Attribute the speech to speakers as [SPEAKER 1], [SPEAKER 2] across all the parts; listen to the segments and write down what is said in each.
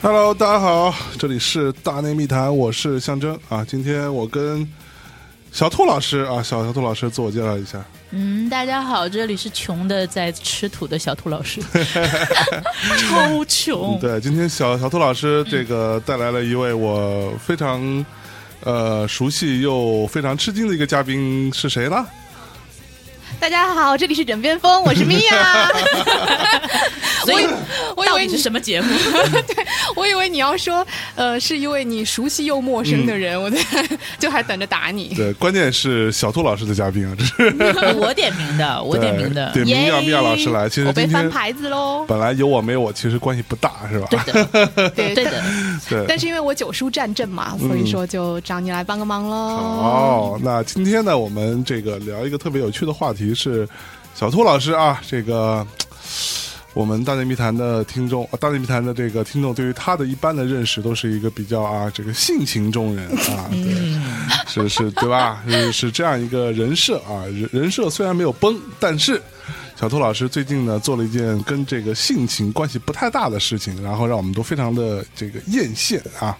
[SPEAKER 1] Hello，大家好，这里是大内密谈，我是象征啊。今天我跟小兔老师啊，小小兔老师自我介绍一下。
[SPEAKER 2] 嗯，大家好，这里是穷的在吃土的小兔老 师，超穷。
[SPEAKER 1] 对，今天小小兔老师这个带来了一位我非常呃熟悉又非常吃惊的一个嘉宾是谁呢？
[SPEAKER 3] 大家好，这里是枕边 风，我是米娅。
[SPEAKER 2] 所以
[SPEAKER 3] 我以
[SPEAKER 2] 到
[SPEAKER 3] 为
[SPEAKER 2] 底是
[SPEAKER 3] 你，
[SPEAKER 2] 什么节 目？
[SPEAKER 3] 我以为你要说，呃，是一位你熟悉又陌生的人，我在 就还等着打你。
[SPEAKER 1] 对，关键是小兔老师的嘉宾啊，这是
[SPEAKER 2] 我点名的，我点名的
[SPEAKER 1] 对，。点名
[SPEAKER 3] 耶
[SPEAKER 1] 让米娅老师来。其实
[SPEAKER 3] 我被
[SPEAKER 1] 今
[SPEAKER 3] 翻
[SPEAKER 1] 天。
[SPEAKER 3] 牌子喽
[SPEAKER 1] 本来有我没我其实关系不大，是吧？
[SPEAKER 2] 对的，
[SPEAKER 3] 对
[SPEAKER 2] 对的
[SPEAKER 3] 但。
[SPEAKER 1] 对
[SPEAKER 3] 但是因为我九叔战阵嘛，所以说就找你来帮个忙
[SPEAKER 1] 嗯
[SPEAKER 3] 喽。
[SPEAKER 1] 好，那今天呢，我们这个聊一个特别有趣的话题是小兔老师啊，这个我们大内密谈的听众，啊大内密谈的这个听众，对于他的一般的认识都是一个比较啊，这个性情中人啊，对，是是，对吧？是是这样一个人设啊，人人设虽然没有崩，但是。小兔老师最近呢做了一件跟这个性情关系不太大的事情，然后让我们都非常的这个艳羡啊，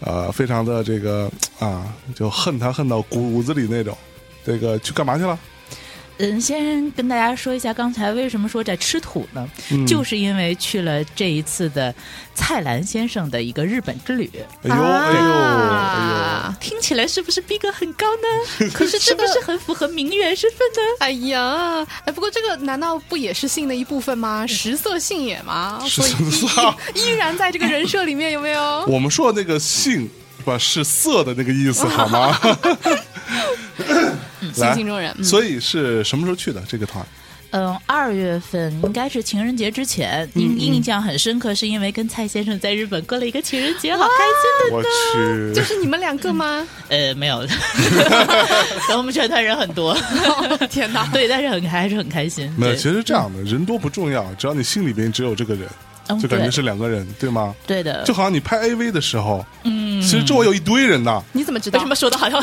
[SPEAKER 1] 呃，非常的这个啊，就恨他恨到骨子里那种。这个去干嘛去了？
[SPEAKER 2] 嗯，先跟大家说一下，刚才为什么说在吃土呢？
[SPEAKER 1] 嗯
[SPEAKER 2] 就是因为去了这一次的蔡澜先生的一个日本之旅，
[SPEAKER 1] 哎呦哎呦哎呦！
[SPEAKER 3] 啊
[SPEAKER 2] 听起来是不是逼格很高呢？ 可是这不是很符合名媛身份呢？
[SPEAKER 3] 哎呀，哎，不过这个难道不也是性的一部分吗？食色性也吗？
[SPEAKER 1] 是
[SPEAKER 3] 所以
[SPEAKER 1] 是啊，
[SPEAKER 3] 依然在这个人设里面，有没有？
[SPEAKER 1] 我们说的那个性是吧？是色的那个 意思好吗？
[SPEAKER 3] 性
[SPEAKER 1] 来
[SPEAKER 3] 情中人，嗯
[SPEAKER 1] 所以是什么时候去的这个团？
[SPEAKER 2] 嗯，二月份应该是情人节之前，
[SPEAKER 1] 嗯
[SPEAKER 2] 印、印象很深刻，是因为跟蔡先生在日本过了一个情人节，好开心的。
[SPEAKER 1] 我去
[SPEAKER 3] 嗯就，是你们两个 吗？
[SPEAKER 2] 呃，没有，等我们全团人很多，
[SPEAKER 3] 哦天哪！
[SPEAKER 2] 对，但是很还是很开心。
[SPEAKER 1] 没有，
[SPEAKER 2] 对
[SPEAKER 1] 其实是这样的，人多不重要，只要你心里边只有这个人，
[SPEAKER 3] 哦
[SPEAKER 2] 嗯
[SPEAKER 1] 就感觉
[SPEAKER 2] 对
[SPEAKER 1] 是两个人，对吗？
[SPEAKER 2] 对的。
[SPEAKER 1] 就好像你拍 AV 的时候，嗯，其实周围有一堆人呐，
[SPEAKER 3] 你怎么知道？
[SPEAKER 2] 为什么说的好 像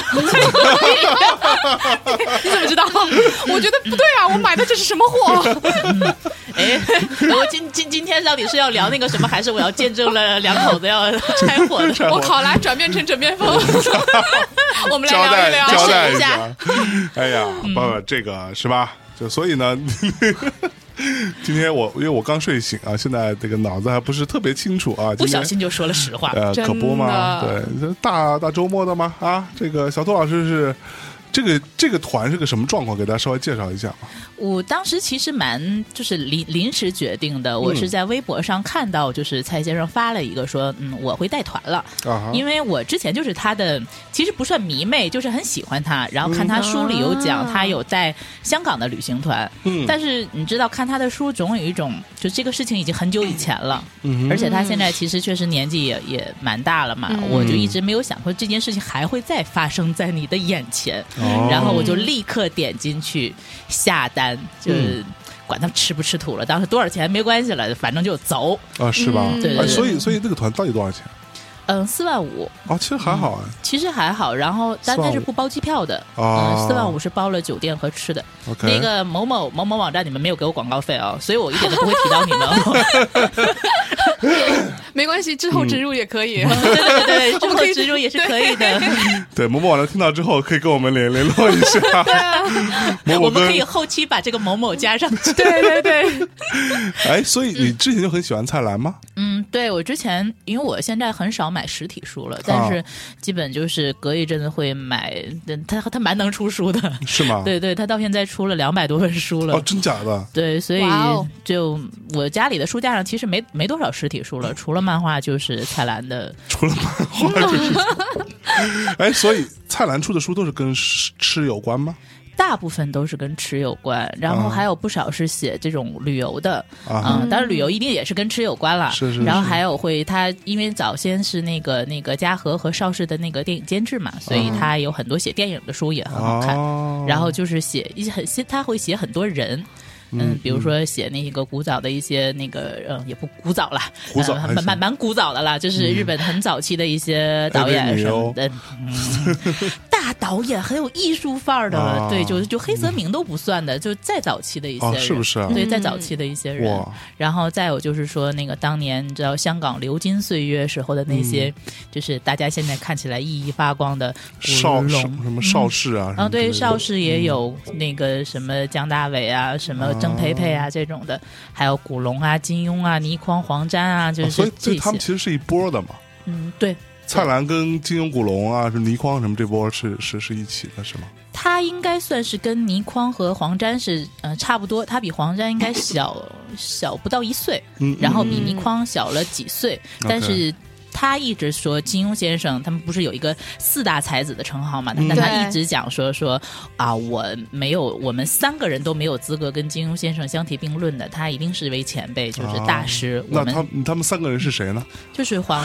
[SPEAKER 3] 你怎么知道？ 我觉得不对啊，我买的这是什么货？
[SPEAKER 2] 哎，我今今今天到底是要聊那个什么，还是我要见证了两口子要拆伙 的？
[SPEAKER 3] 我考拉转变成枕边风，我们
[SPEAKER 1] 交
[SPEAKER 3] 来聊
[SPEAKER 1] 代
[SPEAKER 3] 一聊。
[SPEAKER 1] 交代
[SPEAKER 2] 试一下
[SPEAKER 1] 下。哎呀，爸爸，这个是吧？就所以呢，今天我因为我刚睡醒啊，现在这个脑子还不是特别清楚啊，
[SPEAKER 2] 不
[SPEAKER 1] 今天
[SPEAKER 2] 小心就说了实话。
[SPEAKER 1] 呃，
[SPEAKER 3] 真
[SPEAKER 1] 可不嘛，对
[SPEAKER 3] 的，
[SPEAKER 1] 这大大周末的嘛啊，这个小杜老师是。这个这个团是个什么状况？给大家稍微介绍一下啊。
[SPEAKER 2] 我当时其实蛮就是临临时决定的，我是在微博上看到，就是蔡先生发了一个说，嗯，我会带团了，
[SPEAKER 1] 啊哈
[SPEAKER 2] 因为我之前就是他的，其实不算迷妹，就是很喜欢他，然
[SPEAKER 1] 嗯
[SPEAKER 2] 后看他书里有讲
[SPEAKER 3] 啊
[SPEAKER 2] 他有带香港的旅行团，
[SPEAKER 1] 嗯
[SPEAKER 2] 但是你知道看他的书总有一种，就这个事情已经很久以前了，
[SPEAKER 1] 嗯哼嗯
[SPEAKER 2] 而且他现在其实确实年纪也也蛮大了嘛，我就一直没有想过这件事情还会再发生在你的眼前，
[SPEAKER 1] 哦
[SPEAKER 2] 然后我就立刻点进去下单，
[SPEAKER 1] 嗯
[SPEAKER 2] 就是管他吃不吃土了，当时多少钱没关系了，反正就走，
[SPEAKER 1] 啊，是吧？
[SPEAKER 2] 嗯对对
[SPEAKER 1] 哎，
[SPEAKER 2] 对
[SPEAKER 1] 所以所以这个团到底多少钱
[SPEAKER 2] 嗯，四万五，
[SPEAKER 1] 啊？其实还好啊。
[SPEAKER 2] 其实还好，然后但它是不包机票的，
[SPEAKER 3] 啊
[SPEAKER 1] 哦
[SPEAKER 2] 嗯，四万五是包了酒店和吃的。
[SPEAKER 1] OK，
[SPEAKER 2] 那个某某某某网站你们没有给我广告费哦，所以我一点都不会提到你们 哦。
[SPEAKER 3] 没关系，之后植入也可以。
[SPEAKER 2] 对
[SPEAKER 1] 嗯
[SPEAKER 2] 对对对，
[SPEAKER 3] 我
[SPEAKER 2] 之
[SPEAKER 3] 们
[SPEAKER 2] 后
[SPEAKER 3] 可以
[SPEAKER 2] 植入也是可以 的，
[SPEAKER 1] 对某某网站听到之后，可以跟我们联联络一下。 某某
[SPEAKER 2] 我们
[SPEAKER 1] 跟
[SPEAKER 2] 可以后期把这个某某加上去。
[SPEAKER 3] 对对对，
[SPEAKER 1] 哎，所以你之前就很喜欢蔡澜吗？
[SPEAKER 2] 嗯，对我之前，因为我现在很少买实体书了，但
[SPEAKER 3] 啊
[SPEAKER 2] 是基本就是隔一阵子会买。嗯他他蛮能出书的，
[SPEAKER 1] 是
[SPEAKER 3] 啊
[SPEAKER 1] 吗？
[SPEAKER 2] 对对，他到现在出了两百多本书了。
[SPEAKER 1] 哦，真假 的？
[SPEAKER 2] 对，所以
[SPEAKER 3] 哇哦
[SPEAKER 2] 就我家里的书架上其实没没多少实体
[SPEAKER 1] 嗯
[SPEAKER 2] 书了，除了漫画就是蔡澜的。
[SPEAKER 1] 除了漫画就是这 个。哎，所以蔡澜出的书都是跟吃吃有关吗？
[SPEAKER 2] 大部分都是跟吃有关，然后
[SPEAKER 1] 啊
[SPEAKER 2] 还有不少是写这种旅游的，
[SPEAKER 1] 啊
[SPEAKER 2] 嗯，当然旅游一定也是跟吃有关了。
[SPEAKER 1] 是是
[SPEAKER 2] 然后
[SPEAKER 1] 是
[SPEAKER 2] 还有会他，因为早先是那个那个嘉禾和邵氏的那个电影监制嘛，所
[SPEAKER 1] 嗯
[SPEAKER 2] 以他有很多写电影的书也很好看。
[SPEAKER 1] 哦，
[SPEAKER 2] 然后就是写一些很，他会写很多人，嗯，比如说写那个古早的一些那个，嗯，也不古早啦，
[SPEAKER 1] 古早
[SPEAKER 2] 呃
[SPEAKER 1] 还
[SPEAKER 2] 蛮蛮
[SPEAKER 1] 行嗯
[SPEAKER 2] 蛮古早的啦，就是日本很早期的一些导
[SPEAKER 1] 哎
[SPEAKER 2] 演
[SPEAKER 1] 对
[SPEAKER 2] 什么的， 嗯大导演很有艺术范儿的
[SPEAKER 1] 啊，
[SPEAKER 2] 对，就是就黑泽明都不算的，就再早期的一些
[SPEAKER 1] 啊
[SPEAKER 2] 人，
[SPEAKER 1] 是不是啊
[SPEAKER 2] 对，
[SPEAKER 3] 嗯
[SPEAKER 2] 再早期的一些人，
[SPEAKER 1] 哇，
[SPEAKER 2] 然后再有就是说，那个当年你知道香港流金岁月时候的那些，
[SPEAKER 1] 嗯
[SPEAKER 2] 就是大家现在看起来熠熠发光的古
[SPEAKER 1] 邵
[SPEAKER 2] 龙
[SPEAKER 1] 什什么邵氏啊，什
[SPEAKER 2] 啊，
[SPEAKER 1] 么之类
[SPEAKER 2] 对，
[SPEAKER 1] 的
[SPEAKER 2] 邵氏
[SPEAKER 1] 嗯
[SPEAKER 2] 也有那个什么姜大伟啊，什么郑佩佩
[SPEAKER 1] 哦
[SPEAKER 2] 啊这种的，还有古龙啊、金庸啊、倪匡、黄沾啊，就
[SPEAKER 1] 啊所
[SPEAKER 2] 是
[SPEAKER 1] 以
[SPEAKER 2] 这
[SPEAKER 1] 所以
[SPEAKER 2] 些
[SPEAKER 1] 他们。其实是一波的嘛。
[SPEAKER 2] 嗯，对，
[SPEAKER 1] 蔡澜跟金庸、古龙啊，是倪匡什么这波是是是一起的，是吗？
[SPEAKER 2] 他应该算是跟倪匡和黄沾是呃差不多，他比黄沾应该小小不到一岁，
[SPEAKER 1] 嗯，
[SPEAKER 2] 然后
[SPEAKER 1] 嗯
[SPEAKER 2] 比倪匡小了几岁，但是。他一直说金庸先生，他们不是有一个四大才子的称号嘛？
[SPEAKER 1] 嗯
[SPEAKER 2] 但他
[SPEAKER 3] 对
[SPEAKER 2] 一直讲说说啊，我没有，我们三个人都没有资格跟金庸先生相提并论的，他一定是为前辈，就是大师。我
[SPEAKER 1] 哦那
[SPEAKER 2] 们
[SPEAKER 1] 他他们三个人是谁呢？
[SPEAKER 2] 就是黄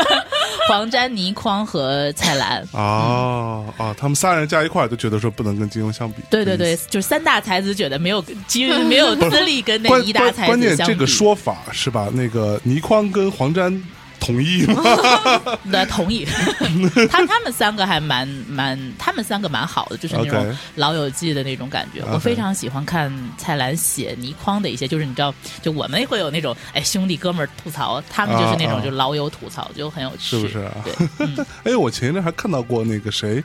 [SPEAKER 2] 黄沾、倪匡和蔡澜。
[SPEAKER 1] 啊啊，他们仨人加一块儿都觉得说不能跟金庸相比。
[SPEAKER 2] 对对
[SPEAKER 1] 这个意
[SPEAKER 2] 对
[SPEAKER 1] 思，，
[SPEAKER 2] 就是三大才子觉得没有，其实没有资历跟那
[SPEAKER 1] 关
[SPEAKER 2] 一大
[SPEAKER 1] 关
[SPEAKER 2] 才
[SPEAKER 1] 关
[SPEAKER 2] 子
[SPEAKER 1] 键
[SPEAKER 2] 相
[SPEAKER 1] 这
[SPEAKER 2] 比
[SPEAKER 1] 个。说法是吧？那个倪匡跟黄沾统一吗？
[SPEAKER 2] 那 同意，他他们三个还蛮蛮，他们三个蛮好的，就是那
[SPEAKER 1] OK 啊
[SPEAKER 2] 种老友记的那种感觉。
[SPEAKER 1] OK
[SPEAKER 2] 我非常喜欢看蔡澜写倪匡的一些，就是你知道，就我们会有那种哎兄弟哥们儿吐槽，他们就是那
[SPEAKER 1] 啊啊
[SPEAKER 2] 种就老友吐槽，就很有
[SPEAKER 1] 是
[SPEAKER 2] 趣，
[SPEAKER 1] 不是啊
[SPEAKER 2] 对，嗯，
[SPEAKER 1] 哎，我前一阵还看到过那个谁，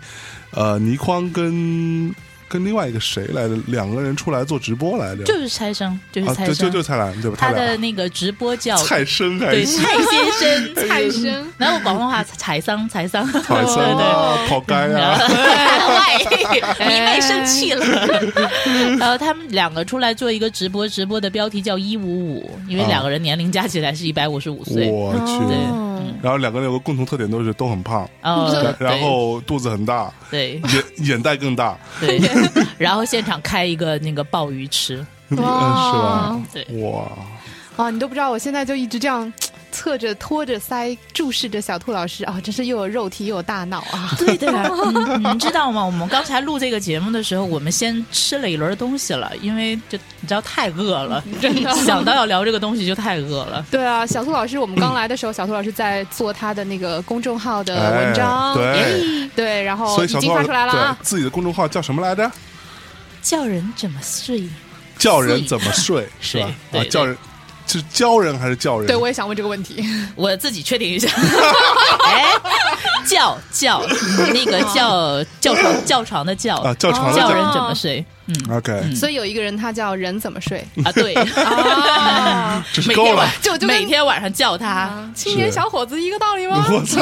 [SPEAKER 1] 呃，倪匡跟跟另外一个谁来着，两个人出来做直播来着。
[SPEAKER 2] 就是蔡生，就是
[SPEAKER 1] 啊，
[SPEAKER 2] 蔡
[SPEAKER 1] 对，就
[SPEAKER 2] 生，
[SPEAKER 1] 就蔡澜对吧？
[SPEAKER 2] 他
[SPEAKER 1] 俩
[SPEAKER 2] 的那个直播叫
[SPEAKER 1] 蔡生还
[SPEAKER 2] 对
[SPEAKER 1] 是
[SPEAKER 2] 蔡先生，
[SPEAKER 3] 蔡生，
[SPEAKER 2] 然后广东话 柴桑柴桑，
[SPEAKER 1] 蔡生啊，跑街啊，
[SPEAKER 2] 嗯喂，迷妹生气了。 然后他们两个出来做一个直播，直播的标题叫“一五五”，因为两个人年龄加起来是一百五十五岁。
[SPEAKER 1] 我
[SPEAKER 3] 哦
[SPEAKER 2] 对
[SPEAKER 1] 去。
[SPEAKER 2] 嗯
[SPEAKER 1] 然后两个人有个共同特点，都是都很胖，
[SPEAKER 2] 哦，对
[SPEAKER 1] 然后肚子很 大，
[SPEAKER 2] 对
[SPEAKER 1] 眼眼袋更大，
[SPEAKER 2] 对， 然后现场开一个那个鲍鱼吃，
[SPEAKER 1] 嗯是吧？
[SPEAKER 2] 对，
[SPEAKER 1] 哇，
[SPEAKER 3] 啊，你都不知道，我现在就一直这样侧着、托着腮注视着小兔老师啊，真是又有肉体又有大脑啊！
[SPEAKER 2] 对的，嗯你知道吗？我们刚才录这个节目的时候，我们先吃了一轮东西了，因为就你知道太饿 了，
[SPEAKER 3] 真的
[SPEAKER 2] 想到要聊这个东西就太饿了。
[SPEAKER 3] 对啊，小兔老师，我们刚来的时候，小兔老师在做他的那个公众号的
[SPEAKER 1] 哎
[SPEAKER 3] 文章，
[SPEAKER 1] 对
[SPEAKER 3] 耶对，然后
[SPEAKER 1] 所
[SPEAKER 3] 已
[SPEAKER 1] 以小
[SPEAKER 3] 经
[SPEAKER 1] 兔
[SPEAKER 3] 发出来了
[SPEAKER 1] 对
[SPEAKER 3] 啊。
[SPEAKER 1] 自己的公众号叫什么来着？
[SPEAKER 2] 叫人怎么睡？
[SPEAKER 1] 叫人怎么睡是
[SPEAKER 2] 睡
[SPEAKER 1] 吧？
[SPEAKER 2] 对
[SPEAKER 1] 啊，
[SPEAKER 2] 对
[SPEAKER 1] 叫人是教人还是叫人？
[SPEAKER 3] 对，我也想问这个问题。
[SPEAKER 2] 我自己确定一下。哎，叫叫那个
[SPEAKER 3] 哦
[SPEAKER 2] 叫叫床教床的叫
[SPEAKER 1] 啊，教床的
[SPEAKER 2] 叫人
[SPEAKER 1] 教。
[SPEAKER 2] 怎么睡？嗯
[SPEAKER 1] OK，
[SPEAKER 3] 所以有一个人他叫人怎么睡
[SPEAKER 2] 啊，对，
[SPEAKER 3] 啊？
[SPEAKER 1] 这是
[SPEAKER 2] 每
[SPEAKER 1] 够
[SPEAKER 2] 天
[SPEAKER 1] 了
[SPEAKER 2] 晚。
[SPEAKER 3] 哦就就跟
[SPEAKER 2] 每天晚上叫他
[SPEAKER 3] 啊，青年小伙子一个道理 吗？
[SPEAKER 1] 我操！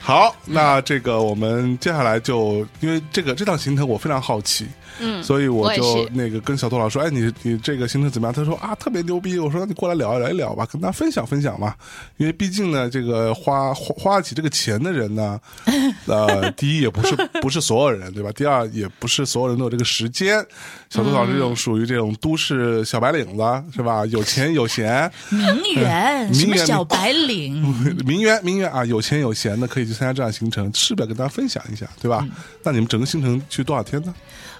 [SPEAKER 1] 好，那这个我们接下来就因为这个这趟行程我非常好奇，
[SPEAKER 3] 嗯，
[SPEAKER 1] 所以我
[SPEAKER 3] 我也
[SPEAKER 1] 就是那个跟小兔老师说：“哎，你你这个行程怎么样？”他说：“啊，特别牛逼。”我说：“那你过来聊一聊一聊吧，跟大家分享分享嘛。因为毕竟呢，这个花 花花得起这个钱的人呢，呃，第一也不是 不是所有人对吧？第二也不是所有人都有这个时间。小兔老师这种属于这种都市小白领子是吧？有钱有闲，
[SPEAKER 3] 嗯
[SPEAKER 2] 名媛
[SPEAKER 1] 名媛
[SPEAKER 2] 什么小白领，
[SPEAKER 1] 名媛名媛啊，有钱有闲的可以去参加这样的行程，是不是要跟大家分享一下对吧？那你们整个行程去多少天呢？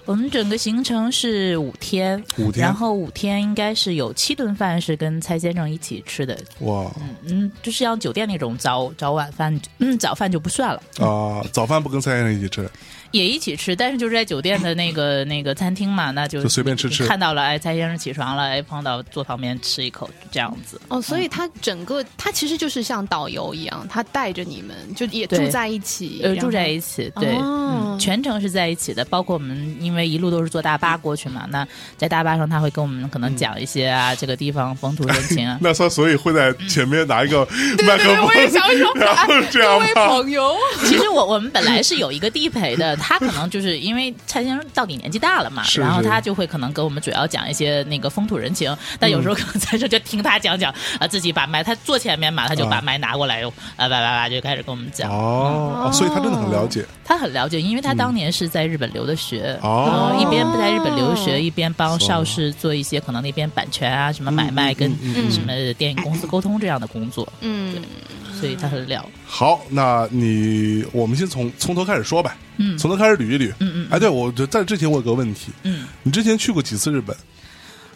[SPEAKER 2] 我们整个行程是五天，
[SPEAKER 1] 五天
[SPEAKER 2] 然后五天应该是有七顿饭是跟蔡先生一起吃的，
[SPEAKER 1] 哇
[SPEAKER 2] 嗯，就像酒店那种早早晚饭，嗯，早饭就不算了。
[SPEAKER 1] 啊、早饭不跟蔡先生一起吃。
[SPEAKER 2] 也一起吃，但是就是在酒店的那个 那个餐厅嘛，那就
[SPEAKER 1] 就随便吃吃。
[SPEAKER 2] 看到了，哎，蔡先生起床了，哎，碰到坐旁边吃一口这样子。
[SPEAKER 3] 哦，所以他整个他其实就是像导游一样，他带着你们，就也住
[SPEAKER 2] 对
[SPEAKER 3] 在一起，
[SPEAKER 2] 呃，
[SPEAKER 3] 然后
[SPEAKER 2] 住在一起，对，
[SPEAKER 3] 哦
[SPEAKER 2] 嗯，全程是在一起的。包括我们，因为一路都是坐大巴过去嘛，那在大巴上他会跟我们可能讲一些啊，这个地方风土人情啊
[SPEAKER 1] 那他所以会在前面拿一个 麦克
[SPEAKER 3] 对对，
[SPEAKER 1] 风
[SPEAKER 3] 我，也想说，
[SPEAKER 1] 然
[SPEAKER 3] 哎
[SPEAKER 1] 后这 样啊
[SPEAKER 3] 各位
[SPEAKER 1] 吧。
[SPEAKER 3] 朋友，
[SPEAKER 2] 其实我我们本来是有一个地陪的，他可能就是因为蔡先生到底年纪大了嘛，
[SPEAKER 1] 是
[SPEAKER 2] 然后
[SPEAKER 1] 是
[SPEAKER 2] 他就会可能给我们主要讲一些那个风土人情，但有时候可能蔡先生就听他讲讲
[SPEAKER 1] 嗯
[SPEAKER 2] 啊，自己把麦他坐前面嘛，他就把
[SPEAKER 1] 啊
[SPEAKER 2] 麦拿过来，又啊叭叭叭就开始跟我们讲。
[SPEAKER 1] 哦，哦所以他真的很了解
[SPEAKER 2] 他很了解，因为他当年是在日本留的学，
[SPEAKER 1] 哦
[SPEAKER 2] 嗯一边在日本留
[SPEAKER 3] 哦
[SPEAKER 2] 学，一边帮邵氏做一些可能那边版权啊、什么买卖跟
[SPEAKER 1] 嗯
[SPEAKER 3] 嗯
[SPEAKER 2] 什么电影公司沟通这样的工作，
[SPEAKER 3] 嗯，
[SPEAKER 2] 所以他很了。
[SPEAKER 1] 好，那你我们先从从头开始说呗，
[SPEAKER 2] 嗯
[SPEAKER 1] 从头开始捋一捋。
[SPEAKER 2] 嗯嗯
[SPEAKER 1] 哎，对，我在这之前我有个问题，
[SPEAKER 2] 嗯，
[SPEAKER 1] 你之前去过几次日本？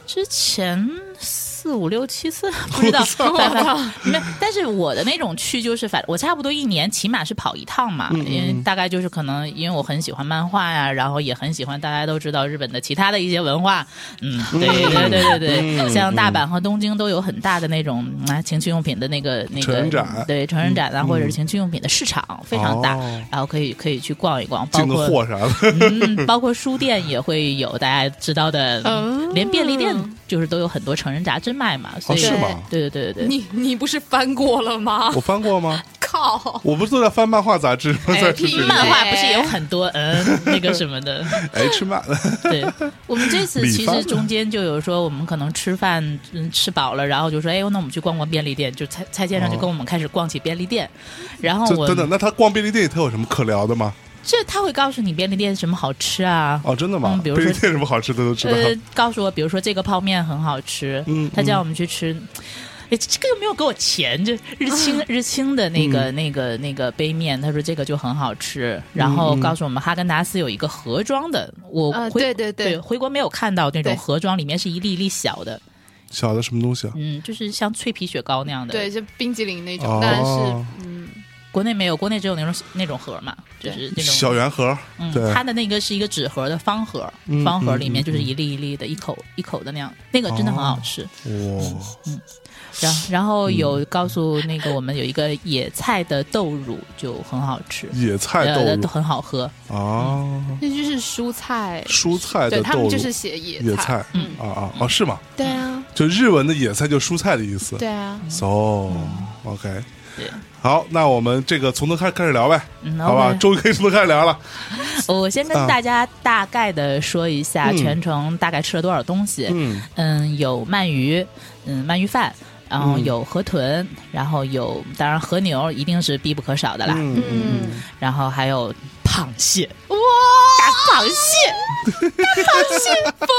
[SPEAKER 2] 之前四五六 七次不知道，反正没有。但是我的那种去就是反，我差不多一年起码是跑一趟嘛，
[SPEAKER 1] 嗯嗯
[SPEAKER 2] 因为大概就是可能因为我很喜欢漫画呀、然后也很喜欢大家都知道日本的其他的一些文化，嗯，对对对对
[SPEAKER 1] 嗯
[SPEAKER 2] 对，像大阪和东京都有很大的那种啊情趣用品的那个那个
[SPEAKER 1] 成人展嗯
[SPEAKER 2] 对成人展啊，或者是情趣用品的市场非常大
[SPEAKER 1] 哦，
[SPEAKER 2] 然后可以可以去逛一逛，包
[SPEAKER 1] 进
[SPEAKER 2] 括
[SPEAKER 1] 个货啥的，
[SPEAKER 2] 嗯，包括书店也会有大家知道的，
[SPEAKER 3] 哦
[SPEAKER 2] 连便利店就是都有很多成人杂志卖嘛，所
[SPEAKER 1] 哦
[SPEAKER 2] 以、
[SPEAKER 1] 是吗？
[SPEAKER 2] 对对对对对。
[SPEAKER 3] 你你不是翻过了吗
[SPEAKER 1] 我？翻过吗？
[SPEAKER 3] 靠！
[SPEAKER 1] 我不是都在翻漫画杂志吗？在
[SPEAKER 3] 屁
[SPEAKER 1] 这里
[SPEAKER 2] 漫画不是也有很多嗯那个什么的，
[SPEAKER 1] H 漫，
[SPEAKER 2] 对 我们这次其
[SPEAKER 1] 米饭
[SPEAKER 2] 实中间就有说我们可能吃饭嗯吃饱了，然后就说哎那我们去逛逛便利店，就蔡蔡先生
[SPEAKER 1] 哦
[SPEAKER 2] 就跟我们开始逛起便利店，然 后
[SPEAKER 1] 就
[SPEAKER 2] 我
[SPEAKER 1] 等等，那他逛便利店他有什么可聊的吗？
[SPEAKER 2] 这他会告诉你便利店什么好吃啊，
[SPEAKER 1] 哦，真的吗？
[SPEAKER 2] 嗯比
[SPEAKER 1] 便
[SPEAKER 2] 如说
[SPEAKER 1] 利店什么好吃的都知道。
[SPEAKER 2] 呃，告诉我，比如说这个泡面很好吃，
[SPEAKER 1] 嗯
[SPEAKER 2] 他叫我们去吃。哎，这个又没有给我钱，这日清、日清的那
[SPEAKER 1] 嗯
[SPEAKER 2] 个、那个、那个杯面，他说这个就很好吃，然后
[SPEAKER 1] 嗯
[SPEAKER 2] 告诉我们哈根达斯有一个盒装的，我
[SPEAKER 3] 啊
[SPEAKER 2] 回、
[SPEAKER 3] 对对对
[SPEAKER 2] 回国没有看到那种
[SPEAKER 3] 对
[SPEAKER 2] 盒装，里面是一粒一粒小的，
[SPEAKER 1] 小的什么东西啊？
[SPEAKER 2] 嗯，就是像脆皮雪糕那样的，
[SPEAKER 3] 对，，就冰激凌那
[SPEAKER 1] 哦
[SPEAKER 3] 种，但是嗯，
[SPEAKER 2] 国内没有，国内只有那种那种盒嘛，就是那种
[SPEAKER 1] 小圆盒，
[SPEAKER 2] 嗯
[SPEAKER 1] 对，
[SPEAKER 2] 它的那个是一个纸盒的方盒，
[SPEAKER 1] 嗯
[SPEAKER 2] 方盒
[SPEAKER 1] 嗯
[SPEAKER 2] 里面就是
[SPEAKER 1] 嗯哦
[SPEAKER 2] 一粒一粒的，一口一口的那样，那个真的很好吃。
[SPEAKER 1] 哇，
[SPEAKER 2] 然然后有
[SPEAKER 1] 嗯
[SPEAKER 2] 告诉那个我们有一个野菜的豆乳就很好吃，
[SPEAKER 1] 野菜豆
[SPEAKER 2] 呃
[SPEAKER 1] 乳
[SPEAKER 2] 都很好喝。
[SPEAKER 1] 啊，
[SPEAKER 3] 那就是蔬菜，
[SPEAKER 1] 蔬菜
[SPEAKER 3] 对
[SPEAKER 1] 的
[SPEAKER 3] 他
[SPEAKER 1] 豆
[SPEAKER 3] 们
[SPEAKER 1] 乳
[SPEAKER 3] 就是写野
[SPEAKER 1] 野
[SPEAKER 3] 菜，
[SPEAKER 1] 菜
[SPEAKER 2] 嗯
[SPEAKER 1] 啊啊哦是吗？
[SPEAKER 3] 对啊，
[SPEAKER 1] 就日文的野菜就蔬菜的意思。
[SPEAKER 3] 对啊，
[SPEAKER 1] So OK，
[SPEAKER 2] 嗯对，
[SPEAKER 1] 好，那我们这个从头开开始聊呗，
[SPEAKER 2] 嗯，
[SPEAKER 1] 好吧？
[SPEAKER 2] OK
[SPEAKER 1] 终于可以从头开始聊了。
[SPEAKER 2] 呃我先跟
[SPEAKER 1] 啊
[SPEAKER 2] 大家大概的说一下
[SPEAKER 1] 嗯
[SPEAKER 2] 全程大概吃了多少东西。
[SPEAKER 1] 嗯
[SPEAKER 2] 嗯，有鳗鱼，嗯，鳗鱼饭。然后
[SPEAKER 1] 嗯
[SPEAKER 2] 有河豚，然后有当然和牛一定是必不可少的啦，
[SPEAKER 1] 嗯嗯，
[SPEAKER 3] 嗯，
[SPEAKER 2] 然后还有螃蟹，
[SPEAKER 3] 哇，
[SPEAKER 2] 大螃蟹，
[SPEAKER 3] 封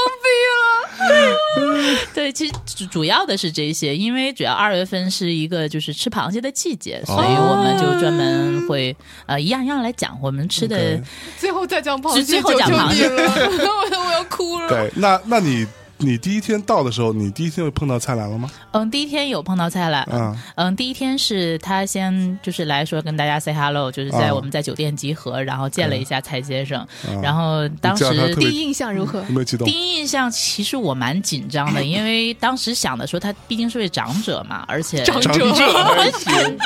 [SPEAKER 3] 闭了，
[SPEAKER 2] 对，其实主主要的是这些，因为主要二月份是一个就是吃螃蟹的季节，
[SPEAKER 1] 哦
[SPEAKER 2] 所以我们就专门会呃一样一样来讲我们吃的。
[SPEAKER 1] OK
[SPEAKER 3] 最后再讲螃蟹，
[SPEAKER 2] 最后讲
[SPEAKER 3] 求求
[SPEAKER 2] 螃
[SPEAKER 3] 你
[SPEAKER 2] 蟹
[SPEAKER 3] 了，我我要哭了。
[SPEAKER 1] 对，那那你你第一天到的时候，你第一天就碰到菜篮了吗？
[SPEAKER 2] 嗯，第一天有碰到菜了。
[SPEAKER 1] 嗯
[SPEAKER 2] 嗯，第一天是他先就是来说跟大家 say hello，就是在
[SPEAKER 1] 啊哎
[SPEAKER 2] 我们在酒店集合，然后见了一下蔡先生，
[SPEAKER 1] 啊
[SPEAKER 2] 然后当时
[SPEAKER 1] 你叫他特别
[SPEAKER 3] 第一印象如何
[SPEAKER 1] 有？没有激动
[SPEAKER 2] 第？一印象其实我蛮紧 张的，因为当时想的说他毕竟是位长者嘛，而且
[SPEAKER 3] 长
[SPEAKER 1] 长者还行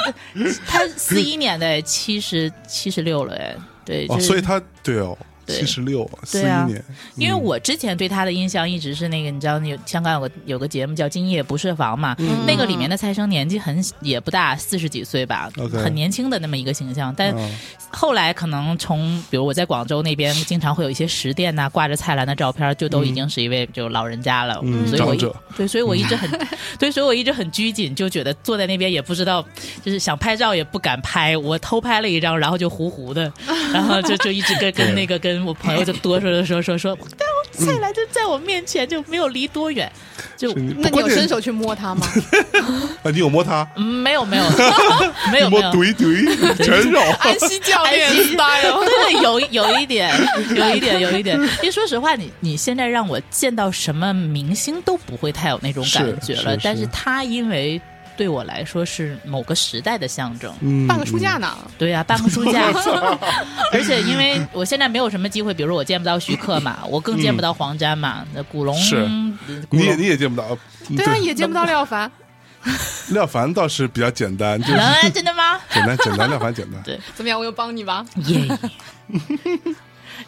[SPEAKER 2] 他四一年的哎七十七十六了哎，对，就
[SPEAKER 1] 哦，
[SPEAKER 2] 是
[SPEAKER 1] 所以他对哦，
[SPEAKER 2] 对
[SPEAKER 1] 七十六，四一
[SPEAKER 2] 对啊
[SPEAKER 1] 年，
[SPEAKER 2] 因为我之前对他的印象一直是那个，你知道，有香港有个有个节目叫《今夜不设防》嘛，
[SPEAKER 1] 嗯
[SPEAKER 2] 那个里面的蔡生年纪很也不大，四十几岁吧
[SPEAKER 1] OK
[SPEAKER 2] 很年轻的那么一个形象。但
[SPEAKER 1] 嗯
[SPEAKER 2] 后来可能从，比如我在广州那边，经常会有一些食店呐、挂着菜篮的照片，就都已经是一位就老人家了。
[SPEAKER 1] 嗯
[SPEAKER 2] 所以我
[SPEAKER 1] 长
[SPEAKER 2] 一
[SPEAKER 1] 者
[SPEAKER 2] 对，所以我一直很 对，所以我一直很拘谨，就觉得坐在那边也不知道，就是想拍照也不敢拍。我偷拍了一张，然后就糊糊的，然后就就一直
[SPEAKER 1] 对
[SPEAKER 2] 跟跟那个跟我朋友就哆嗦着说说说，但我菜篮就在我面前，就没有离多远，就是
[SPEAKER 1] 你
[SPEAKER 3] 那你
[SPEAKER 1] 关
[SPEAKER 3] 有
[SPEAKER 1] 键
[SPEAKER 3] 伸手去摸它吗？
[SPEAKER 1] 啊，你有摸他？
[SPEAKER 2] 嗯没 有没有没有
[SPEAKER 1] 你摸
[SPEAKER 2] 没有。啊
[SPEAKER 1] 怼 怼全肉，
[SPEAKER 3] 安西教练
[SPEAKER 2] 安西
[SPEAKER 3] style，
[SPEAKER 2] 对，有有一点，有一点，有一点。因为说实话，你你现在让我见到什么明星都不会太有那种感觉
[SPEAKER 1] 是
[SPEAKER 2] 了，
[SPEAKER 1] 是
[SPEAKER 2] 但
[SPEAKER 1] 是
[SPEAKER 2] 是他因为对我来说是某个时代的象征。
[SPEAKER 1] 嗯
[SPEAKER 3] 半个书架呢？
[SPEAKER 2] 对呀、办 个书架，而且因为我现在没有什么机会，比如说我见不到徐克嘛，我更见不到黄沾嘛，那古龙
[SPEAKER 1] 嗯
[SPEAKER 2] 嗯
[SPEAKER 1] 是
[SPEAKER 2] 古
[SPEAKER 1] 你也
[SPEAKER 2] 龙
[SPEAKER 1] 你也见不 到，嗯
[SPEAKER 3] 对啊，也见不到廖凡。
[SPEAKER 1] 廖凡倒是比较简单，就是
[SPEAKER 2] 啊真的吗？
[SPEAKER 1] 简单简单，廖凡简 单。
[SPEAKER 3] 怎么样？我有帮你吧？
[SPEAKER 2] 耶、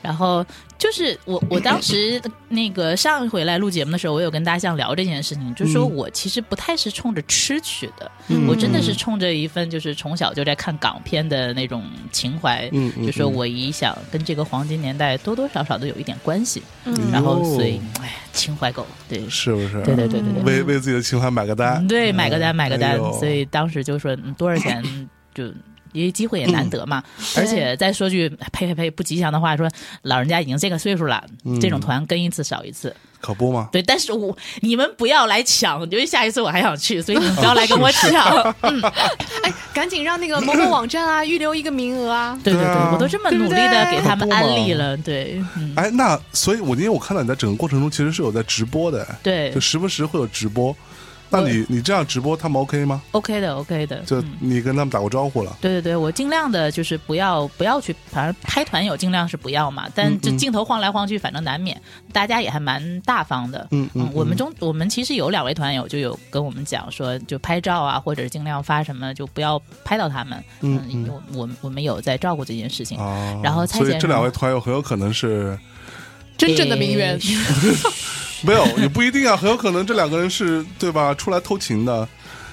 [SPEAKER 2] 然后就是我，我当时那个上一回来录节目的时候，我有跟大象聊这件事情，就是说
[SPEAKER 1] 嗯
[SPEAKER 2] 我其实不太是冲着吃去的，
[SPEAKER 1] 嗯
[SPEAKER 2] 我真的是冲着一份就是从小就在看港片的那种情怀，
[SPEAKER 1] 嗯嗯
[SPEAKER 2] 就说我一想跟这个黄金年代多多少少都有一点关系，
[SPEAKER 1] 嗯
[SPEAKER 2] 然后
[SPEAKER 1] 哟
[SPEAKER 2] 所以哎，情怀狗，对，
[SPEAKER 1] 是不是？
[SPEAKER 2] 对对对对对，
[SPEAKER 1] 为 为自己的情怀买个单
[SPEAKER 2] 嗯，对，买个单，
[SPEAKER 1] 嗯
[SPEAKER 2] 买个单
[SPEAKER 1] 哎，呦
[SPEAKER 2] 所以当时就说嗯多少钱就因为机会也难得嘛。
[SPEAKER 1] 嗯
[SPEAKER 2] 而且再说句呸呸呸不吉祥的话，说老人家已经这个岁数了，
[SPEAKER 1] 嗯
[SPEAKER 2] 这种团跟一次少一次。
[SPEAKER 1] 可不吗？
[SPEAKER 2] 对，但是我你们不要来抢，因为下一次我还想去，所以你们不要来跟我抢。嗯，
[SPEAKER 3] 哎，赶紧让那个某某网站啊预留一个名额啊！
[SPEAKER 2] 对对
[SPEAKER 1] 对
[SPEAKER 2] 对
[SPEAKER 1] 啊，
[SPEAKER 2] 我都这么努力的给他们安利了，对，嗯，
[SPEAKER 1] 哎，那所以我因为我看到你在整个过程中其实是有在直播的，
[SPEAKER 2] 对
[SPEAKER 1] 就时不时会有直播。那
[SPEAKER 2] 对
[SPEAKER 1] 你你这样直播他们 OK 吗？
[SPEAKER 2] ，OK 的，OK 的，
[SPEAKER 1] 就
[SPEAKER 2] 嗯
[SPEAKER 1] 你跟他们打过招呼了？
[SPEAKER 2] 对对对，我尽量的就是不要不要去，反正拍团友尽量是不要嘛，
[SPEAKER 1] 嗯
[SPEAKER 2] 但这镜头晃来晃去，反正难免，大家也还蛮大方的。
[SPEAKER 1] 嗯嗯
[SPEAKER 2] 我们中我们其实有两位团友就有跟我们讲说，就拍照啊，或者尽量发什么，就不要拍到他们。
[SPEAKER 1] 嗯嗯
[SPEAKER 2] 我我们我们有在照顾这件事情。
[SPEAKER 1] 哦，
[SPEAKER 2] 然后蔡
[SPEAKER 1] 所以
[SPEAKER 2] 健
[SPEAKER 1] 这两
[SPEAKER 2] 荣
[SPEAKER 1] 位团友很有可能是
[SPEAKER 3] 真正的名媛，
[SPEAKER 1] 没有，也不一定啊，很有可能这两个人是对吧？出来偷情的，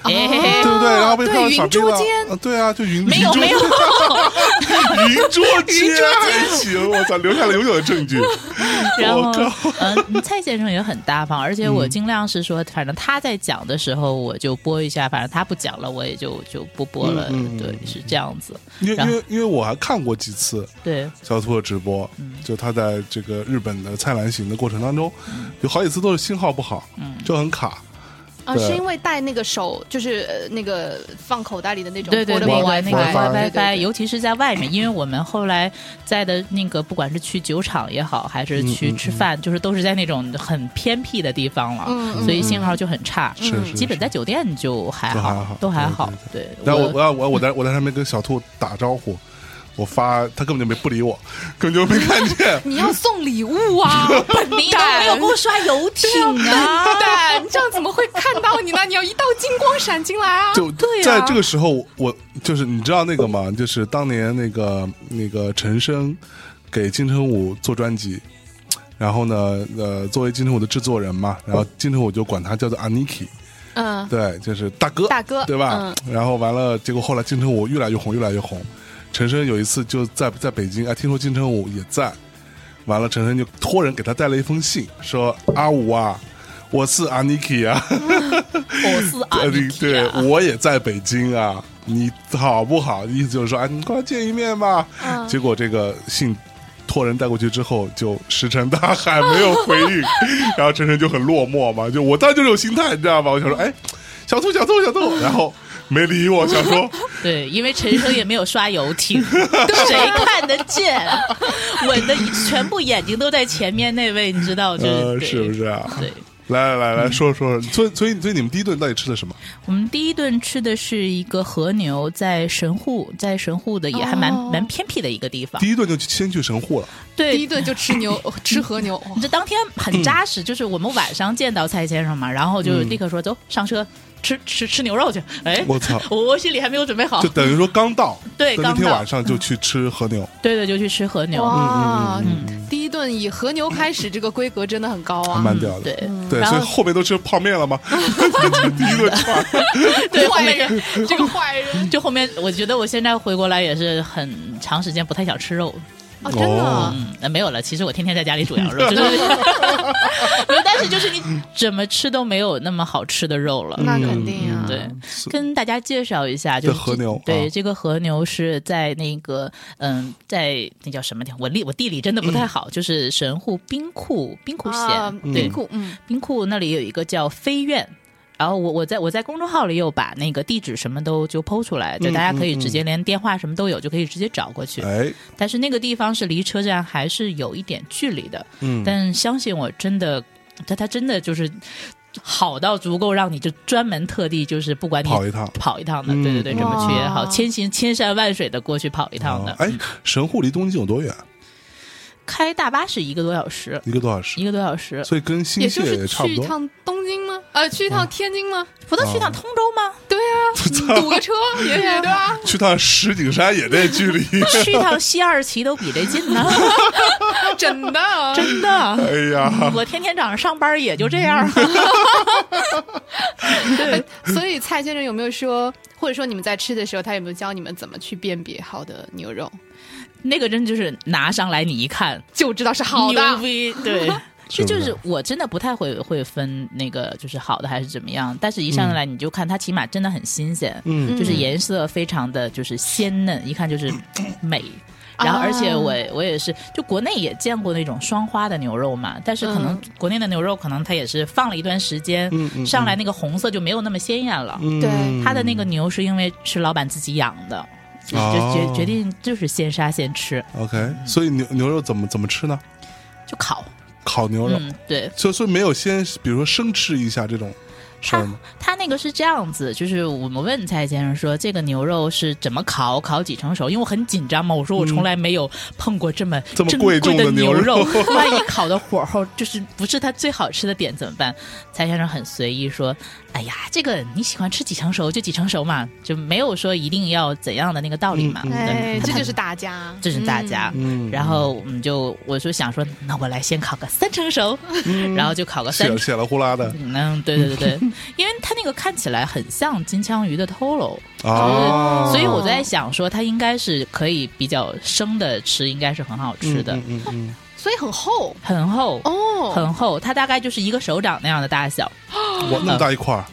[SPEAKER 2] 哎嘿嘿嘿
[SPEAKER 1] 对不对？然后被
[SPEAKER 3] 对
[SPEAKER 1] 判了傻逼
[SPEAKER 3] 云捉
[SPEAKER 1] 了
[SPEAKER 3] 奸，
[SPEAKER 1] 啊对啊，就云
[SPEAKER 2] 没 有
[SPEAKER 1] 云捉
[SPEAKER 2] 没有，
[SPEAKER 1] 云捉 奸，行，我操，留下了永久的证据。
[SPEAKER 2] 然后
[SPEAKER 1] 我靠，
[SPEAKER 2] 嗯，蔡先生也很大方，而且我尽量是说，反正他在讲的时候我就播一下，反正他不讲了，我也就就不播了。
[SPEAKER 1] 嗯嗯嗯
[SPEAKER 2] 对，是这样子。
[SPEAKER 1] 因为
[SPEAKER 2] 然
[SPEAKER 1] 因
[SPEAKER 2] 后
[SPEAKER 1] 为因为我还看过几次
[SPEAKER 2] 对，
[SPEAKER 1] 小兔的直播，
[SPEAKER 2] 嗯
[SPEAKER 1] 就他在这个日本的菜篮行的过程当中，
[SPEAKER 2] 嗯
[SPEAKER 1] 有好几次都是信号不好，就很卡。
[SPEAKER 3] 啊，
[SPEAKER 1] 对
[SPEAKER 3] 是因为带那个手，就是呃那个放口袋里的那种
[SPEAKER 2] 对对对，
[SPEAKER 1] Portable WiFi
[SPEAKER 2] 那个那
[SPEAKER 1] WiFi
[SPEAKER 2] 个
[SPEAKER 3] 对对
[SPEAKER 2] WiFi，
[SPEAKER 3] 对
[SPEAKER 2] 尤其是在外面，因为我们后来在的那个，不管是去酒厂也好，还
[SPEAKER 1] 嗯
[SPEAKER 2] 是去吃饭，就是都是在那种很偏僻的地方了，
[SPEAKER 3] 嗯嗯
[SPEAKER 2] 所以信号就很差。
[SPEAKER 1] 是是
[SPEAKER 2] 基本在酒店就还
[SPEAKER 1] 就还
[SPEAKER 2] 好，
[SPEAKER 1] 好
[SPEAKER 2] 都还
[SPEAKER 1] 对
[SPEAKER 2] 好。对，
[SPEAKER 1] 然后我
[SPEAKER 2] 我
[SPEAKER 1] 我要我我在我在上面跟小兔打招呼，我发他根本就没不理我，根本就没看 见。
[SPEAKER 3] 你要送礼物 啊！笨
[SPEAKER 2] 你都
[SPEAKER 3] 蛋
[SPEAKER 2] 没有给我刷游艇 啊！
[SPEAKER 3] 蛋，这样怎么会看到你呢？你要一道金光闪进来啊！
[SPEAKER 1] 就
[SPEAKER 3] 对啊
[SPEAKER 1] 在这个时候，我就是你知道那个吗？就是当年那个那个陈升给金城武做专辑，然后呢，呃，作为金城武的制作人嘛，然后金城武就管他叫做 Aniki，
[SPEAKER 3] 嗯，
[SPEAKER 1] 对，就是大哥，
[SPEAKER 3] 大哥嗯
[SPEAKER 1] 对吧？然后完了，结果后来金城武越来越红，越来越红。陈升有一次就在在北京，哎，听说金城武也在，完了，陈升就托人给他带了一封信，说阿武啊，我是 Aniki 啊。
[SPEAKER 2] 我是阿
[SPEAKER 1] 呃，
[SPEAKER 2] 丽
[SPEAKER 1] 对
[SPEAKER 2] 缇
[SPEAKER 1] 对
[SPEAKER 2] 啊，
[SPEAKER 1] 我也在北京啊，你好不好？意思就是说，哎，你快见一面吧。
[SPEAKER 2] 嗯
[SPEAKER 1] 结果这个信托人带过去之后，就石沉大海，没有回 应，然后陈晨就很落寞嘛。就我当时就这种心态，你知道吧？我想说，哎，小兔，小兔，小兔，然后没理我，想说，
[SPEAKER 2] 对，因为陈升也没有刷游艇，
[SPEAKER 3] 啊
[SPEAKER 2] 谁看得见？ 我的全部眼睛都在前面那位，你知道， 就是、
[SPEAKER 1] 呃，
[SPEAKER 2] 对
[SPEAKER 1] 是不是啊？
[SPEAKER 2] 对。嗯
[SPEAKER 1] 来来来来说说，所以所以所以你们第一顿到底吃的什么？
[SPEAKER 2] 我们第一顿吃的是一个和牛，在神户，在神户的也还蛮、
[SPEAKER 3] 哦
[SPEAKER 2] 蛮偏僻的一个地方
[SPEAKER 1] 第。一顿就去先去神户了，
[SPEAKER 2] 对，
[SPEAKER 3] 第一顿就吃牛， 吃和牛，哦哇
[SPEAKER 2] 这当天很扎实，就是我们晚上见到蔡先生嘛，然后就立刻说、走上车吃吃吃牛肉去。哎，
[SPEAKER 1] 我 操！
[SPEAKER 2] 我我心里还没有准备好
[SPEAKER 1] 就，等于说刚到，
[SPEAKER 2] 哦对
[SPEAKER 1] 那
[SPEAKER 2] 刚
[SPEAKER 1] 天
[SPEAKER 2] 到
[SPEAKER 1] 晚上就去吃和牛，
[SPEAKER 2] 对对，就去吃和牛。
[SPEAKER 3] 哇！
[SPEAKER 2] 嗯
[SPEAKER 3] 第一顿以和牛开始，这个规格真的很高
[SPEAKER 2] 嗯
[SPEAKER 1] 还
[SPEAKER 3] 啊！
[SPEAKER 1] 蛮屌的。
[SPEAKER 2] 对，
[SPEAKER 1] 对，
[SPEAKER 2] 然
[SPEAKER 1] 所以
[SPEAKER 2] 后
[SPEAKER 1] 后面都吃泡面了 吗？ 就第一顿
[SPEAKER 2] 啊
[SPEAKER 1] 串，
[SPEAKER 2] 对后
[SPEAKER 3] 坏
[SPEAKER 2] 面
[SPEAKER 3] 人，这个坏 人
[SPEAKER 2] 就后面，我觉得我现在回过来也是很长时间不太想吃肉，
[SPEAKER 3] 哦，真的
[SPEAKER 1] 哦
[SPEAKER 2] 嗯，那没有了。其实我天天在家里煮羊肉，就是没有，但是就是你怎么吃都没有那么好吃的肉
[SPEAKER 1] 嗯
[SPEAKER 2] 了。
[SPEAKER 3] 那肯定啊！
[SPEAKER 2] 对
[SPEAKER 1] 是，
[SPEAKER 2] 跟大家介绍一下，就是
[SPEAKER 1] 这和牛
[SPEAKER 2] 对，
[SPEAKER 1] 啊
[SPEAKER 2] 这个和牛是在那个嗯，在那叫什么地方？我地我地理真的不太
[SPEAKER 1] 嗯
[SPEAKER 2] 好，就是神户兵库兵库县，
[SPEAKER 3] 啊，
[SPEAKER 2] 对
[SPEAKER 3] 冰库，嗯，
[SPEAKER 2] 兵库那里有一个叫飞苑。然后我我在我在公众号里有把那个地址什么都就剖出来，就
[SPEAKER 1] 嗯
[SPEAKER 2] 大家可以直接连电话什么都有，就可以直接找过去。
[SPEAKER 1] 哎，
[SPEAKER 2] 但是那个地方是离车站还是有一点距离的，
[SPEAKER 1] 嗯，
[SPEAKER 2] 但相信我，真的，它它真的就是好到足够让你就专门特地就是不管你
[SPEAKER 1] 跑一趟
[SPEAKER 2] 跑一趟的，
[SPEAKER 1] 嗯
[SPEAKER 2] 对对对，这么去也好，
[SPEAKER 3] 哇
[SPEAKER 2] 千行千山万水的过去跑一趟的。
[SPEAKER 1] 哦哎，神户离东京有多远？
[SPEAKER 2] 开大巴是一个多小时，
[SPEAKER 1] 一个多小时
[SPEAKER 2] 一，个多小时，
[SPEAKER 1] 所以跟新
[SPEAKER 3] 也
[SPEAKER 1] 泻
[SPEAKER 3] 就是
[SPEAKER 1] 差不
[SPEAKER 3] 去一
[SPEAKER 1] 多。
[SPEAKER 3] 趟东京吗？呃，去一趟天津吗？
[SPEAKER 2] 不都去趟通州吗？
[SPEAKER 3] 对啊，堵个车也得对啊 吧？
[SPEAKER 1] 去趟石景山也这距 离。
[SPEAKER 2] 去趟西二旗都比这近呢，
[SPEAKER 3] 真的，
[SPEAKER 2] 真的。
[SPEAKER 1] 哎呀，
[SPEAKER 2] 我天天早上上班也就这样，
[SPEAKER 3] 所以蔡先生有没有说，或者说你们在吃的时候，他有没有教你们怎么去辨别好的牛肉？
[SPEAKER 2] 那个真就是拿上来你一看，
[SPEAKER 3] 就知道是好
[SPEAKER 2] 牛
[SPEAKER 3] 的。
[SPEAKER 2] 逼，对。这就是我真的不太会会分那个就是好的还是怎么样，但是一上来你就看它起码真的很新鲜，
[SPEAKER 1] 嗯
[SPEAKER 2] 就是颜色非常的就是鲜嫩，一看就是 美。然后，
[SPEAKER 3] 啊
[SPEAKER 2] 而
[SPEAKER 1] 哦
[SPEAKER 2] 且我我也是，就国内也见过那种双花的牛肉嘛，但是可能
[SPEAKER 3] 嗯
[SPEAKER 2] 国内的牛肉可能它也是放了一段时间，
[SPEAKER 1] 嗯嗯
[SPEAKER 2] 上来那个红色就没有那么鲜艳了。
[SPEAKER 1] 嗯
[SPEAKER 3] 对
[SPEAKER 2] 它的那个牛是因为是老板自己养的，就就
[SPEAKER 1] 哦
[SPEAKER 2] 决决定就是先杀先吃，
[SPEAKER 1] OK，所以牛牛肉怎么怎么吃呢？
[SPEAKER 2] 就烤。
[SPEAKER 1] 烤牛肉，
[SPEAKER 2] 嗯，对，
[SPEAKER 1] 所以所以没有先，比如说生吃一下这种事儿
[SPEAKER 2] 它
[SPEAKER 1] 吗？
[SPEAKER 2] 它那个是这样子，就是我们问蔡先生说这个牛肉是怎么烤，烤几成熟？因为我很紧张嘛，我说我从来没有碰过这么
[SPEAKER 1] 这么
[SPEAKER 2] 珍
[SPEAKER 1] 贵重
[SPEAKER 2] 的
[SPEAKER 1] 的牛
[SPEAKER 2] 肉
[SPEAKER 1] 肉，
[SPEAKER 2] 万一烤的火候就是不是它最好吃的点怎么办？蔡先生很随意说：“哎呀，这个你喜欢吃几成熟就几成熟嘛，就没有说一定要怎样的那个道理嘛。
[SPEAKER 1] 嗯嗯
[SPEAKER 3] 哎
[SPEAKER 2] 对，
[SPEAKER 3] 这就是大家，
[SPEAKER 2] 这是大家。
[SPEAKER 1] 嗯
[SPEAKER 2] 然后我们就我就想说，那我来先烤个三成熟，
[SPEAKER 1] 嗯
[SPEAKER 2] 然后就烤个
[SPEAKER 1] 血
[SPEAKER 2] 三成
[SPEAKER 1] 血了呼啦的
[SPEAKER 2] 嗯，对对对对， 因为它那个看起来很像金枪鱼的头颅，
[SPEAKER 1] 啊，
[SPEAKER 2] 所以我在想说它应该是可以比较生的吃，应该是很好吃的，
[SPEAKER 1] 嗯嗯嗯
[SPEAKER 3] 所以很厚
[SPEAKER 2] 很厚。
[SPEAKER 3] 哦。
[SPEAKER 2] 很厚，它大概就是一个手掌那样的大小，
[SPEAKER 1] 嗯，哇，那么大一块儿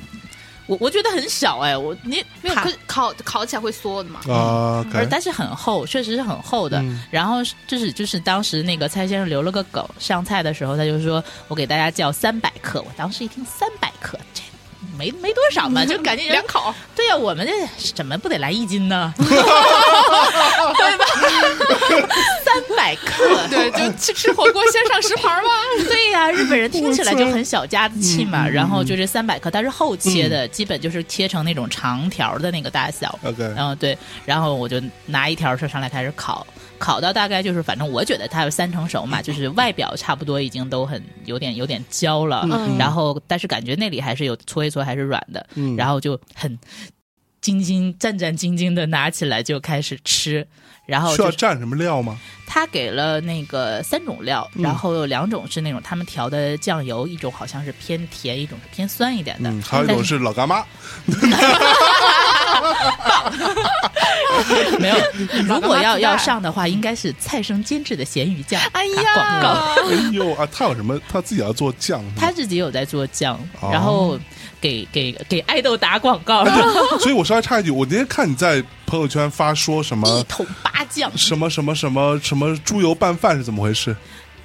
[SPEAKER 2] 我我觉得很小哎，我你
[SPEAKER 3] 没有，
[SPEAKER 2] 它
[SPEAKER 3] 可是烤烤起来会缩的嘛？
[SPEAKER 1] 啊，
[SPEAKER 2] 而
[SPEAKER 1] 感
[SPEAKER 2] 但是很厚，确实是很厚的。
[SPEAKER 1] 嗯
[SPEAKER 2] 然后是就是就是当时那个蔡先生留了个梗，上菜的时候他就说：“我给大家叫三百克。”我当时一听三百克，这没没多少 嘛，就感觉
[SPEAKER 3] 两口，
[SPEAKER 2] 对呀、我们这怎么不得来一斤呢？对吧？三百克，
[SPEAKER 3] 对，就去吃火锅先上食盘 嘛。
[SPEAKER 2] 对呀、日本人听起来就很小家子气嘛。然后就这三百克，它是厚切的，基本就是切成那种长条的那个大小。
[SPEAKER 1] OK，
[SPEAKER 2] 然后嗯对，然后我就拿一条上上来开始烤，烤到大概就是，反正我觉得它有三成熟嘛，就是外表差不多已经都很有点有点焦了，
[SPEAKER 3] 嗯
[SPEAKER 2] 然后但是感觉那里还是有搓一搓还是软的，
[SPEAKER 1] 嗯
[SPEAKER 2] 然后就很兢兢战战兢兢的拿起来就开始吃，然后
[SPEAKER 1] 需
[SPEAKER 2] 就
[SPEAKER 1] 要
[SPEAKER 2] 是
[SPEAKER 1] 蘸什么料吗？
[SPEAKER 2] 他给了那个三种料，
[SPEAKER 1] 嗯
[SPEAKER 2] 然后有两种是那种他们调的酱油，一种好像是偏甜，一种是偏酸一点的，
[SPEAKER 1] 嗯，还有一种是老干 妈，
[SPEAKER 2] 没有，如果
[SPEAKER 3] 老干妈
[SPEAKER 2] 要
[SPEAKER 3] 自带
[SPEAKER 2] 要上的话，应该是蔡生监制的咸鱼酱。
[SPEAKER 3] 哎
[SPEAKER 2] 打广告，
[SPEAKER 3] 呀，
[SPEAKER 1] 哎呦啊，他有什么？他自己要做酱，
[SPEAKER 2] 他自己有在做酱，
[SPEAKER 1] 哦
[SPEAKER 2] 然后给给给爱豆打广 告，
[SPEAKER 1] 啊所以我稍微插一句，我那天看你在朋友圈发说什
[SPEAKER 2] 一
[SPEAKER 3] 嗯
[SPEAKER 1] 么
[SPEAKER 2] 桶八酱，
[SPEAKER 1] 什么什么什么什么猪油拌饭是怎么回事？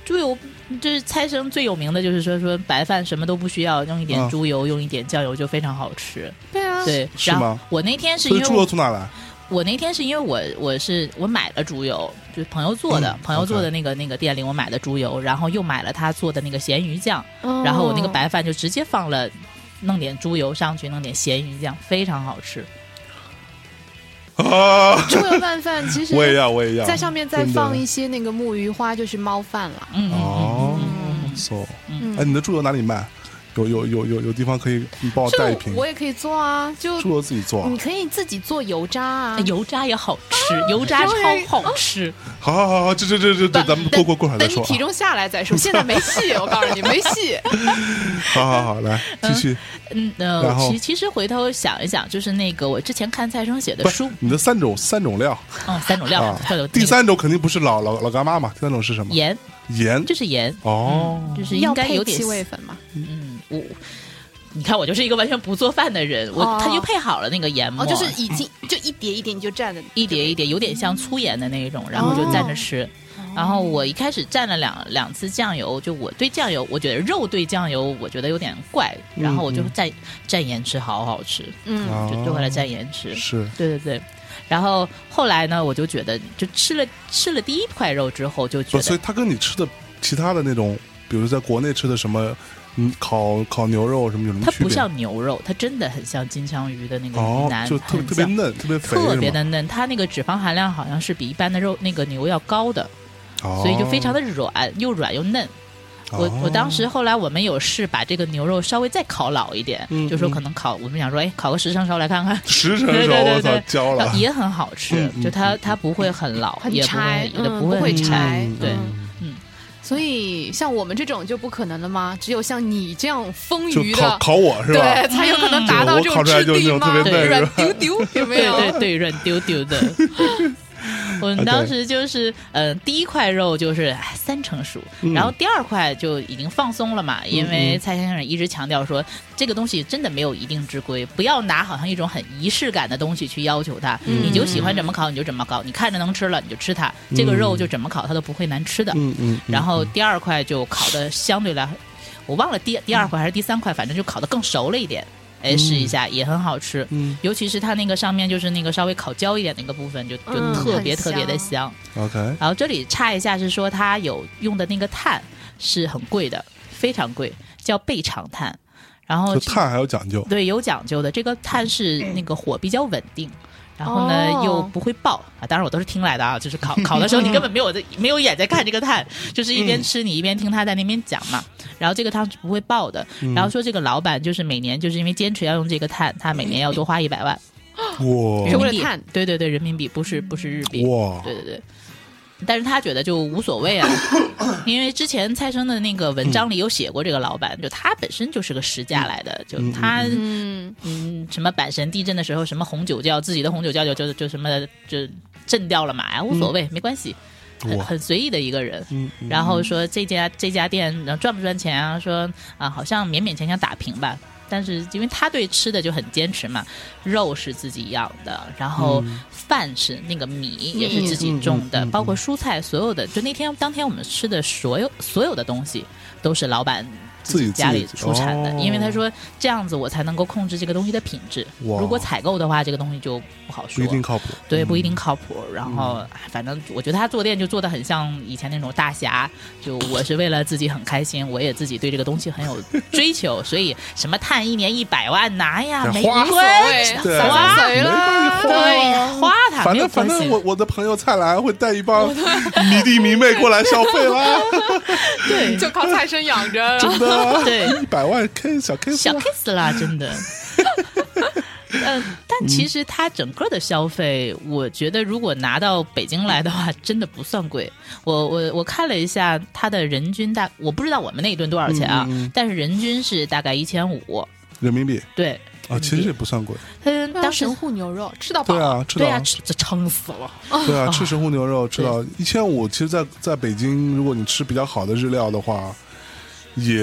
[SPEAKER 2] 猪油就是蔡生最有名的就是说说白饭什么都不需要，用一点
[SPEAKER 1] 嗯
[SPEAKER 2] 猪油，用一点酱油就非常好吃。
[SPEAKER 3] 对啊，
[SPEAKER 2] 对，
[SPEAKER 1] 是
[SPEAKER 2] 然后
[SPEAKER 1] 吗
[SPEAKER 2] 我那天是
[SPEAKER 1] 所以
[SPEAKER 2] 因为
[SPEAKER 1] 猪油从哪来？
[SPEAKER 2] 我那天是因为我我是我买了猪油，就是朋友做的，
[SPEAKER 1] 嗯
[SPEAKER 2] 朋友做
[SPEAKER 1] OK
[SPEAKER 2] 的那个那个店里我买的猪油，然后又买了他做的那个咸鱼酱，
[SPEAKER 3] 哦
[SPEAKER 2] 然后我那个白饭就直接放了，弄点猪油上去，弄点咸鱼酱，非常好吃。
[SPEAKER 1] 啊，
[SPEAKER 3] 猪油拌饭，其实
[SPEAKER 1] 我也要，我也要，
[SPEAKER 3] 在上面再
[SPEAKER 1] 真的
[SPEAKER 3] 放一些那个木鱼花，就是猫饭了。
[SPEAKER 2] 嗯，
[SPEAKER 1] 哦
[SPEAKER 2] 嗯嗯
[SPEAKER 1] ，so，
[SPEAKER 3] 嗯
[SPEAKER 1] 哎，你的猪油哪里卖？有有有有有地方可以你帮我
[SPEAKER 3] 这
[SPEAKER 1] 哦带一
[SPEAKER 3] 我
[SPEAKER 1] 瓶
[SPEAKER 3] 我也嗯可以做啊，就
[SPEAKER 1] 猪油自己做啊
[SPEAKER 3] 你。可以自己做油渣啊
[SPEAKER 2] 嗯，油炸也好吃，
[SPEAKER 3] 哦
[SPEAKER 2] 油炸
[SPEAKER 3] 对
[SPEAKER 2] 超好吃。
[SPEAKER 1] 好好好好，这这这这这，咱们过过过会儿再
[SPEAKER 3] 等你
[SPEAKER 1] 说啊。
[SPEAKER 3] 体重下来再 说，现在没戏，我告诉你没戏。
[SPEAKER 1] 好好好，来继续。
[SPEAKER 2] 嗯，
[SPEAKER 1] 然
[SPEAKER 2] 呃，
[SPEAKER 1] 后
[SPEAKER 2] 其其实回头想一想，就是那个我之前看蔡生写的
[SPEAKER 1] 不
[SPEAKER 2] 书
[SPEAKER 3] 嗯
[SPEAKER 1] 是，，你的三种三种料
[SPEAKER 2] 嗯，三 种料
[SPEAKER 1] 啊，
[SPEAKER 2] 叫做，
[SPEAKER 1] 第三种肯定不是老老老干妈嘛，第三种是什么？
[SPEAKER 2] 盐，
[SPEAKER 1] 盐。
[SPEAKER 2] 就是盐，
[SPEAKER 1] 哦，
[SPEAKER 2] 就是应该有点
[SPEAKER 3] 要配七味粉嘛？
[SPEAKER 2] 嗯，我你看我就是一个完全不做饭的人，我
[SPEAKER 3] 哦
[SPEAKER 2] 他就配好了那个盐末，
[SPEAKER 3] 哦，就是已经就一碟一碟你就蘸着，
[SPEAKER 2] 一碟一碟，有点像粗盐的那一种，然后就蘸着吃。然后我一开始蘸了两两次酱油，就我对酱油，我觉得肉对酱油，我觉得有点怪，然后我就
[SPEAKER 1] 嗯
[SPEAKER 2] 蘸蘸盐吃，好好吃，
[SPEAKER 3] 嗯，
[SPEAKER 1] 啊
[SPEAKER 2] 就就回来蘸盐吃。
[SPEAKER 1] 是
[SPEAKER 2] 对对对。然后后来呢，我就觉得，就吃了吃了第一块肉之后，就觉
[SPEAKER 1] 不？哦所
[SPEAKER 2] 得
[SPEAKER 1] 以它跟你吃的其他的那种，比如在国内吃的什么，嗯，烤烤牛肉什么有什么
[SPEAKER 2] 它
[SPEAKER 1] 区别？
[SPEAKER 2] 不像牛肉，它真的很像金枪鱼的那个
[SPEAKER 1] 哦
[SPEAKER 2] 鱼，腩，
[SPEAKER 1] 就特
[SPEAKER 2] 很
[SPEAKER 1] 特别
[SPEAKER 2] 像
[SPEAKER 1] 嫩，特别肥，
[SPEAKER 2] 特
[SPEAKER 1] 是
[SPEAKER 2] 别
[SPEAKER 1] 吗
[SPEAKER 2] 的嫩，它那个脂肪含量好像是比一般的肉那个牛要高的，
[SPEAKER 1] 哦、
[SPEAKER 2] 所以就非常的软，又软又嫩。我
[SPEAKER 1] 哦
[SPEAKER 2] 我当时后来我们有试把这个牛肉稍微再烤老一点，
[SPEAKER 1] 嗯
[SPEAKER 2] 就说
[SPEAKER 1] 嗯
[SPEAKER 2] 可能烤，我们想说，哎，烤个十成熟来 看 看，
[SPEAKER 1] 十成
[SPEAKER 2] 对
[SPEAKER 1] 熟，
[SPEAKER 2] 对对
[SPEAKER 1] 我操
[SPEAKER 2] 对，呃
[SPEAKER 1] 焦了。
[SPEAKER 2] 也很好吃，
[SPEAKER 1] 嗯嗯
[SPEAKER 2] 就它它不会很老，
[SPEAKER 3] 很
[SPEAKER 2] 也不
[SPEAKER 3] 柴
[SPEAKER 2] 会，也
[SPEAKER 3] 嗯，
[SPEAKER 2] 不会
[SPEAKER 3] 会
[SPEAKER 2] 很柴，
[SPEAKER 3] 柴
[SPEAKER 1] 嗯，
[SPEAKER 2] 对
[SPEAKER 3] 嗯
[SPEAKER 2] 嗯。
[SPEAKER 3] 所以像我们这种就不可能了吗？只有像你这样丰
[SPEAKER 1] 就
[SPEAKER 3] 腴
[SPEAKER 1] 烤
[SPEAKER 3] 的，
[SPEAKER 1] 烤我是吧？嗯
[SPEAKER 3] 对，才有可能达到这
[SPEAKER 1] 就我烤
[SPEAKER 3] 种
[SPEAKER 1] 出来
[SPEAKER 3] 质
[SPEAKER 1] 就
[SPEAKER 3] 地
[SPEAKER 1] 那种
[SPEAKER 3] 吗？
[SPEAKER 1] 特别
[SPEAKER 2] 嫩
[SPEAKER 3] 软丢丢，有没
[SPEAKER 2] 对
[SPEAKER 3] 有？
[SPEAKER 2] 对对，软丢丢的，我
[SPEAKER 1] 啊
[SPEAKER 2] 们当时就是，呃，第一块肉就是哎三成熟，
[SPEAKER 1] 嗯
[SPEAKER 2] 然后第二块就已经放松了嘛，因为蔡先生一直强调说，这个东西真的没有一定之规，不要拿好像一种很仪式感的东西去要求它，
[SPEAKER 1] 嗯
[SPEAKER 2] 你就喜欢怎么烤你就怎么烤，你看着能吃了你就吃它，这个肉就怎么烤它都不会难吃的。
[SPEAKER 1] 嗯嗯，
[SPEAKER 2] 然后第二块就烤的相对来，我忘了第第二块还是第三块，反正就烤的更熟了一点。哎，试一下也很好吃，
[SPEAKER 1] 嗯
[SPEAKER 2] 尤其是它那个上面就是那个稍微烤焦一点那个部分，就就
[SPEAKER 3] 嗯
[SPEAKER 2] 特
[SPEAKER 3] 很
[SPEAKER 2] 别特别的
[SPEAKER 3] 香
[SPEAKER 2] 香。
[SPEAKER 1] ，OK，
[SPEAKER 2] 然后这里插一下是说，它有用的那个碳是很贵的，非常贵，叫倍长碳。然后
[SPEAKER 1] 就
[SPEAKER 2] 这
[SPEAKER 1] 碳还有讲究，
[SPEAKER 2] 对有讲究的，这个碳是那个火比较稳定。然后呢，
[SPEAKER 3] 哦
[SPEAKER 2] 又不会爆啊！当然我都是听来的啊，就是 烤烤的时候，你根本没有在没有眼在看这个碳，就是一边吃你一边听他在那边讲嘛。
[SPEAKER 3] 嗯
[SPEAKER 2] 然后这个汤是不会爆的。然后说这个老板就是每年就是因为坚持要用这个碳，他每年要多花一百万
[SPEAKER 1] 哇
[SPEAKER 3] 是
[SPEAKER 2] 人
[SPEAKER 3] 为
[SPEAKER 2] 民
[SPEAKER 3] 了
[SPEAKER 2] 币
[SPEAKER 3] 碳。
[SPEAKER 2] 对对对，人民币不是不是日币。
[SPEAKER 1] 哇，
[SPEAKER 2] 对对对。但是他觉得就无所谓 啊，因为之前蔡生的那个文章里有写过这个老板，就他本身就是个实价来的，就他
[SPEAKER 3] 嗯，
[SPEAKER 2] 嗯什么阪神地震的时候，什么红酒窖自己的红酒窖就就就什么就震掉了嘛，哎无所谓，没关系，很
[SPEAKER 1] 哇
[SPEAKER 2] 很随意的一个人。
[SPEAKER 1] 嗯，嗯
[SPEAKER 2] 然后说这家这家店呃赚不赚钱啊？说啊，好像勉勉强强打平吧。但是因为他对吃的就很坚持嘛，肉是自己养的，然后饭是那个米也是自己种
[SPEAKER 1] 嗯
[SPEAKER 2] 的，
[SPEAKER 1] 嗯嗯嗯嗯
[SPEAKER 2] 包括蔬菜所有的。就那天当天我们吃的所有所有的东西都是老板。
[SPEAKER 1] 自己
[SPEAKER 2] 家里
[SPEAKER 1] 自己
[SPEAKER 2] 出产的，
[SPEAKER 1] 哦
[SPEAKER 2] 因为他说这样子我才能够控制这个东西的品质。
[SPEAKER 1] 哇
[SPEAKER 2] 如果采购的话，这个东西就不好
[SPEAKER 1] 不
[SPEAKER 2] 说。
[SPEAKER 1] 一定靠谱，
[SPEAKER 2] 对，不一定靠谱。然后，
[SPEAKER 1] 嗯
[SPEAKER 2] 哎反正我觉得他做店就做的很像以前那种大侠，就我是为了自己很开心，我也自己对这个东西很有追求，所以什么碳一年一百万拿呀，
[SPEAKER 1] 哎
[SPEAKER 2] 没
[SPEAKER 1] 花
[SPEAKER 2] 关
[SPEAKER 3] 无所谓
[SPEAKER 2] 系，
[SPEAKER 1] 对
[SPEAKER 2] 花
[SPEAKER 3] 谁
[SPEAKER 1] 没关系
[SPEAKER 3] 了？
[SPEAKER 1] 花
[SPEAKER 2] 对
[SPEAKER 1] 啊
[SPEAKER 2] 呀，花它
[SPEAKER 1] 反
[SPEAKER 2] 没有
[SPEAKER 1] 正
[SPEAKER 2] 关
[SPEAKER 1] 反正我
[SPEAKER 2] 系。
[SPEAKER 1] 我的朋友蔡澜会带一帮迷弟迷妹过来消费 啦，
[SPEAKER 2] 对，
[SPEAKER 3] 就靠蔡生养着，
[SPEAKER 1] 真的，
[SPEAKER 2] 对
[SPEAKER 1] 一百万 K 小 K
[SPEAKER 2] 小 case 啦，真的。嗯、但其实它整个的消费，我觉得如果拿到北京来的话， 真的不算贵。我我我看了一下它的人均大，我不知道我们那一顿多少钱啊，
[SPEAKER 1] 嗯嗯嗯
[SPEAKER 2] 但是人均是大概一千五。
[SPEAKER 1] 人民币
[SPEAKER 2] 对，
[SPEAKER 1] 啊，其实也不算贵，
[SPEAKER 2] 嗯，
[SPEAKER 3] 当
[SPEAKER 2] 当时
[SPEAKER 3] 神户牛肉吃到饱
[SPEAKER 1] 对，啊，吃到
[SPEAKER 2] 对啊，哦吃这撑死了。
[SPEAKER 1] 对啊，吃神户牛肉吃到一千五，其实在，在北京，如果你吃比较好的日料的话，也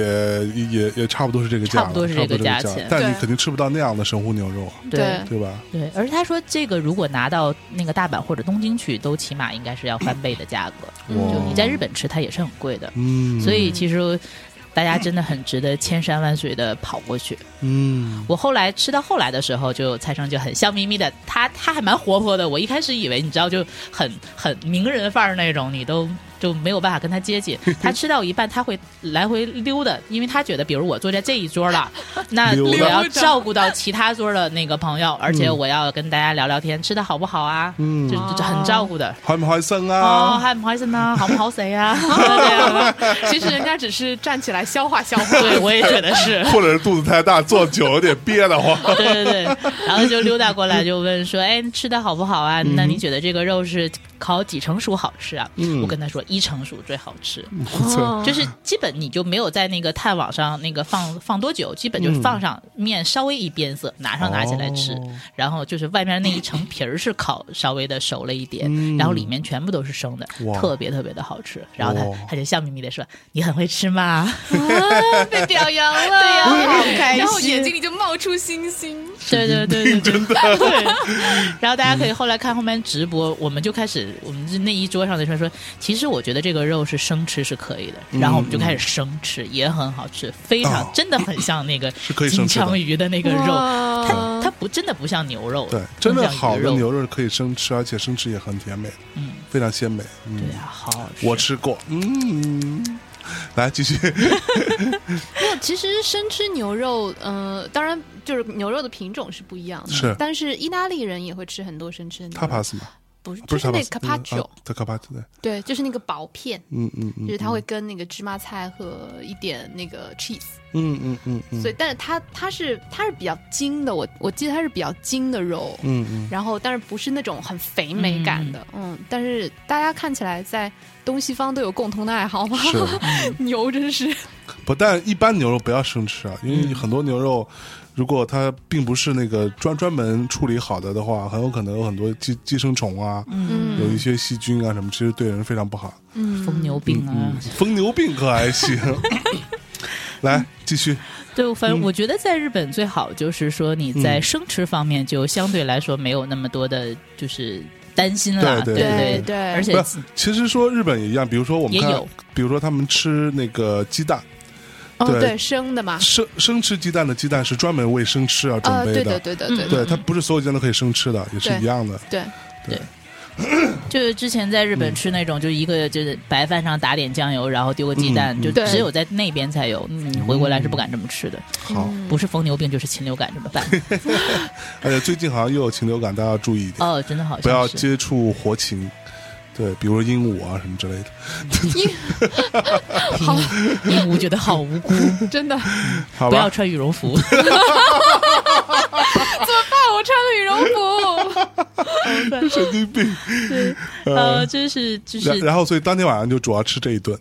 [SPEAKER 1] 也也差不多是这个价了，
[SPEAKER 2] 差不多是
[SPEAKER 1] 差
[SPEAKER 2] 这
[SPEAKER 1] 不
[SPEAKER 2] 个
[SPEAKER 1] 多这
[SPEAKER 2] 价
[SPEAKER 1] 个
[SPEAKER 2] 钱嗯
[SPEAKER 1] 但你
[SPEAKER 3] 对
[SPEAKER 1] 肯定吃不到那样的神户牛肉，
[SPEAKER 3] 对
[SPEAKER 1] 对吧？
[SPEAKER 2] 对，而他说这个如果拿到那个大阪或者东京去，都起码应该是要翻倍的价格。
[SPEAKER 1] 哇
[SPEAKER 2] 嗯就你在日本吃，它也是很贵的。
[SPEAKER 1] 嗯，
[SPEAKER 2] 所以其实大家真的很值得千山万水的跑过去。
[SPEAKER 1] 嗯，
[SPEAKER 2] 我后来吃到后来的时候，就蔡生就很笑眯眯的，他他还蛮活泼的。我一开始以为你知道就很很名人范儿那种，你都。就没有办法跟他 接近，他吃到一半他会来回溜达，因为他觉得，比如我坐在这一桌了，那
[SPEAKER 1] 溜
[SPEAKER 2] 我
[SPEAKER 1] 达
[SPEAKER 2] 要照顾到其他桌的那个朋友，而且我要跟大家聊聊天，吃的好不好啊？
[SPEAKER 1] 嗯
[SPEAKER 2] 就就很照顾的。
[SPEAKER 1] 开唔开心
[SPEAKER 2] 哦，
[SPEAKER 1] 啊？
[SPEAKER 2] 还不好意思呢，好不好谁 啊？这样的
[SPEAKER 3] 其实人家只是站起来消化消 化。
[SPEAKER 2] 对，我也觉得是。
[SPEAKER 1] 或者是肚子太大，坐久有点憋得慌。
[SPEAKER 2] 对对对，然后就溜达过来就问说：“哎，吃的好不好啊？
[SPEAKER 1] 嗯
[SPEAKER 2] 那你觉得这个肉是烤几成熟好吃啊？”
[SPEAKER 1] 嗯
[SPEAKER 2] 我跟他说一成熟最好吃，
[SPEAKER 3] 哦
[SPEAKER 1] 操
[SPEAKER 2] 就是基本你就没有在那个碳网上那个
[SPEAKER 1] 啊
[SPEAKER 2] 放放多久，基本就是放上面稍微一变色，拿上拿起来吃，
[SPEAKER 1] 哦
[SPEAKER 2] 然后就是外面那一层皮儿是烤稍微的熟了一点，
[SPEAKER 1] 嗯
[SPEAKER 2] 然后里面全部都是生的
[SPEAKER 1] 哇，
[SPEAKER 2] 特别特别的好吃。然后他、
[SPEAKER 1] 哇
[SPEAKER 2] 他就笑眯眯的说：“你很会吃嘛。”
[SPEAKER 3] 被表扬了，对呀、
[SPEAKER 2] 好开心
[SPEAKER 3] 然后眼睛里就冒出星星，
[SPEAKER 2] 对对对对，真 的。对，
[SPEAKER 3] 嗯
[SPEAKER 2] 然后大家可以后来看后面直播，我们就开始，我们就那一桌上的人说，其实我觉得这个肉是生吃是可以的，然后我们就开始生吃，也很好吃，非
[SPEAKER 1] 嗯
[SPEAKER 2] 常、
[SPEAKER 1] 哦
[SPEAKER 2] 真的很像 那个
[SPEAKER 1] 可以生
[SPEAKER 2] 金
[SPEAKER 1] 吃的
[SPEAKER 2] 枪鱼的那个肉，
[SPEAKER 3] 它
[SPEAKER 2] 它它不真的不像牛肉，
[SPEAKER 1] 对，真的
[SPEAKER 2] 不像鱼
[SPEAKER 1] 好的
[SPEAKER 2] 肉
[SPEAKER 1] 牛肉是可以生吃，而且生吃也很甜美，
[SPEAKER 2] 嗯，
[SPEAKER 1] 非常鲜美。嗯
[SPEAKER 2] 对啊，好好吃。
[SPEAKER 1] 我吃过，嗯，来继 续，
[SPEAKER 3] 没有。其实生吃牛肉，呃，当然就是牛肉的品种是不一样的，
[SPEAKER 1] 是
[SPEAKER 3] 但是意大利人也会吃很多生吃的牛肉
[SPEAKER 1] tapas 嘛，
[SPEAKER 3] 不是
[SPEAKER 1] 不
[SPEAKER 3] 就是是
[SPEAKER 1] tapas，
[SPEAKER 3] 那 carpaccio，、
[SPEAKER 1] 对 tapas 啊对，
[SPEAKER 3] 对，就是那个薄片，
[SPEAKER 1] 嗯嗯嗯，
[SPEAKER 3] 就是它会跟那个芝麻菜和一点那个 cheese。
[SPEAKER 1] 嗯嗯嗯嗯，
[SPEAKER 3] 所以，但是它它是它是比较筋的，我我记得它是比较筋的肉，
[SPEAKER 1] 嗯嗯。
[SPEAKER 3] 然后但是不是那种很肥美感的，嗯但是大家看起来在东西方都有共同的爱好吗？
[SPEAKER 1] 是，
[SPEAKER 3] 牛真是
[SPEAKER 1] 不但一般牛肉不要生吃啊，因为很多牛肉，如果它并不是那个专专门处理好的的话，很有可能有很多寄寄生虫啊，
[SPEAKER 2] 嗯
[SPEAKER 3] 嗯
[SPEAKER 1] 有一些细菌啊什么，其实对人非常不好。
[SPEAKER 2] 疯牛病
[SPEAKER 1] 嗯
[SPEAKER 2] 啊。
[SPEAKER 1] 疯牛病可还 行？来继续，
[SPEAKER 2] 对，反正
[SPEAKER 1] 嗯
[SPEAKER 2] 我觉得在日本最好就是说你在生吃方面就相对来说没有那么多的，就是担心了，
[SPEAKER 1] 对
[SPEAKER 2] 对
[SPEAKER 1] 对
[SPEAKER 3] 对对
[SPEAKER 2] 而且
[SPEAKER 1] 不是，其实说日本也一样，比如说我们
[SPEAKER 2] 也
[SPEAKER 1] 看
[SPEAKER 2] 有，
[SPEAKER 1] 比如说他们吃那个鸡蛋，
[SPEAKER 3] 哦，
[SPEAKER 1] 对
[SPEAKER 3] 对，生
[SPEAKER 2] 啊
[SPEAKER 3] 的嘛，
[SPEAKER 1] 生生吃鸡蛋的鸡蛋是专门为生吃而准
[SPEAKER 3] 呃，
[SPEAKER 1] 备
[SPEAKER 3] 对
[SPEAKER 1] 的，嗯
[SPEAKER 3] 的，对的，对的，
[SPEAKER 1] 对它不是所有鸡蛋都可以生吃的，也是
[SPEAKER 3] 对
[SPEAKER 1] 一样的。
[SPEAKER 3] 对，
[SPEAKER 2] 就是之前在日
[SPEAKER 1] 嗯
[SPEAKER 2] 本吃那种，就一个就是白饭上打点酱油，然后丢个鸡蛋，
[SPEAKER 1] 嗯
[SPEAKER 2] 就
[SPEAKER 3] 对
[SPEAKER 2] 只有在那边才有，嗯你回国来是不敢这么吃的，
[SPEAKER 1] 好，
[SPEAKER 2] 不是疯牛病就是禽流感，怎么办？
[SPEAKER 1] 而且最近好像又有禽流感，大家要注意一点，
[SPEAKER 2] 哦，真的好
[SPEAKER 1] 不要
[SPEAKER 2] 像是。
[SPEAKER 1] 接触活禽。对，比如说鹦鹉啊什么之类的。
[SPEAKER 2] 好， 鹦鹉觉得好无辜，
[SPEAKER 3] 真的。
[SPEAKER 1] 好
[SPEAKER 2] 不要
[SPEAKER 1] 吧，
[SPEAKER 2] 穿羽 绒服。
[SPEAKER 3] 怎么办？我穿了羽绒服。
[SPEAKER 1] 神经 病。
[SPEAKER 2] 呃，就是就
[SPEAKER 1] 然
[SPEAKER 2] 是，
[SPEAKER 1] 然后，所以当天晚上就主要吃这一顿。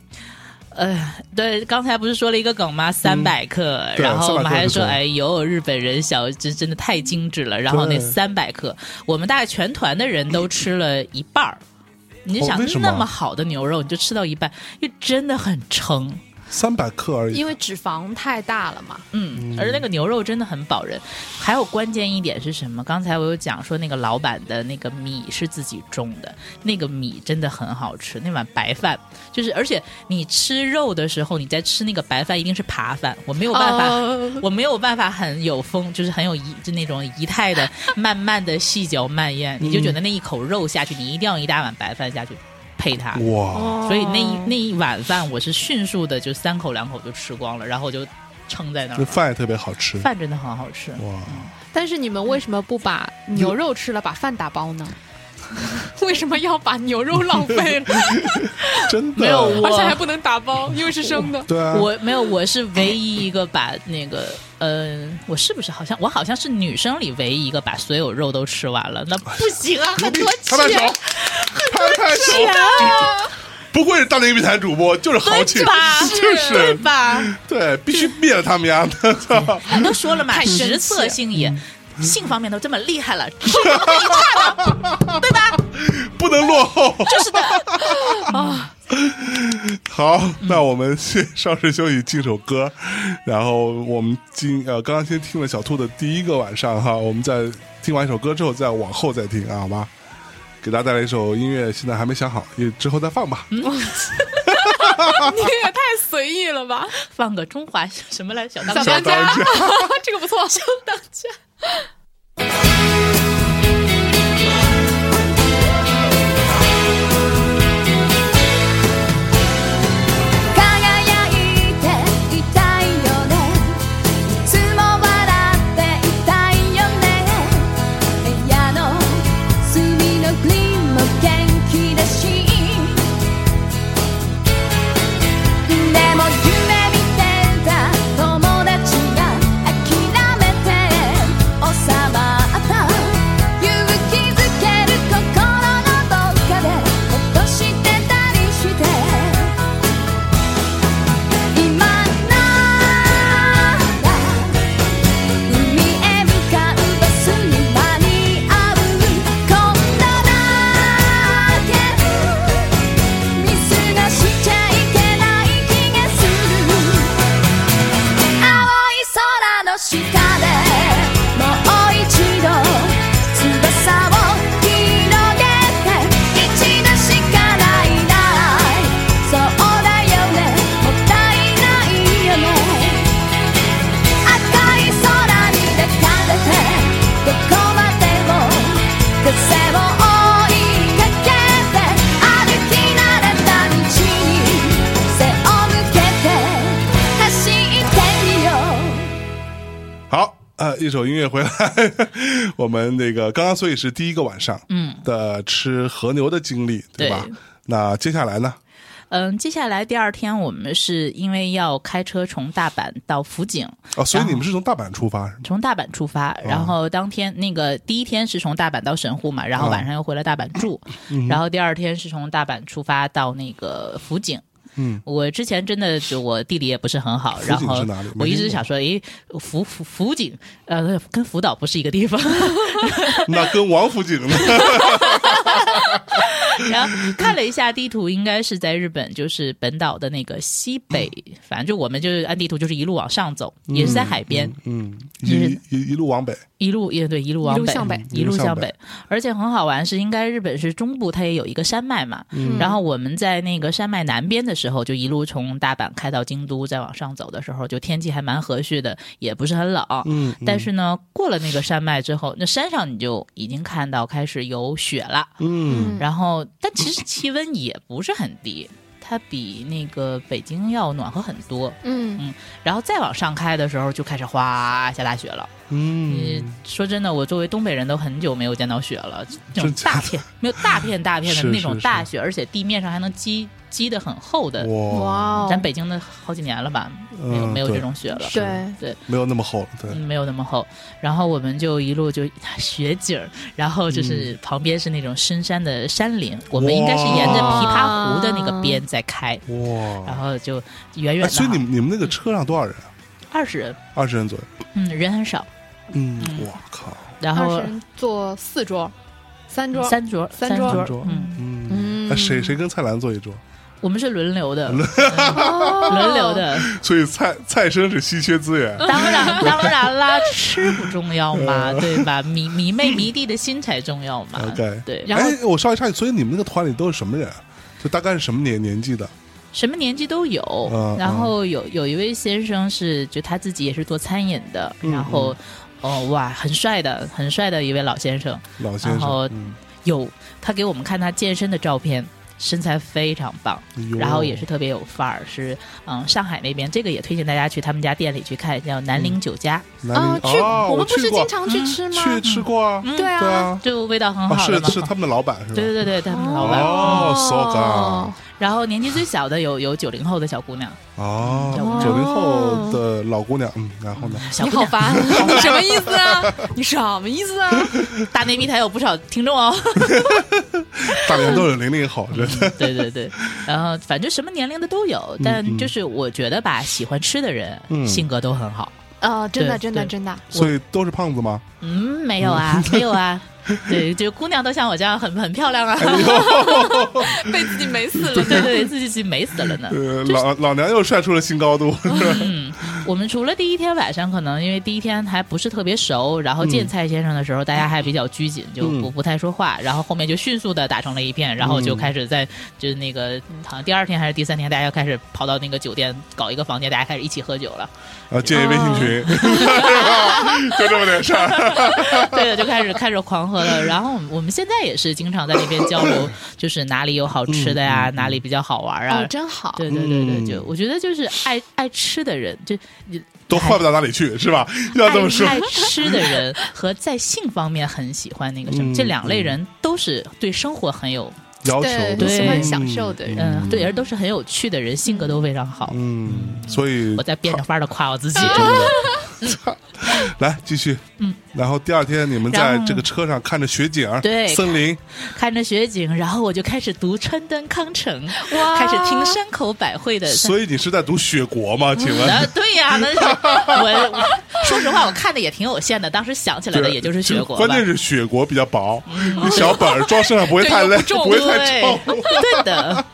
[SPEAKER 2] 呃，对，刚才不是说了一个梗吗？三百克，
[SPEAKER 1] 嗯对
[SPEAKER 2] 然后我
[SPEAKER 1] 300克
[SPEAKER 2] 们还
[SPEAKER 1] 是
[SPEAKER 2] 说，
[SPEAKER 1] 什么
[SPEAKER 2] 哎呦，日本人小，这真的太精致了。然后那
[SPEAKER 1] 对
[SPEAKER 2] 三百克，我们大概全团的人都吃了一半儿。你就
[SPEAKER 1] 哦
[SPEAKER 2] 想
[SPEAKER 1] 为什么
[SPEAKER 2] 那么好的牛肉，你就吃到一半，又真的很撑。
[SPEAKER 1] 三百克而已
[SPEAKER 3] 因，为脂肪太大了嘛，
[SPEAKER 2] 嗯，而那个牛肉真的很饱人。还有关键一点是什么？刚才我有讲说那个老板的那个米是自己种的，那个米真的很好吃。那碗白饭就是，而且你吃肉的时候，你在吃那个白饭一定是扒饭，我没有办法。
[SPEAKER 3] 哦
[SPEAKER 2] 我没有办法很有风，就是很有仪，就那种仪态的，慢慢的细嚼慢咽，你就觉得那一口肉下去，你一定要一大碗白饭下去配它。
[SPEAKER 1] 哇，
[SPEAKER 3] 哦
[SPEAKER 2] 所以那一那一碗饭，我是迅速的就三口两口就吃光了，然后我就撑在那儿
[SPEAKER 1] 那
[SPEAKER 2] 了。
[SPEAKER 1] 饭也特别好吃。
[SPEAKER 2] 饭真的很好吃，
[SPEAKER 1] 哇，
[SPEAKER 3] 但是你们为什么不把牛肉吃了，把饭打包呢？ 为什么要把牛肉浪费 了，
[SPEAKER 1] 真的
[SPEAKER 2] 没有我
[SPEAKER 3] 而且还不能打包，因为是生 的？
[SPEAKER 1] 对啊，
[SPEAKER 2] 我没有，我是唯一一个把那个，呃，我是不是好像我好像是女生里唯一一个把所有肉都吃完了？那不行啊，
[SPEAKER 1] 牛
[SPEAKER 2] 很
[SPEAKER 1] 逼
[SPEAKER 2] 多
[SPEAKER 1] 拍拍手
[SPEAKER 2] 钱，
[SPEAKER 1] 拍拍手，不愧是大内密谈主播，就是豪气
[SPEAKER 2] 啊对，吧？
[SPEAKER 1] 就
[SPEAKER 2] 对
[SPEAKER 1] 是
[SPEAKER 2] 吧？
[SPEAKER 1] 对，必须灭了他们呀！操
[SPEAKER 2] 你都说了嘛，
[SPEAKER 3] 太生气
[SPEAKER 2] 食色性也，性方面都这么厉害了，吃不会一差的，对吧？
[SPEAKER 1] 不能落后。
[SPEAKER 2] 就 是的，啊
[SPEAKER 1] 好，那我们先稍事休息，敬首歌，然后我们今呃刚刚先听了小兔的第一个晚上哈，我们在听完一首歌之后再往后再听啊，好吧？给大家带来一首音乐，现在还没想好，也之后再放吧。
[SPEAKER 3] 你也太随意了吧！
[SPEAKER 2] 放个中华什么来小当
[SPEAKER 3] 小
[SPEAKER 2] 家
[SPEAKER 1] 当
[SPEAKER 3] 当家
[SPEAKER 1] 家，
[SPEAKER 3] 这个不错，小当家。
[SPEAKER 4] 「輝いていたいよね」「いつも笑っていたいよね」「部屋の隅のグリーンも元気だし」「でも夢見てた友達が諦めて収まった」「勇気づける心のどっかでほっとしてたりして」今なら海へ向かってバスに間に合うこんなだけ見過ごしちゃいけない気がする青い空の下でもう一度翼を広げて一度しかないならそうだよねもったいないよね赤い空に抱かれてどこまでも風を追いかけて歩き慣れた道に背を向けて走ってみよう
[SPEAKER 1] 好，呃，一首音乐回来， 我们那个刚刚所以是第一个晚上，
[SPEAKER 2] 嗯
[SPEAKER 1] 的吃和牛的经历，对吧？
[SPEAKER 2] 对
[SPEAKER 1] 那接下来呢？
[SPEAKER 2] 嗯，接下来第二天我们是因为要开车从大阪到福井，
[SPEAKER 1] 哦，所以
[SPEAKER 2] 然后
[SPEAKER 1] 你们是从大阪出发 是吗？
[SPEAKER 2] 从大阪出发，
[SPEAKER 1] 啊
[SPEAKER 2] 然后当天那个第一天是从大阪到神户嘛，然
[SPEAKER 1] 啊嗯
[SPEAKER 2] 后晚上又回来大阪住，然后第二天是从大阪出发到那个福井，
[SPEAKER 1] 嗯，
[SPEAKER 2] 我之前真的就我地理也不是很好，
[SPEAKER 1] 福
[SPEAKER 2] 然
[SPEAKER 1] 井
[SPEAKER 2] 后
[SPEAKER 1] 是哪里没
[SPEAKER 2] 我一
[SPEAKER 1] 听
[SPEAKER 2] 直
[SPEAKER 1] 过
[SPEAKER 2] 想说，诶，福福福井，呃，跟福岛不是一个地方。
[SPEAKER 1] 那跟王府井呢？
[SPEAKER 2] 然后看了一下地图，应该是在日本，就是本岛的那个西 北，反正就我们就是按地图就是一路往上走，也是在海边，
[SPEAKER 1] 嗯，
[SPEAKER 2] 就
[SPEAKER 1] 一
[SPEAKER 2] 是
[SPEAKER 1] 一一路往北，
[SPEAKER 2] 一路也对，一路往
[SPEAKER 3] 一路
[SPEAKER 2] 北，嗯
[SPEAKER 3] 向北
[SPEAKER 2] 一路
[SPEAKER 1] 一路向
[SPEAKER 2] 向
[SPEAKER 1] 北
[SPEAKER 2] 北。而且很好玩是，应该日本是中部，它也有一个山脉嘛。然后我们在那个山脉南边的时候，就一路从大阪开到京都，再往上走的时候，就天气还蛮和煦的，也不是很冷。
[SPEAKER 1] 嗯，
[SPEAKER 2] 但是呢，过了那个山脉之后，那山上你就已经看到开始有雪了。
[SPEAKER 1] 嗯，
[SPEAKER 2] 然后，但其实气温也不是很低，它比那个北京要暖和很多。
[SPEAKER 3] 嗯，
[SPEAKER 2] 然后再往上开的时候，就开始哗下大雪了。
[SPEAKER 1] 嗯
[SPEAKER 2] 嗯，说真的，我作为东北人都很久没有见到雪了，这
[SPEAKER 1] 真
[SPEAKER 2] 种
[SPEAKER 1] 假的
[SPEAKER 2] 大片没有大片大片
[SPEAKER 1] 是
[SPEAKER 2] 的那种
[SPEAKER 1] 是
[SPEAKER 2] 大雪，而且地面上还能积积的很厚的。
[SPEAKER 1] 哇，
[SPEAKER 3] 哇哦，
[SPEAKER 2] 咱北京的好几年了吧，没有、
[SPEAKER 1] 嗯
[SPEAKER 2] 没有
[SPEAKER 1] 对
[SPEAKER 2] 这种雪了。
[SPEAKER 3] 对，
[SPEAKER 1] 没有那么厚了，对
[SPEAKER 2] 嗯，，没有那么厚。然后我们就一路就 雪景儿，然后
[SPEAKER 1] 嗯
[SPEAKER 2] 就是旁边是那种深山的山林，我们应该是沿着琵琶湖的那个边在开，然
[SPEAKER 1] 哇，
[SPEAKER 2] 嗯后就远远
[SPEAKER 1] 哎，
[SPEAKER 2] 的。
[SPEAKER 1] 所以你们你们那个车上多少人啊？
[SPEAKER 2] 二十人，
[SPEAKER 1] 二十人左右，
[SPEAKER 2] 嗯，人很少。
[SPEAKER 1] 嗯，我靠，
[SPEAKER 2] 然
[SPEAKER 3] 二十
[SPEAKER 2] 后
[SPEAKER 3] 人坐四桌，三桌，
[SPEAKER 2] 三桌，
[SPEAKER 3] 三桌
[SPEAKER 2] 桌
[SPEAKER 1] 三桌，
[SPEAKER 2] 嗯，
[SPEAKER 1] 嗯，
[SPEAKER 3] 嗯
[SPEAKER 1] 哎，谁谁跟蔡澜坐一桌？
[SPEAKER 2] 我们是轮流的，
[SPEAKER 3] 哦
[SPEAKER 2] 轮流的。
[SPEAKER 1] 所以蔡蔡生是稀缺资 源，
[SPEAKER 2] 哦当然，当然啦，吃不重要
[SPEAKER 1] 嗯
[SPEAKER 2] 嘛，对吧？迷迷妹迷弟的心才重要嘛
[SPEAKER 1] OK。
[SPEAKER 2] 对，然后
[SPEAKER 1] 哎，我稍微插一句，所以你们那个团里都是什么人啊？就大概是什么年年纪的？
[SPEAKER 2] 什么年纪都有。
[SPEAKER 1] 嗯
[SPEAKER 2] 然后有有一位先生是，就他自己也是做餐饮的，
[SPEAKER 1] 嗯
[SPEAKER 2] 然后。哦哇，很帅的，很帅的一位老先生，
[SPEAKER 1] 老先
[SPEAKER 2] 然后
[SPEAKER 1] 生，嗯
[SPEAKER 2] 有他给我们看他健身的照片，身材非常棒，
[SPEAKER 1] 哎呦
[SPEAKER 2] 然后也是特别有范儿，是嗯上海那边，这个也推荐大家去他们家店里去看，叫南陵酒家，
[SPEAKER 1] 南
[SPEAKER 3] 啊，
[SPEAKER 1] 宁
[SPEAKER 3] 去
[SPEAKER 1] 哦
[SPEAKER 3] 我们不
[SPEAKER 1] 去
[SPEAKER 3] 是
[SPEAKER 1] 过
[SPEAKER 3] 经常去吃吗？
[SPEAKER 1] 去吃过啊，
[SPEAKER 2] 嗯
[SPEAKER 3] 对
[SPEAKER 1] 对
[SPEAKER 3] 啊，
[SPEAKER 1] 啊，
[SPEAKER 2] 就味道很
[SPEAKER 1] 啊
[SPEAKER 2] 好的
[SPEAKER 1] 是
[SPEAKER 2] 嘛，
[SPEAKER 1] 是他们的老板是吧？
[SPEAKER 2] 对对对对，他们的老板，
[SPEAKER 1] 哦，so
[SPEAKER 2] 然后年纪最小的有有九零后的小姑娘，
[SPEAKER 1] g 哦
[SPEAKER 2] 嗯，
[SPEAKER 1] 九零后的老姑娘，嗯，然后呢？
[SPEAKER 2] 小
[SPEAKER 3] 你
[SPEAKER 2] 姑
[SPEAKER 3] 好
[SPEAKER 2] 娘
[SPEAKER 3] 烦， 什么意思啊？你什么意思啊？
[SPEAKER 2] 大内密谈有不少听众 哦。
[SPEAKER 1] 大连都是零零后，真的，
[SPEAKER 2] 对对对，然后反正什么年龄的都有，但就是我觉得吧，喜欢吃的人
[SPEAKER 1] 嗯
[SPEAKER 2] 性格都很好。
[SPEAKER 3] 啊，真的，
[SPEAKER 2] 对
[SPEAKER 3] 真的，
[SPEAKER 2] 对
[SPEAKER 3] 真的，
[SPEAKER 1] 所以都是胖子 吗？
[SPEAKER 2] 嗯，没有啊，没有啊。对，就姑娘都像我这样很很漂亮啊，
[SPEAKER 3] 被自己美死 了。
[SPEAKER 2] 对对对，自己美死了呢。
[SPEAKER 1] 呃，老老娘又帅出了新高度，
[SPEAKER 2] 嗯我们除了第一天晚上，可能因为第一天还不是特别熟，然后见蔡先生的时候，大家还比较拘谨，就不不太说话，然后后面就迅速的打成了一片，然后就开始在就是那个嗯好像第二天还是第三天，大家又开始跑到那个酒店搞一个房间，大家开始一起喝酒了，
[SPEAKER 1] 然后建一微信群，
[SPEAKER 2] 哦
[SPEAKER 1] 就这么点事儿。
[SPEAKER 2] 对，就开始开始狂喝了。然后我们我们现在也是经常在那边交流，就是哪里有好吃的呀，哪里比较好玩啊
[SPEAKER 3] 哦，。真好。
[SPEAKER 2] 对对对对，
[SPEAKER 1] 嗯
[SPEAKER 2] 就我觉得就是爱爱吃的人，就你
[SPEAKER 1] 都坏不到哪里去，是吧？要这么说，
[SPEAKER 2] 爱爱吃的人和在性方面很喜欢那个什么，
[SPEAKER 1] 嗯
[SPEAKER 2] 这两类人都是对生活很有，
[SPEAKER 1] 要求
[SPEAKER 3] 对，
[SPEAKER 1] 的
[SPEAKER 3] 喜
[SPEAKER 2] 对
[SPEAKER 3] 欢享受的人，
[SPEAKER 2] 嗯，对，而都是很有趣的人，性格都非常好。
[SPEAKER 1] 嗯，所以
[SPEAKER 2] 我在变着法的夸我自己。
[SPEAKER 1] 来继续，嗯，然后第二天你们在
[SPEAKER 2] 然后
[SPEAKER 1] 这个车上看着雪景，
[SPEAKER 2] 对
[SPEAKER 1] 森林，
[SPEAKER 2] 看着雪景，然后我就开始读川端康成，
[SPEAKER 3] 哇
[SPEAKER 2] 开始听山口百惠的。
[SPEAKER 1] 所以你是在读雪国吗？请
[SPEAKER 2] 啊
[SPEAKER 1] 问，，
[SPEAKER 2] 对呀、呃 那是我我说实话，我看的也挺有限的，当时想起来的也就是雪国吧。嗯
[SPEAKER 1] 关键是雪国比较薄，小本儿装身上不会太累，
[SPEAKER 2] 对又
[SPEAKER 1] 不
[SPEAKER 2] 不重
[SPEAKER 1] 会太重。
[SPEAKER 2] 对的。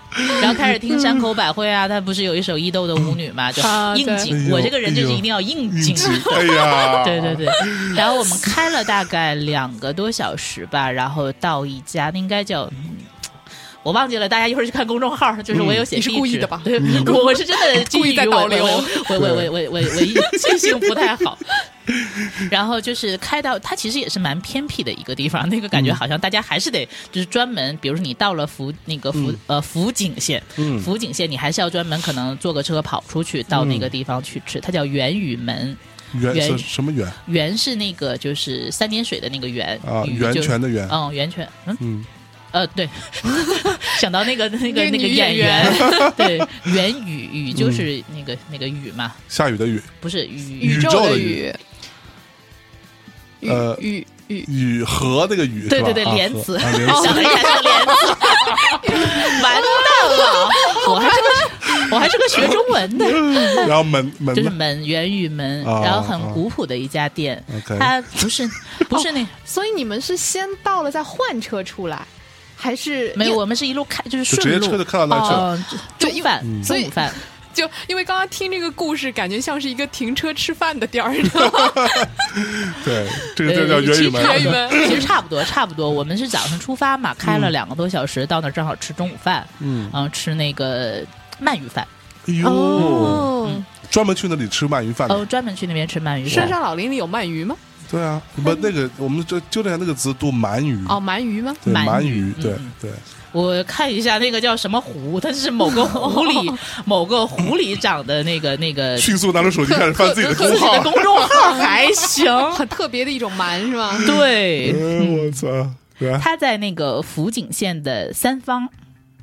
[SPEAKER 2] 然后开始听山口百惠啊，她不是有一首《伊豆的舞女》嘛，就
[SPEAKER 3] 啊对
[SPEAKER 2] 应景。我这个人就是一定要应景。
[SPEAKER 1] 哎呀，
[SPEAKER 2] 对对，对，然后我们开了大概两个多小时吧，然后到一家那应该叫。嗯我忘记了，大家一会儿去看公众号，就是我有写
[SPEAKER 3] 你
[SPEAKER 2] 地
[SPEAKER 3] 是
[SPEAKER 2] 址、
[SPEAKER 3] 故意的吧
[SPEAKER 2] 对，我我是真的基于
[SPEAKER 3] 故意在
[SPEAKER 2] 我
[SPEAKER 3] 导流
[SPEAKER 2] 我我我我我我我记性不太好。然后就是开到它其实也是蛮偏僻的一个地方，那个感觉好像大家还是得就是专门，比如说你到了福那个福、呃福井县，
[SPEAKER 1] 嗯
[SPEAKER 2] 福井县你还是要专门可能坐个车跑出去到那个地方去吃，它叫元宇门。
[SPEAKER 1] 源
[SPEAKER 2] 源
[SPEAKER 1] 什什么源
[SPEAKER 2] 源是那个就是三点水的那个源
[SPEAKER 1] 啊？
[SPEAKER 2] 鱼
[SPEAKER 1] 源
[SPEAKER 2] 就
[SPEAKER 1] 泉的源，
[SPEAKER 2] 嗯，源泉，嗯
[SPEAKER 1] 嗯，
[SPEAKER 2] 呃，对， 想到那个那个
[SPEAKER 3] 那个
[SPEAKER 2] 那个
[SPEAKER 3] 女
[SPEAKER 2] 演
[SPEAKER 3] 演
[SPEAKER 2] 员， 对，源
[SPEAKER 1] 嗯
[SPEAKER 2] 雨雨就是那个那个雨嘛，
[SPEAKER 1] 下雨的雨，
[SPEAKER 2] 不是雨
[SPEAKER 3] 宇
[SPEAKER 1] 宇宙
[SPEAKER 3] 宙
[SPEAKER 1] 的
[SPEAKER 3] 的
[SPEAKER 1] 宇
[SPEAKER 3] 宇，宇
[SPEAKER 1] 呃
[SPEAKER 3] 宇宇，
[SPEAKER 1] 雨和那个雨是吧，
[SPEAKER 2] 对对对
[SPEAKER 1] 啊
[SPEAKER 2] 连
[SPEAKER 1] 和
[SPEAKER 2] 词
[SPEAKER 1] 啊连
[SPEAKER 2] 想
[SPEAKER 1] 词
[SPEAKER 2] 了一下这个连字，完蛋了，我还我还是个学中文的。
[SPEAKER 1] 然后门门
[SPEAKER 2] 就是
[SPEAKER 1] 呢
[SPEAKER 2] 门源于门，
[SPEAKER 1] 哦
[SPEAKER 2] 然后很古朴的一家店，
[SPEAKER 1] OK
[SPEAKER 2] 它不是不是那、
[SPEAKER 3] 所以你们是先到了再换车出来，还是
[SPEAKER 2] 没
[SPEAKER 3] 因
[SPEAKER 2] 有，
[SPEAKER 3] 为
[SPEAKER 2] 我们是一路开就是
[SPEAKER 1] 就直接
[SPEAKER 2] 顺路，
[SPEAKER 1] 车就开到那去了。
[SPEAKER 2] 哦就中午饭
[SPEAKER 3] 所
[SPEAKER 2] 中
[SPEAKER 3] 以
[SPEAKER 2] 午饭，
[SPEAKER 3] 就因为刚刚听这个故事，感觉像是一个停车吃饭的店 儿，你知道吗？
[SPEAKER 1] 对，这个就叫
[SPEAKER 2] 呃
[SPEAKER 1] 源于门。
[SPEAKER 3] 源于门
[SPEAKER 2] 其实差不多，差不多。我们是早上出发嘛，开了两个多小时，到那儿正好吃中午饭，
[SPEAKER 1] 嗯，
[SPEAKER 2] 嗯，吃那个鳗鱼饭，
[SPEAKER 1] 哎呦，
[SPEAKER 3] 哦，
[SPEAKER 1] 专门去那里吃鳗鱼饭的
[SPEAKER 2] 哦，专门去那边吃鳗鱼
[SPEAKER 3] 深
[SPEAKER 1] 啊
[SPEAKER 2] 饭。
[SPEAKER 3] 山老林里有鳗鱼吗？
[SPEAKER 1] 对啊，不，那个我们就纠正一下那个词，读鳗鱼。
[SPEAKER 3] 哦，鳗鱼吗？
[SPEAKER 1] 对，鳗
[SPEAKER 2] 鳗
[SPEAKER 1] 鱼
[SPEAKER 2] 鱼，
[SPEAKER 1] 对
[SPEAKER 2] 嗯
[SPEAKER 1] 对，
[SPEAKER 2] 我看一下那个叫什么湖，它是某个湖 里某个湖里长的那个那个
[SPEAKER 1] 迅速拿出手机开始翻自己的公
[SPEAKER 2] 呃 自己的
[SPEAKER 1] 号
[SPEAKER 2] 公。众 号还行，
[SPEAKER 3] 很特别的一种鳗是吗？
[SPEAKER 2] 对，
[SPEAKER 1] 哎我操！然后
[SPEAKER 2] 他在那个福井县的三方，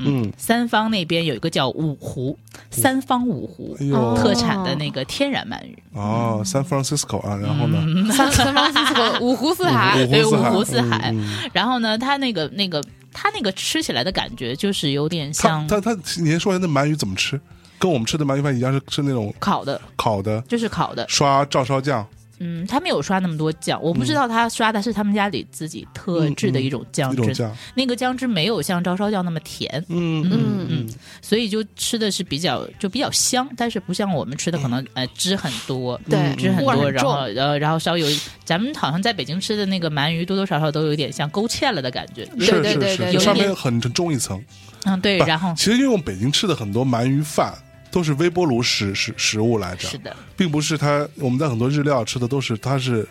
[SPEAKER 1] 嗯，
[SPEAKER 2] 三方那边有一个叫五湖，三方五湖
[SPEAKER 1] 哎呦
[SPEAKER 2] 特产的那个天然鳗鱼，
[SPEAKER 1] 哦，San Francisco
[SPEAKER 2] 嗯
[SPEAKER 1] 啊，然后呢？
[SPEAKER 3] 三三方四四五湖四海，
[SPEAKER 2] 对，
[SPEAKER 1] 五
[SPEAKER 2] 五湖
[SPEAKER 1] 湖
[SPEAKER 2] 四海。
[SPEAKER 1] 嗯嗯
[SPEAKER 2] 然后呢，它那个那个它那个吃起来的感觉就是有点
[SPEAKER 1] 他
[SPEAKER 2] 像
[SPEAKER 1] 他他，你先说一下那鳗鱼怎么吃？跟我们吃的鳗鱼饭一样，是是那种
[SPEAKER 2] 烤的，
[SPEAKER 1] 烤的，
[SPEAKER 2] 就是烤的。
[SPEAKER 1] 刷照烧酱。
[SPEAKER 2] 嗯，他没有刷那么多酱，我不知道他刷的是他们家里自己特制的一种
[SPEAKER 1] 嗯一
[SPEAKER 2] 酱
[SPEAKER 1] 种
[SPEAKER 2] 汁，
[SPEAKER 1] 酱，
[SPEAKER 2] 那个酱汁没有像照烧酱那么甜。
[SPEAKER 1] 嗯
[SPEAKER 3] 嗯
[SPEAKER 1] 嗯
[SPEAKER 2] 所以就吃的是比较就比较香，但是不像我们吃的可能呃汁很多，嗯
[SPEAKER 3] 对
[SPEAKER 2] 汁很
[SPEAKER 3] 味儿
[SPEAKER 2] 多，
[SPEAKER 3] 很
[SPEAKER 2] 然
[SPEAKER 3] 重
[SPEAKER 2] 后呃然后然后稍有，咱们好像在北京吃的那个鳗鱼多多少少都有点像勾芡了的感觉，
[SPEAKER 1] 是
[SPEAKER 3] 对
[SPEAKER 1] 是
[SPEAKER 3] 对
[SPEAKER 1] 是，
[SPEAKER 3] 对
[SPEAKER 1] 就
[SPEAKER 2] 对
[SPEAKER 1] 上
[SPEAKER 2] 有一
[SPEAKER 1] 面
[SPEAKER 2] 点
[SPEAKER 1] 很重一层。
[SPEAKER 2] 嗯对，
[SPEAKER 1] 不
[SPEAKER 2] 然后
[SPEAKER 1] 其实因为我们北京吃的很多鳗鱼饭都是微波炉食食食物来着
[SPEAKER 2] 是，的，
[SPEAKER 1] 并不是它我们在很多日料吃的都是它是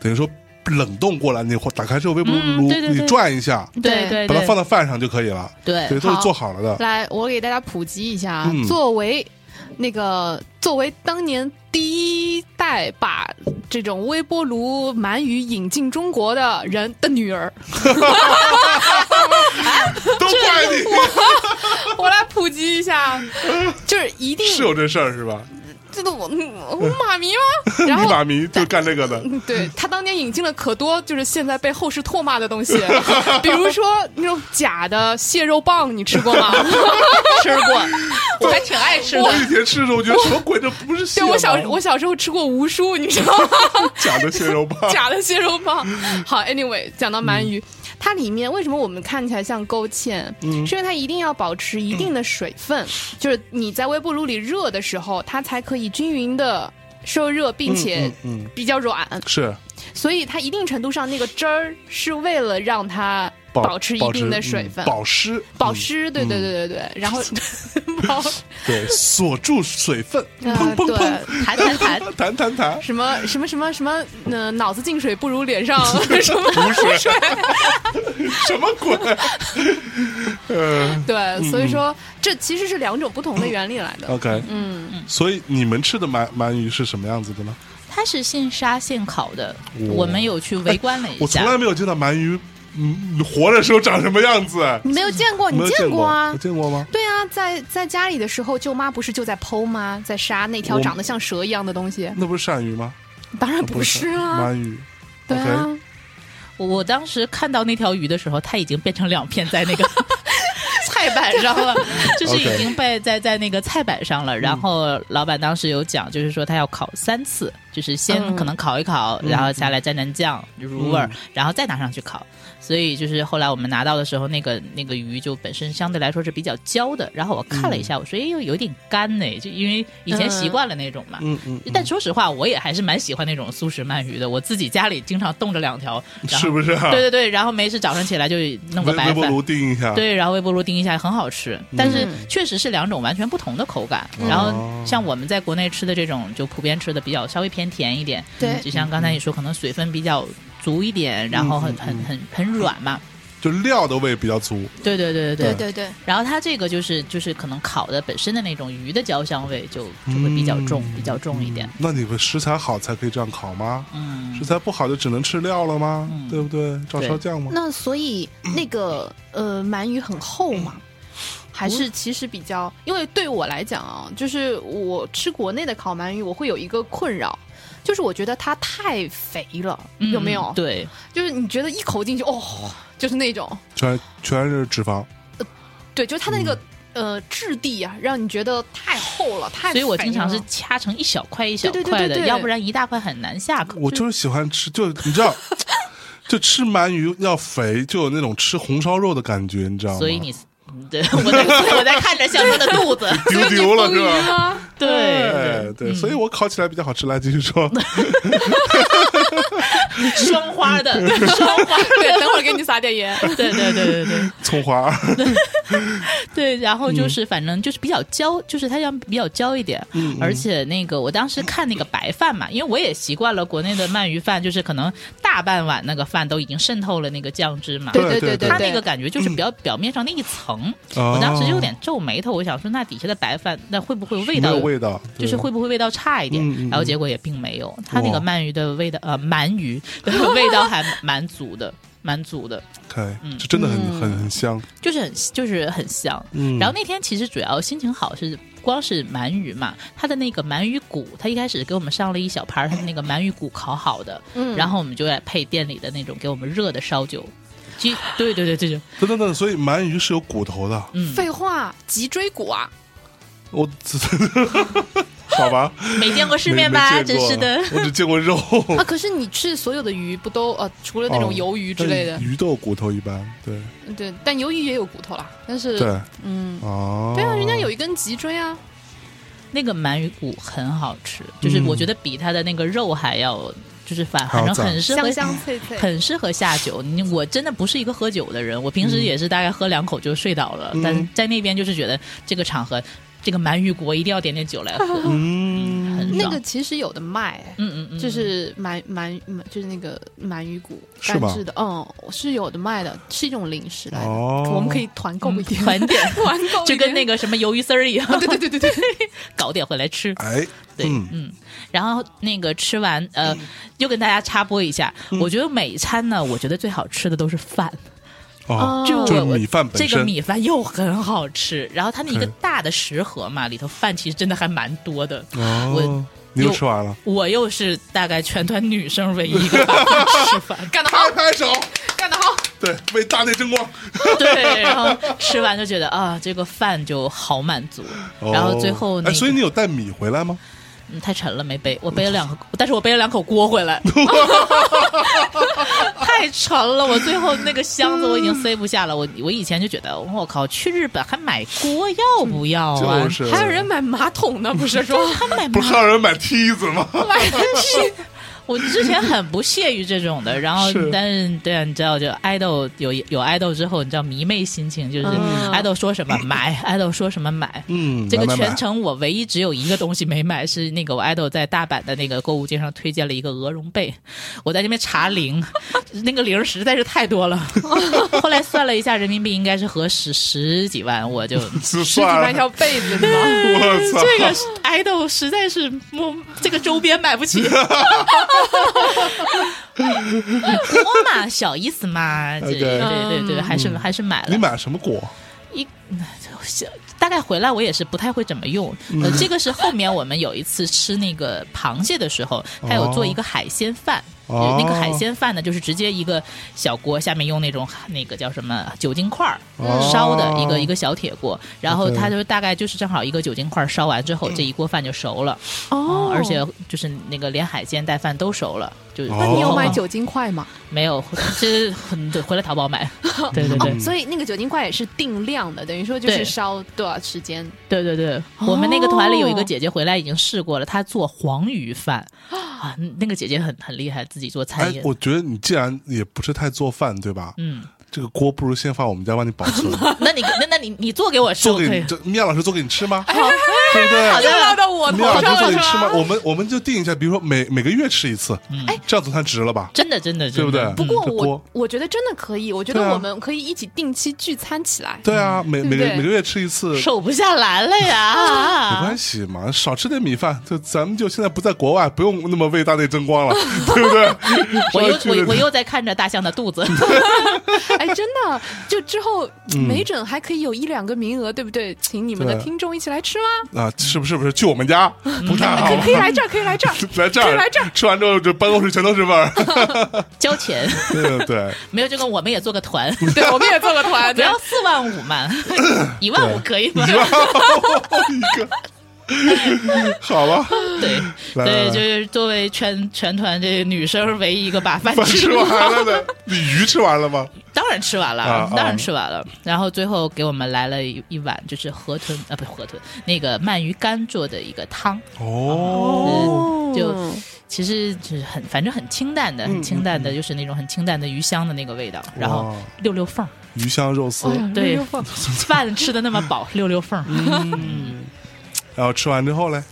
[SPEAKER 1] 等于说冷冻过来，你或打开之后微波
[SPEAKER 2] 嗯
[SPEAKER 1] 炉
[SPEAKER 2] 对对
[SPEAKER 1] 你
[SPEAKER 2] 对
[SPEAKER 1] 转一下，
[SPEAKER 2] 对对
[SPEAKER 1] 把它放
[SPEAKER 2] 对
[SPEAKER 1] 到饭上就可以了，对，
[SPEAKER 2] 对，
[SPEAKER 1] 都是
[SPEAKER 3] 好
[SPEAKER 1] 做好了的。
[SPEAKER 3] 来，我给大家普及一下啊，
[SPEAKER 1] 嗯
[SPEAKER 3] 作为那个作为当年第一代把这种微波炉鳗鱼引进中国的人的女儿，
[SPEAKER 1] 都怪
[SPEAKER 3] 啊
[SPEAKER 1] 你，
[SPEAKER 3] 我来普及 一下，就是一定
[SPEAKER 1] 是有这事儿是吧？
[SPEAKER 3] 这都我我妈咪 吗？然
[SPEAKER 1] 你
[SPEAKER 3] 后嗯
[SPEAKER 1] 妈咪就干这个 的，
[SPEAKER 3] 对他当年引进了可多，就是现在被后世唾骂的 东西，比如说那种假的蟹肉棒，你吃过吗？
[SPEAKER 2] 吃过， 我还挺爱吃
[SPEAKER 1] 我以前吃的时候，我觉得什么鬼，这不是蟹
[SPEAKER 3] 对我小
[SPEAKER 1] 吗
[SPEAKER 3] 我小时候吃过无数，你知道吗？
[SPEAKER 1] 假的蟹肉棒，
[SPEAKER 3] 假的蟹肉棒。好，anyway，讲到鳗鱼，它里面为什么我们看起来像勾芡？
[SPEAKER 1] 嗯
[SPEAKER 3] 是因为它一定要保持一定的水分，就是你在微波炉里热的时候，它才可以均匀的受热，并且
[SPEAKER 1] 嗯嗯嗯
[SPEAKER 3] 比较软，
[SPEAKER 1] 是
[SPEAKER 3] 所以它一定程度上那个汁儿是为了让它。保持一定的水分，
[SPEAKER 1] 嗯保湿
[SPEAKER 3] 保
[SPEAKER 1] 嗯
[SPEAKER 3] 湿，对对对对对，然 后保
[SPEAKER 1] 对，锁住水分，
[SPEAKER 3] 呃
[SPEAKER 1] 砰砰
[SPEAKER 3] 对
[SPEAKER 1] 砰，
[SPEAKER 2] 谈谈谈，
[SPEAKER 1] 弹弹弹，
[SPEAKER 3] 什么什么什么什么，呃，脑子进水不如 脸上什么
[SPEAKER 1] 补水，什么鬼？呃
[SPEAKER 3] 对，所以说这其实是两种不同的原理来的。
[SPEAKER 1] ，OK，
[SPEAKER 3] 嗯，
[SPEAKER 1] 所以你们吃的鳗鳗鱼是什么样子的呢？
[SPEAKER 2] 它是现杀现烤的，
[SPEAKER 1] 哇
[SPEAKER 2] 我们有去围观了一
[SPEAKER 1] 我从
[SPEAKER 2] 下
[SPEAKER 1] 来，没有见到鳗鱼，嗯，活着时候长什么样子？哎
[SPEAKER 3] 你没有见过，你
[SPEAKER 1] 没有
[SPEAKER 3] 见
[SPEAKER 1] 过
[SPEAKER 3] 过啊
[SPEAKER 1] 我？见过吗？
[SPEAKER 3] 对啊，在在家里的时候，舅妈不是就在剖吗？在杀那条
[SPEAKER 1] 我
[SPEAKER 3] 长得像蛇一样的东西？
[SPEAKER 1] 那不是鳝鱼吗？
[SPEAKER 3] 当然
[SPEAKER 1] 不
[SPEAKER 3] 不是啊，
[SPEAKER 1] 鳗鱼。
[SPEAKER 3] 对啊
[SPEAKER 1] OK，，
[SPEAKER 2] 我我当时看到那条鱼的时候，它已经变成两片在那个菜板上了，就是已经被在在那个菜板上了。
[SPEAKER 1] 嗯
[SPEAKER 2] 然后老板当时有讲，就是说他要烤三次，就是先
[SPEAKER 3] 嗯
[SPEAKER 2] 可能烤一烤，
[SPEAKER 1] 嗯
[SPEAKER 2] 然后下来蘸蘸酱入味儿
[SPEAKER 1] 嗯，
[SPEAKER 2] 然后再拿上去烤。所以就是后来我们拿到的时候，那个那个鱼就本身相对来说是比较焦的。然后我看了
[SPEAKER 1] 嗯
[SPEAKER 2] 一下，我说：“哎呦，有点干呢、就因为以前习惯了那种嘛。
[SPEAKER 1] 嗯嗯，嗯
[SPEAKER 2] 但说实话，我也还是蛮喜欢那种素食鳗鱼的。我自己家里经常冻着两条，然后
[SPEAKER 1] 是不是 啊？
[SPEAKER 2] 对对对，然后没事早上起来就弄
[SPEAKER 1] 微
[SPEAKER 2] 个
[SPEAKER 1] 微
[SPEAKER 2] 白
[SPEAKER 1] 波
[SPEAKER 2] 饭
[SPEAKER 1] 炉。定一下。
[SPEAKER 2] 对，然后微波炉叮一下，很好吃，但是确实是两种完全不同的口感。
[SPEAKER 1] 嗯
[SPEAKER 2] 然后像我们在国内吃的这种，就普遍吃的比较稍微偏甜一点，嗯
[SPEAKER 3] 对
[SPEAKER 2] 就像刚才你说，可能水分比较足一点，然后
[SPEAKER 1] 嗯
[SPEAKER 2] 很很很很软嘛。
[SPEAKER 1] 就料的味比较足。
[SPEAKER 2] 对对对对
[SPEAKER 3] 对
[SPEAKER 2] 对。
[SPEAKER 3] 对对，
[SPEAKER 2] 然后它这个就是就是可能烤的本身的那种鱼的焦香味就就会比较重，
[SPEAKER 1] 嗯
[SPEAKER 2] 比较重一点。
[SPEAKER 1] 那你们食材好才可以这样烤吗？
[SPEAKER 2] 嗯
[SPEAKER 1] 食材不好就只能吃料了吗？
[SPEAKER 2] 嗯
[SPEAKER 1] 对不对？照烧酱吗？
[SPEAKER 3] 那所以那个呃，鳗鱼很厚嘛，还是其实比较，因为对我来讲啊，就是我吃国内的烤鳗鱼，我会有一个困扰，就是我觉得它太肥了，有没有
[SPEAKER 2] 嗯？对，
[SPEAKER 3] 就是你觉得一口进去，哦，就是那种，
[SPEAKER 1] 全全是脂肪。嗯
[SPEAKER 3] 对，就是它的那个呃质地啊，让你觉得太厚了，太
[SPEAKER 2] 所以我
[SPEAKER 3] 肥
[SPEAKER 2] 经 常是
[SPEAKER 3] 了
[SPEAKER 2] 掐成一小块一小
[SPEAKER 3] 对对对
[SPEAKER 2] 块
[SPEAKER 3] 对
[SPEAKER 2] 的，
[SPEAKER 3] 对
[SPEAKER 2] 要不然一大块很难下口。
[SPEAKER 1] 我
[SPEAKER 2] 就
[SPEAKER 1] 就是喜欢吃，就你知道，就吃鳗鱼要肥，就有那种吃红烧肉的感觉，你知道吗？
[SPEAKER 2] 所以你，嗯对， 我在我在看着向生的肚子，
[SPEAKER 1] 丢丢了是吧？ 哎
[SPEAKER 2] 对，
[SPEAKER 1] 对
[SPEAKER 2] 嗯
[SPEAKER 1] 对，所以我烤起来比较好吃。来，继续 说。
[SPEAKER 2] 双花的，双花
[SPEAKER 3] 对，
[SPEAKER 2] 的，
[SPEAKER 3] 等会儿给你撒点盐。
[SPEAKER 2] 对对对对 对
[SPEAKER 1] 葱花儿，
[SPEAKER 2] 对，然后
[SPEAKER 1] 嗯
[SPEAKER 2] 就是反正就是比较焦，就是它要比较焦一点，
[SPEAKER 1] 嗯
[SPEAKER 2] 而且那个我当时看那个白饭嘛，因为我也习惯了国内的鳗鱼饭，就是可能大半碗那个饭都已经渗透了那个酱汁嘛，
[SPEAKER 1] 对
[SPEAKER 3] 对
[SPEAKER 1] 对嗯
[SPEAKER 3] 对，
[SPEAKER 2] 它那个感觉就是表表面上那一层，
[SPEAKER 1] 哦
[SPEAKER 2] 我当时有点皱眉头，我想说那底下的白饭那会不会味
[SPEAKER 1] 没
[SPEAKER 2] 道
[SPEAKER 1] 有味道，对
[SPEAKER 2] 就是会不会味道差一点？
[SPEAKER 1] 嗯嗯嗯
[SPEAKER 2] 然后结果也并没有，它那个
[SPEAKER 1] 哇
[SPEAKER 2] 鳗鱼的味道，呃，鳗鱼的 味道还蛮足的，蛮足的，
[SPEAKER 1] OK，
[SPEAKER 2] 嗯
[SPEAKER 1] 就真的很很很香。
[SPEAKER 2] 就是很就是很香。
[SPEAKER 1] 嗯
[SPEAKER 2] 然后那天其实主要心情好是光是鳗鱼嘛，它的那个鳗鱼骨，它一开始给我们上了一小盘儿它的那个鳗鱼骨烤好的，
[SPEAKER 3] 嗯
[SPEAKER 2] 然后我们就在配店里的那种给我们热的烧酒。其对对对，这就
[SPEAKER 1] 等等等，所以鳗鱼是有骨头的，
[SPEAKER 2] 嗯，
[SPEAKER 3] 废话，脊椎骨啊，
[SPEAKER 1] 我 好吧，
[SPEAKER 2] 没见过世面
[SPEAKER 1] 没
[SPEAKER 2] 吧？
[SPEAKER 1] 没见
[SPEAKER 2] 真
[SPEAKER 1] 过
[SPEAKER 2] 是的。
[SPEAKER 1] 我只见过 肉。
[SPEAKER 3] 啊，可是你吃所有的鱼不都呃，除了那种
[SPEAKER 1] 哦
[SPEAKER 3] 鱿鱼之类的
[SPEAKER 1] 但，鱼都有骨头一般，对
[SPEAKER 3] 对，但鱿鱼也有骨头啦。但
[SPEAKER 2] 呃
[SPEAKER 3] 是，
[SPEAKER 1] 对，
[SPEAKER 3] 嗯，
[SPEAKER 1] 哦，
[SPEAKER 3] 对啊，人家有一根脊椎啊，
[SPEAKER 2] 那个鳗鱼骨很好吃，就是
[SPEAKER 1] 嗯
[SPEAKER 2] 我觉得比它的那个肉还要，就是反
[SPEAKER 1] 还
[SPEAKER 2] 反
[SPEAKER 1] 要
[SPEAKER 2] 正
[SPEAKER 1] 赞
[SPEAKER 2] 很适合
[SPEAKER 3] 香香脆脆。
[SPEAKER 2] 很适合下酒。你我真的不是一个喝酒的人，我平时也是大概喝两口就睡倒了，
[SPEAKER 1] 嗯
[SPEAKER 2] 但在那边就是觉得这个场合，这个鳗鱼骨我一定要点点酒 来喝，
[SPEAKER 1] 嗯，
[SPEAKER 2] 很
[SPEAKER 3] 那
[SPEAKER 2] 爽
[SPEAKER 3] 个。其实有的卖，
[SPEAKER 2] 啊嗯嗯嗯，
[SPEAKER 3] 就是鳗鳗鳗就是那个鳗鱼骨
[SPEAKER 1] 是吗
[SPEAKER 3] 干制的，嗯，是有的卖的，是一种零食来的。
[SPEAKER 1] 哦
[SPEAKER 3] 我们可以团购一
[SPEAKER 2] 嗯
[SPEAKER 3] 点，
[SPEAKER 2] 团点
[SPEAKER 3] 团购一点，
[SPEAKER 2] 就跟那个什么鱿鱼丝儿一样，
[SPEAKER 3] 啊，对对对对对，，
[SPEAKER 2] 搞点回来吃。
[SPEAKER 1] 哎，
[SPEAKER 2] 对，
[SPEAKER 1] 嗯
[SPEAKER 2] 嗯然后那个吃完，呃，又跟大家插播一下，我觉得每一餐呢，我觉得最好吃的都是饭。
[SPEAKER 1] 哦，
[SPEAKER 2] 就
[SPEAKER 1] 就是
[SPEAKER 2] 我我
[SPEAKER 1] 米饭本
[SPEAKER 2] 这
[SPEAKER 1] 身，
[SPEAKER 2] 个米饭又很好吃，然后它那一个
[SPEAKER 1] 嗯
[SPEAKER 2] 大的食盒嘛，里头饭其实真的还蛮多的。
[SPEAKER 1] 哦
[SPEAKER 2] 我，
[SPEAKER 1] 你又
[SPEAKER 2] 有
[SPEAKER 1] 吃完了，
[SPEAKER 2] 我又是大概全团女生唯一一个把饭 吃完
[SPEAKER 3] 干得好
[SPEAKER 1] 拍，拍手，
[SPEAKER 3] 干得好，
[SPEAKER 1] 对，为大内争光。
[SPEAKER 2] 对，然后吃完就觉得啊，这个饭就好满足。然后最后
[SPEAKER 1] 哦
[SPEAKER 2] 那
[SPEAKER 1] 哎，
[SPEAKER 2] 个
[SPEAKER 1] 所以你有带米回来吗？
[SPEAKER 2] 嗯太沉了没背，我背了两个， 但是我背了两口锅回来， 太沉了。我最后那个箱子我已经塞不下了。我我以前就觉得，我靠，去日本还买锅要不要啊？
[SPEAKER 1] 就是，
[SPEAKER 3] 还有人买马桶呢，不是说
[SPEAKER 2] 他买
[SPEAKER 1] 不是让啊人买梯子吗？
[SPEAKER 3] 买的是
[SPEAKER 2] 我之前很不屑于这种 的，然后
[SPEAKER 1] 是
[SPEAKER 2] 但是对啊，你知道就爱豆有有爱豆之后，你知道迷妹心情就是
[SPEAKER 3] 嗯
[SPEAKER 2] 爱豆说什么买，爱豆说什么买。
[SPEAKER 1] 嗯，
[SPEAKER 2] 这个
[SPEAKER 1] 买买买
[SPEAKER 2] 全程我唯一只有一个东西没买，是那个我爱豆在大阪的那个购物街上推荐了一个鹅绒被，我在那边查零，那个零实在是太多了，后来算了一下人民币应该是合十十几万，我就
[SPEAKER 1] 就
[SPEAKER 3] 十几万
[SPEAKER 1] 算 了，
[SPEAKER 3] 条被子，你知道吗？
[SPEAKER 1] 我操，
[SPEAKER 2] 哎嗯这个爱豆实在是我这个周边买不 起，多嘛，小意思嘛，这
[SPEAKER 1] OK 嗯
[SPEAKER 2] 对对对，还是还是买
[SPEAKER 1] 你
[SPEAKER 2] 了
[SPEAKER 1] 买什么果？
[SPEAKER 2] 一。小大概回来我也是不太会怎么用，呃，
[SPEAKER 1] 嗯
[SPEAKER 2] 这个是后面我们有一次吃那个螃蟹的时候，他有做一个海鲜饭，
[SPEAKER 1] 哦
[SPEAKER 2] 那个海鲜饭呢就是直接一个小锅，下面用那种那个叫什么酒精块儿，
[SPEAKER 1] 哦
[SPEAKER 2] 烧的一个一个小铁锅，然后
[SPEAKER 1] OK 嗯
[SPEAKER 2] 它就大概就是正好一个酒精块儿烧完之后，这一锅饭就熟了，
[SPEAKER 3] 哦
[SPEAKER 2] 而且就是那个连海鲜带饭都熟了，就
[SPEAKER 1] 那
[SPEAKER 3] 那你有
[SPEAKER 1] 哦
[SPEAKER 3] 买酒精块吗？
[SPEAKER 2] 没有？这很回来淘宝 买，对对对
[SPEAKER 1] 嗯
[SPEAKER 3] 所以那个酒精块也是定量的，等于说就是
[SPEAKER 2] 对
[SPEAKER 3] 烧多少时间。
[SPEAKER 2] 对对对，我们那个团里有一个姐姐回来已经试过了，她做黄鱼饭啊，那个姐姐很很厉害，自己做
[SPEAKER 1] 哎
[SPEAKER 2] 餐，饮。
[SPEAKER 1] 我觉得你既然也不是太做饭，对吧？
[SPEAKER 2] 嗯，
[SPEAKER 1] 这个锅不如先放我们家帮你保 存，
[SPEAKER 2] 那你那那你你做给我吃，
[SPEAKER 1] 做
[SPEAKER 2] 我
[SPEAKER 1] 给
[SPEAKER 2] 可
[SPEAKER 1] 你
[SPEAKER 2] 以。
[SPEAKER 1] 这米娅老师做给你吃吗？对不 对？
[SPEAKER 3] 又拉到我头
[SPEAKER 1] 米娅老
[SPEAKER 3] 上
[SPEAKER 1] 师做给
[SPEAKER 3] 了
[SPEAKER 1] 你吃吗？
[SPEAKER 3] 是
[SPEAKER 1] 我
[SPEAKER 3] 吗？
[SPEAKER 1] 们我们就定一下，比如说每每个月吃一次，
[SPEAKER 2] 嗯
[SPEAKER 1] 哎，这样总算值了吧？
[SPEAKER 2] 真的真的，
[SPEAKER 1] 对不
[SPEAKER 2] 真的
[SPEAKER 1] 对
[SPEAKER 3] 不过
[SPEAKER 1] 嗯这
[SPEAKER 3] 我
[SPEAKER 1] 锅
[SPEAKER 3] 我觉得真的可以，我觉
[SPEAKER 1] 对
[SPEAKER 3] 得
[SPEAKER 1] 啊
[SPEAKER 3] 我们可以一起定期聚餐起来。
[SPEAKER 1] 对啊，每每
[SPEAKER 3] 对
[SPEAKER 1] 个
[SPEAKER 3] 不对
[SPEAKER 1] 每个月吃一次，
[SPEAKER 2] 瘦不下来了
[SPEAKER 1] 没
[SPEAKER 2] 呀。
[SPEAKER 1] 关系嘛，少吃点米饭，就咱们就现在不在国外，不用那么为大内争光了，对不对？稍
[SPEAKER 2] 我
[SPEAKER 1] 微
[SPEAKER 2] 又
[SPEAKER 1] 聚
[SPEAKER 2] 我
[SPEAKER 1] 着
[SPEAKER 2] 我又在看着大象的肚子，
[SPEAKER 3] 哎，真的，就之后没准还可以有一两个名额，对不对？请你们的
[SPEAKER 1] 对
[SPEAKER 3] 听众一起来吃吗？
[SPEAKER 1] 啊，是不是不是去我们家不太好，
[SPEAKER 3] 可以，可以来这儿，可以来这儿
[SPEAKER 1] 来这
[SPEAKER 3] 可
[SPEAKER 1] 儿
[SPEAKER 3] 以来这儿。
[SPEAKER 1] 吃完之后这办公室全都是味儿，
[SPEAKER 2] 交钱，
[SPEAKER 1] 对对对，
[SPEAKER 2] 没有就跟我们也做个 团，
[SPEAKER 3] 对，我们也做个团，
[SPEAKER 2] 不
[SPEAKER 3] 对
[SPEAKER 2] 要四万五嘛，一万五可以吗？
[SPEAKER 1] 一个好吧，
[SPEAKER 2] 对
[SPEAKER 1] 来来来
[SPEAKER 2] 对，就是作为全全团这女生唯一一个把饭
[SPEAKER 1] 饭
[SPEAKER 2] 吃
[SPEAKER 1] 吃完了的，你鱼吃完了吗？
[SPEAKER 2] 当然吃完了，
[SPEAKER 1] 啊
[SPEAKER 2] 当
[SPEAKER 1] 啊
[SPEAKER 2] 然吃完了。然后最后给我们来了一一碗，就是河豚啊，不是河豚，那个鳗鱼干做的一个汤。
[SPEAKER 1] 哦，
[SPEAKER 2] 就其实就是很，反正很清淡的，很清
[SPEAKER 1] 嗯
[SPEAKER 2] 淡的，就是那种很清淡的鱼香的那个味道。然后溜溜缝儿，
[SPEAKER 1] 鱼香肉丝
[SPEAKER 3] 哎，呀
[SPEAKER 2] 对
[SPEAKER 3] 溜缝
[SPEAKER 2] 饭吃的那么饱，溜溜缝儿。
[SPEAKER 1] 然后吃完之后嘞，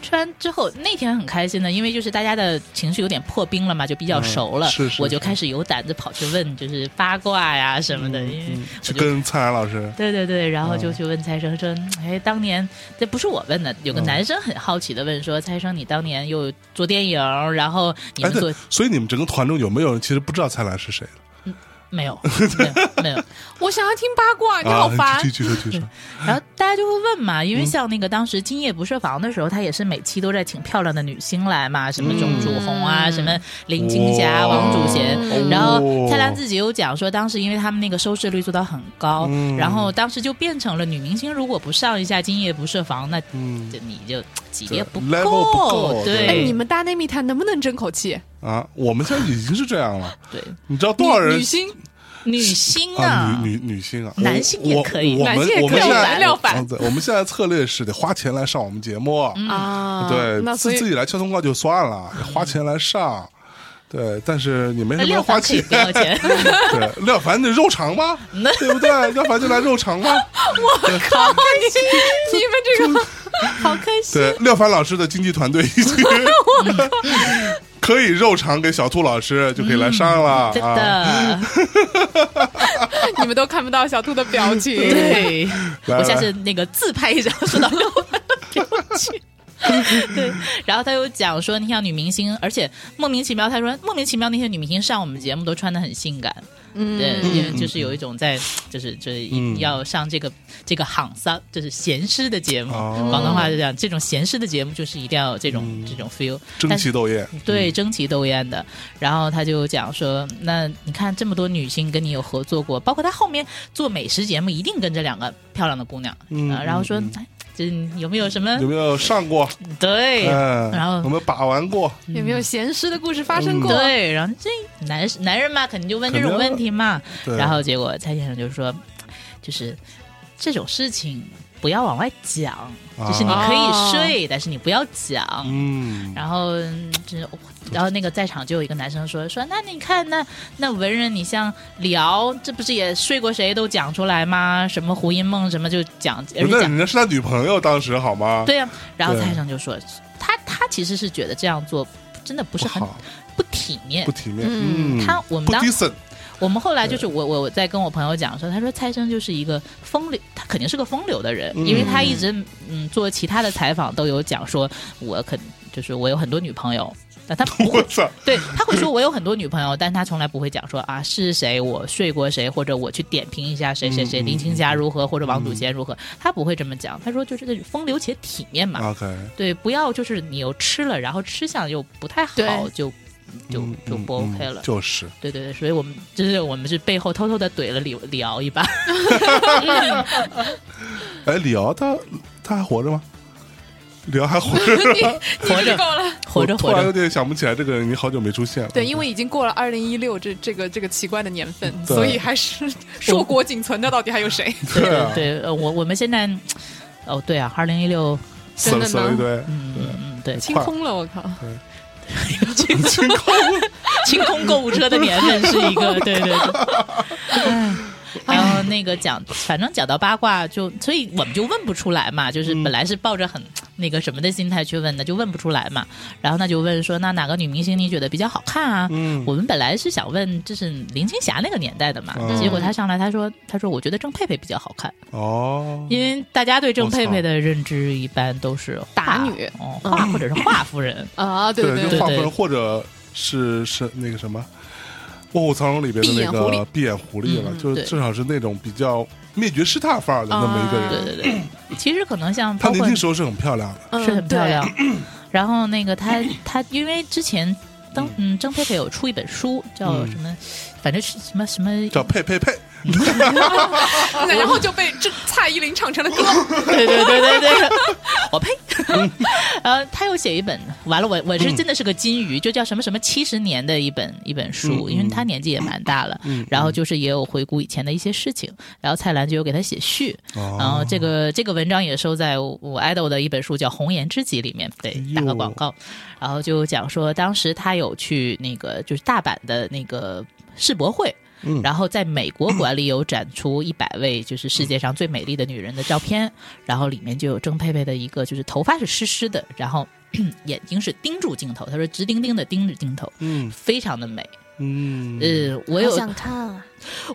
[SPEAKER 2] 吃完之后那天很开心的，因为就是大家的情绪有点破冰了嘛，就比较熟了，
[SPEAKER 1] 嗯是是
[SPEAKER 2] 我就开始有胆子跑去问，就是八卦呀什么的，因为我
[SPEAKER 1] 就嗯
[SPEAKER 2] 就
[SPEAKER 1] 跟蔡澜老师，
[SPEAKER 2] 对对对，然后就
[SPEAKER 1] 嗯
[SPEAKER 2] 去问蔡生说：“哎，当年这不是我问的，有个
[SPEAKER 1] 嗯
[SPEAKER 2] 男生很好奇的问说，蔡生你当年又做电影，然后你
[SPEAKER 1] 哎
[SPEAKER 2] 们做、
[SPEAKER 1] 对，所以你们整个团中有没有人其实不知道蔡澜是谁的
[SPEAKER 2] 没有没有没有？
[SPEAKER 3] 我想要听八卦，你哎好
[SPEAKER 1] 啊？
[SPEAKER 3] 烦
[SPEAKER 1] 继。续继 续继续，
[SPEAKER 2] 然后大家就会问嘛，
[SPEAKER 1] 嗯
[SPEAKER 2] 因为像那个当时《今夜不设防》的时候，他也是每期都在请漂亮的女星来嘛，什么
[SPEAKER 1] 嗯
[SPEAKER 2] 钟楚红啊，什么林青霞、
[SPEAKER 1] 哇
[SPEAKER 2] 王祖贤，
[SPEAKER 1] 哦
[SPEAKER 2] 然后蔡澜自己有讲说，当时因为他们那个收视率做到很高，
[SPEAKER 1] 嗯
[SPEAKER 2] 然后当时就变成了女明星如果不上一下《今夜不设防》，那
[SPEAKER 1] 嗯
[SPEAKER 2] 这你就级别不
[SPEAKER 1] level 不够
[SPEAKER 2] 对
[SPEAKER 3] 哎，你
[SPEAKER 2] 对
[SPEAKER 3] 们大内密探能不能争口气？
[SPEAKER 1] 啊，我们现在已经是这样了，
[SPEAKER 2] 对，
[SPEAKER 1] 你知道多少
[SPEAKER 3] 女
[SPEAKER 1] 人
[SPEAKER 3] 女星
[SPEAKER 2] 女星
[SPEAKER 1] 啊
[SPEAKER 2] 啊，，
[SPEAKER 1] 女女女性啊，
[SPEAKER 2] 男性也
[SPEAKER 1] 我
[SPEAKER 2] 可以
[SPEAKER 1] 我我
[SPEAKER 3] 男
[SPEAKER 1] 们
[SPEAKER 3] 性也
[SPEAKER 1] 我们
[SPEAKER 3] 可以
[SPEAKER 1] 现
[SPEAKER 3] 我
[SPEAKER 1] 在
[SPEAKER 3] 们料反
[SPEAKER 1] 嗯对我们现在策略是得花钱来上我们节目，
[SPEAKER 2] 嗯
[SPEAKER 3] 啊
[SPEAKER 1] 嗯对，
[SPEAKER 3] 那所
[SPEAKER 1] 自
[SPEAKER 3] 以
[SPEAKER 1] 自己来敲通告就算了，花钱来上。对，但是你没什
[SPEAKER 2] 那
[SPEAKER 1] 么
[SPEAKER 2] 廖
[SPEAKER 1] 花
[SPEAKER 2] 凡可以
[SPEAKER 1] 钱。
[SPEAKER 2] 不要钱，
[SPEAKER 1] 啊对，廖凡得肉偿吧，对不对？廖凡就来肉 偿吧。
[SPEAKER 3] 靠 你你们
[SPEAKER 2] 好开心。
[SPEAKER 1] 对，廖凡老师的经纪团队已 经可以肉偿给小兔老师，就可以来上了
[SPEAKER 2] 嗯真
[SPEAKER 1] 啊。
[SPEAKER 2] 的，
[SPEAKER 3] 这个你们都看不到小兔的表 情。
[SPEAKER 2] 对，
[SPEAKER 1] 来
[SPEAKER 2] 我下
[SPEAKER 1] 来
[SPEAKER 2] 次那个自拍一张，说到廖凡给我去。对，然后他又讲说，你像女明星，而且莫名其妙，他说莫名其妙那些女明星上我们节目都穿的很性感，
[SPEAKER 3] 嗯
[SPEAKER 2] 对，因为就是有一种在，就是就是一要上这个这个行丧，就是闲适的节目，
[SPEAKER 1] 哦
[SPEAKER 2] 广东话就讲这种闲适的节目就是一定要有这种这种 feel，
[SPEAKER 1] 争
[SPEAKER 2] 但是
[SPEAKER 1] 奇斗艳，
[SPEAKER 2] 对，争奇斗艳的。然后他就讲说，那你看这么多女星跟你有合作过，包括他后面做美食节目，一定跟这两个漂亮的姑娘，
[SPEAKER 1] 嗯
[SPEAKER 2] 啊然后说
[SPEAKER 1] 嗯，
[SPEAKER 2] 哎，这有没有什么
[SPEAKER 1] 有没有上过？
[SPEAKER 2] 对？
[SPEAKER 1] 嗯，
[SPEAKER 2] 然后
[SPEAKER 1] 有没有把玩过？
[SPEAKER 2] 嗯
[SPEAKER 3] 有没有闲诗的故事发生过？
[SPEAKER 2] 对，然后这男男人嘛，肯定就问这种
[SPEAKER 1] 肯定
[SPEAKER 2] 问题嘛。
[SPEAKER 1] 对
[SPEAKER 2] 然后结果蔡先生就说，就是这种事情不要往外讲，
[SPEAKER 1] 啊
[SPEAKER 2] 就是你可以睡，但是你不要讲。
[SPEAKER 1] 嗯，
[SPEAKER 2] 然后嗯就是，然后那个在场就有一个男生说说，那你看那那文人，你像辽，这不是也睡过谁都讲出来吗？什么胡因梦什么就讲，而且
[SPEAKER 1] 那
[SPEAKER 2] 讲
[SPEAKER 1] 人家是他女朋友，当时好吗？
[SPEAKER 2] 对呀、啊然后
[SPEAKER 1] 对
[SPEAKER 2] 蔡生就说，他他其实是觉得这样做真的不是
[SPEAKER 1] 不
[SPEAKER 2] 很
[SPEAKER 1] 好，
[SPEAKER 2] 不体面
[SPEAKER 1] 不。体面。
[SPEAKER 3] 嗯
[SPEAKER 1] 嗯，
[SPEAKER 2] 他我们
[SPEAKER 1] 不
[SPEAKER 2] 当
[SPEAKER 1] decent。
[SPEAKER 2] 我们后来就是我我我在跟我朋友讲说，他说蔡生就是一个风流，他肯定是个风流的人，
[SPEAKER 1] 嗯
[SPEAKER 2] 因为他一直嗯做其他的采访都有讲说，我肯就是我有很多女朋友，但他 不
[SPEAKER 1] 我
[SPEAKER 2] 会
[SPEAKER 1] 操！
[SPEAKER 2] 对他会说我有很多女朋友，但他从来不会讲说啊是谁我睡过谁，或者我去点评一下谁谁
[SPEAKER 1] 嗯
[SPEAKER 2] 谁，
[SPEAKER 1] 嗯嗯
[SPEAKER 2] 林青霞如何或者王祖贤如何，他不会这么讲。他说就是那种风流且体面嘛，
[SPEAKER 1] OK，
[SPEAKER 2] 对，不要就是你又吃了，然后吃相又不太好
[SPEAKER 3] 对，
[SPEAKER 2] 就就
[SPEAKER 1] 嗯
[SPEAKER 2] 就不
[SPEAKER 1] 嗯
[SPEAKER 2] OK
[SPEAKER 1] 嗯
[SPEAKER 2] 了。
[SPEAKER 1] 就是
[SPEAKER 2] 对对对，所以我们就是我们是背后偷偷的怼了李李敖一把，
[SPEAKER 1] 哎，李敖他他还活着吗？李敖还活着，
[SPEAKER 2] 活着
[SPEAKER 3] 够了。
[SPEAKER 2] 活着
[SPEAKER 1] 我突
[SPEAKER 2] 活
[SPEAKER 1] 然有
[SPEAKER 2] 着，
[SPEAKER 1] 点想不起来这个人，你好久没出现了。
[SPEAKER 3] 对，因为已经过了二零一六这这个这个奇怪的年份，
[SPEAKER 1] 对
[SPEAKER 3] 所以还是硕果仅存的到底还 有谁？
[SPEAKER 1] 对啊
[SPEAKER 2] 对，呃我我们现在哦对啊，二零一六，
[SPEAKER 1] 死了
[SPEAKER 3] 真的
[SPEAKER 1] 死了一
[SPEAKER 3] 呢
[SPEAKER 1] 堆，
[SPEAKER 2] 嗯嗯嗯，对，
[SPEAKER 3] 清空了，我靠！
[SPEAKER 1] 清空
[SPEAKER 2] 清空购物车的年份是 一个，对对对。唉
[SPEAKER 1] 哎
[SPEAKER 2] 然后那个讲，反正讲到八卦就，所以我们就问不出来嘛，就是
[SPEAKER 1] 嗯
[SPEAKER 2] 本来是抱着很那个什么的心态去问的，就问不出来嘛。然后他就问说，那哪个女明星你觉得比较好看啊？
[SPEAKER 1] 嗯
[SPEAKER 2] 我们本来是想问，就是林青霞那个年代的嘛，
[SPEAKER 1] 嗯
[SPEAKER 2] 结果他上来他说，他说我觉得郑佩佩比较好看，
[SPEAKER 1] 哦，
[SPEAKER 2] 因为大家对郑
[SPEAKER 1] 我操
[SPEAKER 2] 佩佩的认知一般都是
[SPEAKER 3] 打
[SPEAKER 2] 华
[SPEAKER 3] 女嗯
[SPEAKER 2] 哦，华或者是华夫人，
[SPEAKER 3] 啊，对
[SPEAKER 1] 对，
[SPEAKER 3] 对
[SPEAKER 1] 就
[SPEAKER 2] 对
[SPEAKER 1] 画
[SPEAKER 2] 对
[SPEAKER 1] 风或者是是那个什么。卧虎藏龙》里边的那
[SPEAKER 3] 闭眼狐
[SPEAKER 1] 个
[SPEAKER 3] 狸
[SPEAKER 1] 闭眼狐狸了，
[SPEAKER 2] 嗯
[SPEAKER 1] 就是
[SPEAKER 2] 对
[SPEAKER 1] 至少是那种比较灭绝师太范儿的那么一个
[SPEAKER 2] 啊对
[SPEAKER 1] 人。
[SPEAKER 2] 对对，其实可能像
[SPEAKER 1] 她
[SPEAKER 2] 包
[SPEAKER 1] 年
[SPEAKER 2] 括
[SPEAKER 1] 轻时候是很漂亮的，
[SPEAKER 3] 嗯
[SPEAKER 2] 是很漂。亮
[SPEAKER 3] 对。
[SPEAKER 2] 然后那个他他因为之前曾嗯曾佩佩有出一本书叫什么，反正是什么什么
[SPEAKER 1] 叫佩佩佩，
[SPEAKER 2] 嗯
[SPEAKER 3] 然后就被这蔡依林唱成了歌。
[SPEAKER 2] 对对对对对，我呸。呃，他又写一本，完了我我是真的是个金鱼，就叫什么什么七十年的一本一本书，
[SPEAKER 1] 嗯
[SPEAKER 2] 因为他年纪也蛮大了，
[SPEAKER 1] 嗯
[SPEAKER 2] 然后就是也有回顾以前的一些事情，然后蔡澜就有给他写序，
[SPEAKER 1] 哦
[SPEAKER 2] 然后这个这个文章也收在我我 idol 的一本书叫《红颜知己》里面，对
[SPEAKER 1] 哎，呦
[SPEAKER 2] 打个广告，然后就讲说当时他有去那个就是大阪的那个世博会。
[SPEAKER 1] 嗯
[SPEAKER 2] 然后在美国馆里有展出一百位就是世界上最美丽的女人的照 片，然后里面就有郑佩佩的一个，就是头发是湿湿的，然后眼睛是盯住镜头，她说直盯盯的盯着镜头，
[SPEAKER 1] 嗯
[SPEAKER 2] 非常的美。
[SPEAKER 1] 嗯，
[SPEAKER 2] 呃，我
[SPEAKER 4] 好
[SPEAKER 2] 有
[SPEAKER 4] 想看啊，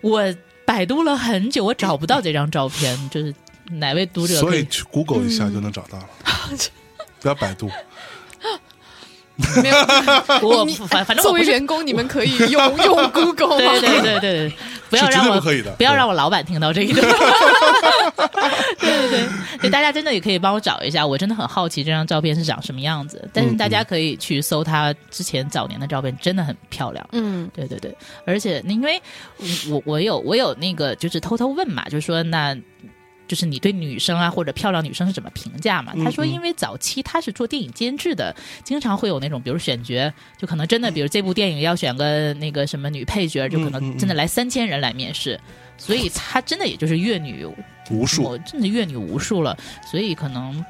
[SPEAKER 2] 我百度了很久，我找不到这张照片，就是哪位读者
[SPEAKER 1] 所
[SPEAKER 2] 可
[SPEAKER 1] 以
[SPEAKER 2] 以嗯
[SPEAKER 1] 去 Google 一下就能找到了，不要百度。
[SPEAKER 3] 没有，
[SPEAKER 2] 我
[SPEAKER 3] 哦 你哎
[SPEAKER 2] 反反正
[SPEAKER 3] 作
[SPEAKER 2] 我
[SPEAKER 3] 为
[SPEAKER 2] 不是。
[SPEAKER 3] 员工，你们可以用用 Google
[SPEAKER 2] 对
[SPEAKER 3] 吗？
[SPEAKER 2] 对对对对， 不要
[SPEAKER 1] 是绝
[SPEAKER 2] 让
[SPEAKER 1] 对
[SPEAKER 2] 我
[SPEAKER 1] 不可以的
[SPEAKER 2] 要
[SPEAKER 1] 对
[SPEAKER 2] 让我老板听到这一段。 对对对，所以大家真的也可以帮我找一下，我真的很好奇这张照片是长什么样子。但
[SPEAKER 1] 嗯
[SPEAKER 2] 是大家可以去搜她之前早年的照片，真的很漂亮。
[SPEAKER 3] 嗯，
[SPEAKER 2] 对对对，而且因为我我有我有那个就是偷偷问嘛，就是说那。就是你对女生啊或者漂亮女生是怎么评价嘛？他说，因为早期他是做电影监制的，经常会有那种，比如选角，就可能真的，比如这部电影要选个那个什么女配角，就可能真的来三千人来面试，所以他真的也就是阅女
[SPEAKER 1] 无数，
[SPEAKER 2] 我真的阅女无数了，所以可能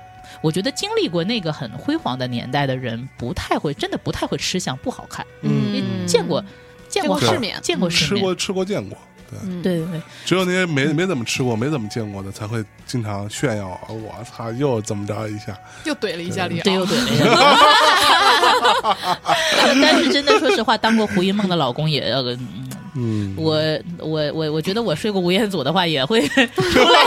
[SPEAKER 2] 我觉得经历过那个很辉煌的年代的人，不太会，真的不太会吃相不好看。
[SPEAKER 3] 嗯
[SPEAKER 2] 因为见过见过
[SPEAKER 3] 见
[SPEAKER 1] 过
[SPEAKER 2] 好
[SPEAKER 3] 世面
[SPEAKER 2] 见过世
[SPEAKER 1] 吃
[SPEAKER 2] 面，嗯
[SPEAKER 1] 过吃过见过，对，
[SPEAKER 2] 对对对，
[SPEAKER 1] 只有那些
[SPEAKER 2] 嗯
[SPEAKER 1] 没没怎么吃过、没怎么见过的，才会经常炫耀。啊我操，又怎么着一下？
[SPEAKER 3] 又怼了一下 李
[SPEAKER 2] 对
[SPEAKER 3] 敖。
[SPEAKER 2] 又对了。 但是真的，说实话，当过胡一梦的老公也，呃嗯
[SPEAKER 1] 嗯，
[SPEAKER 2] 我我我我觉得我睡过吴彦祖的话 也会出来。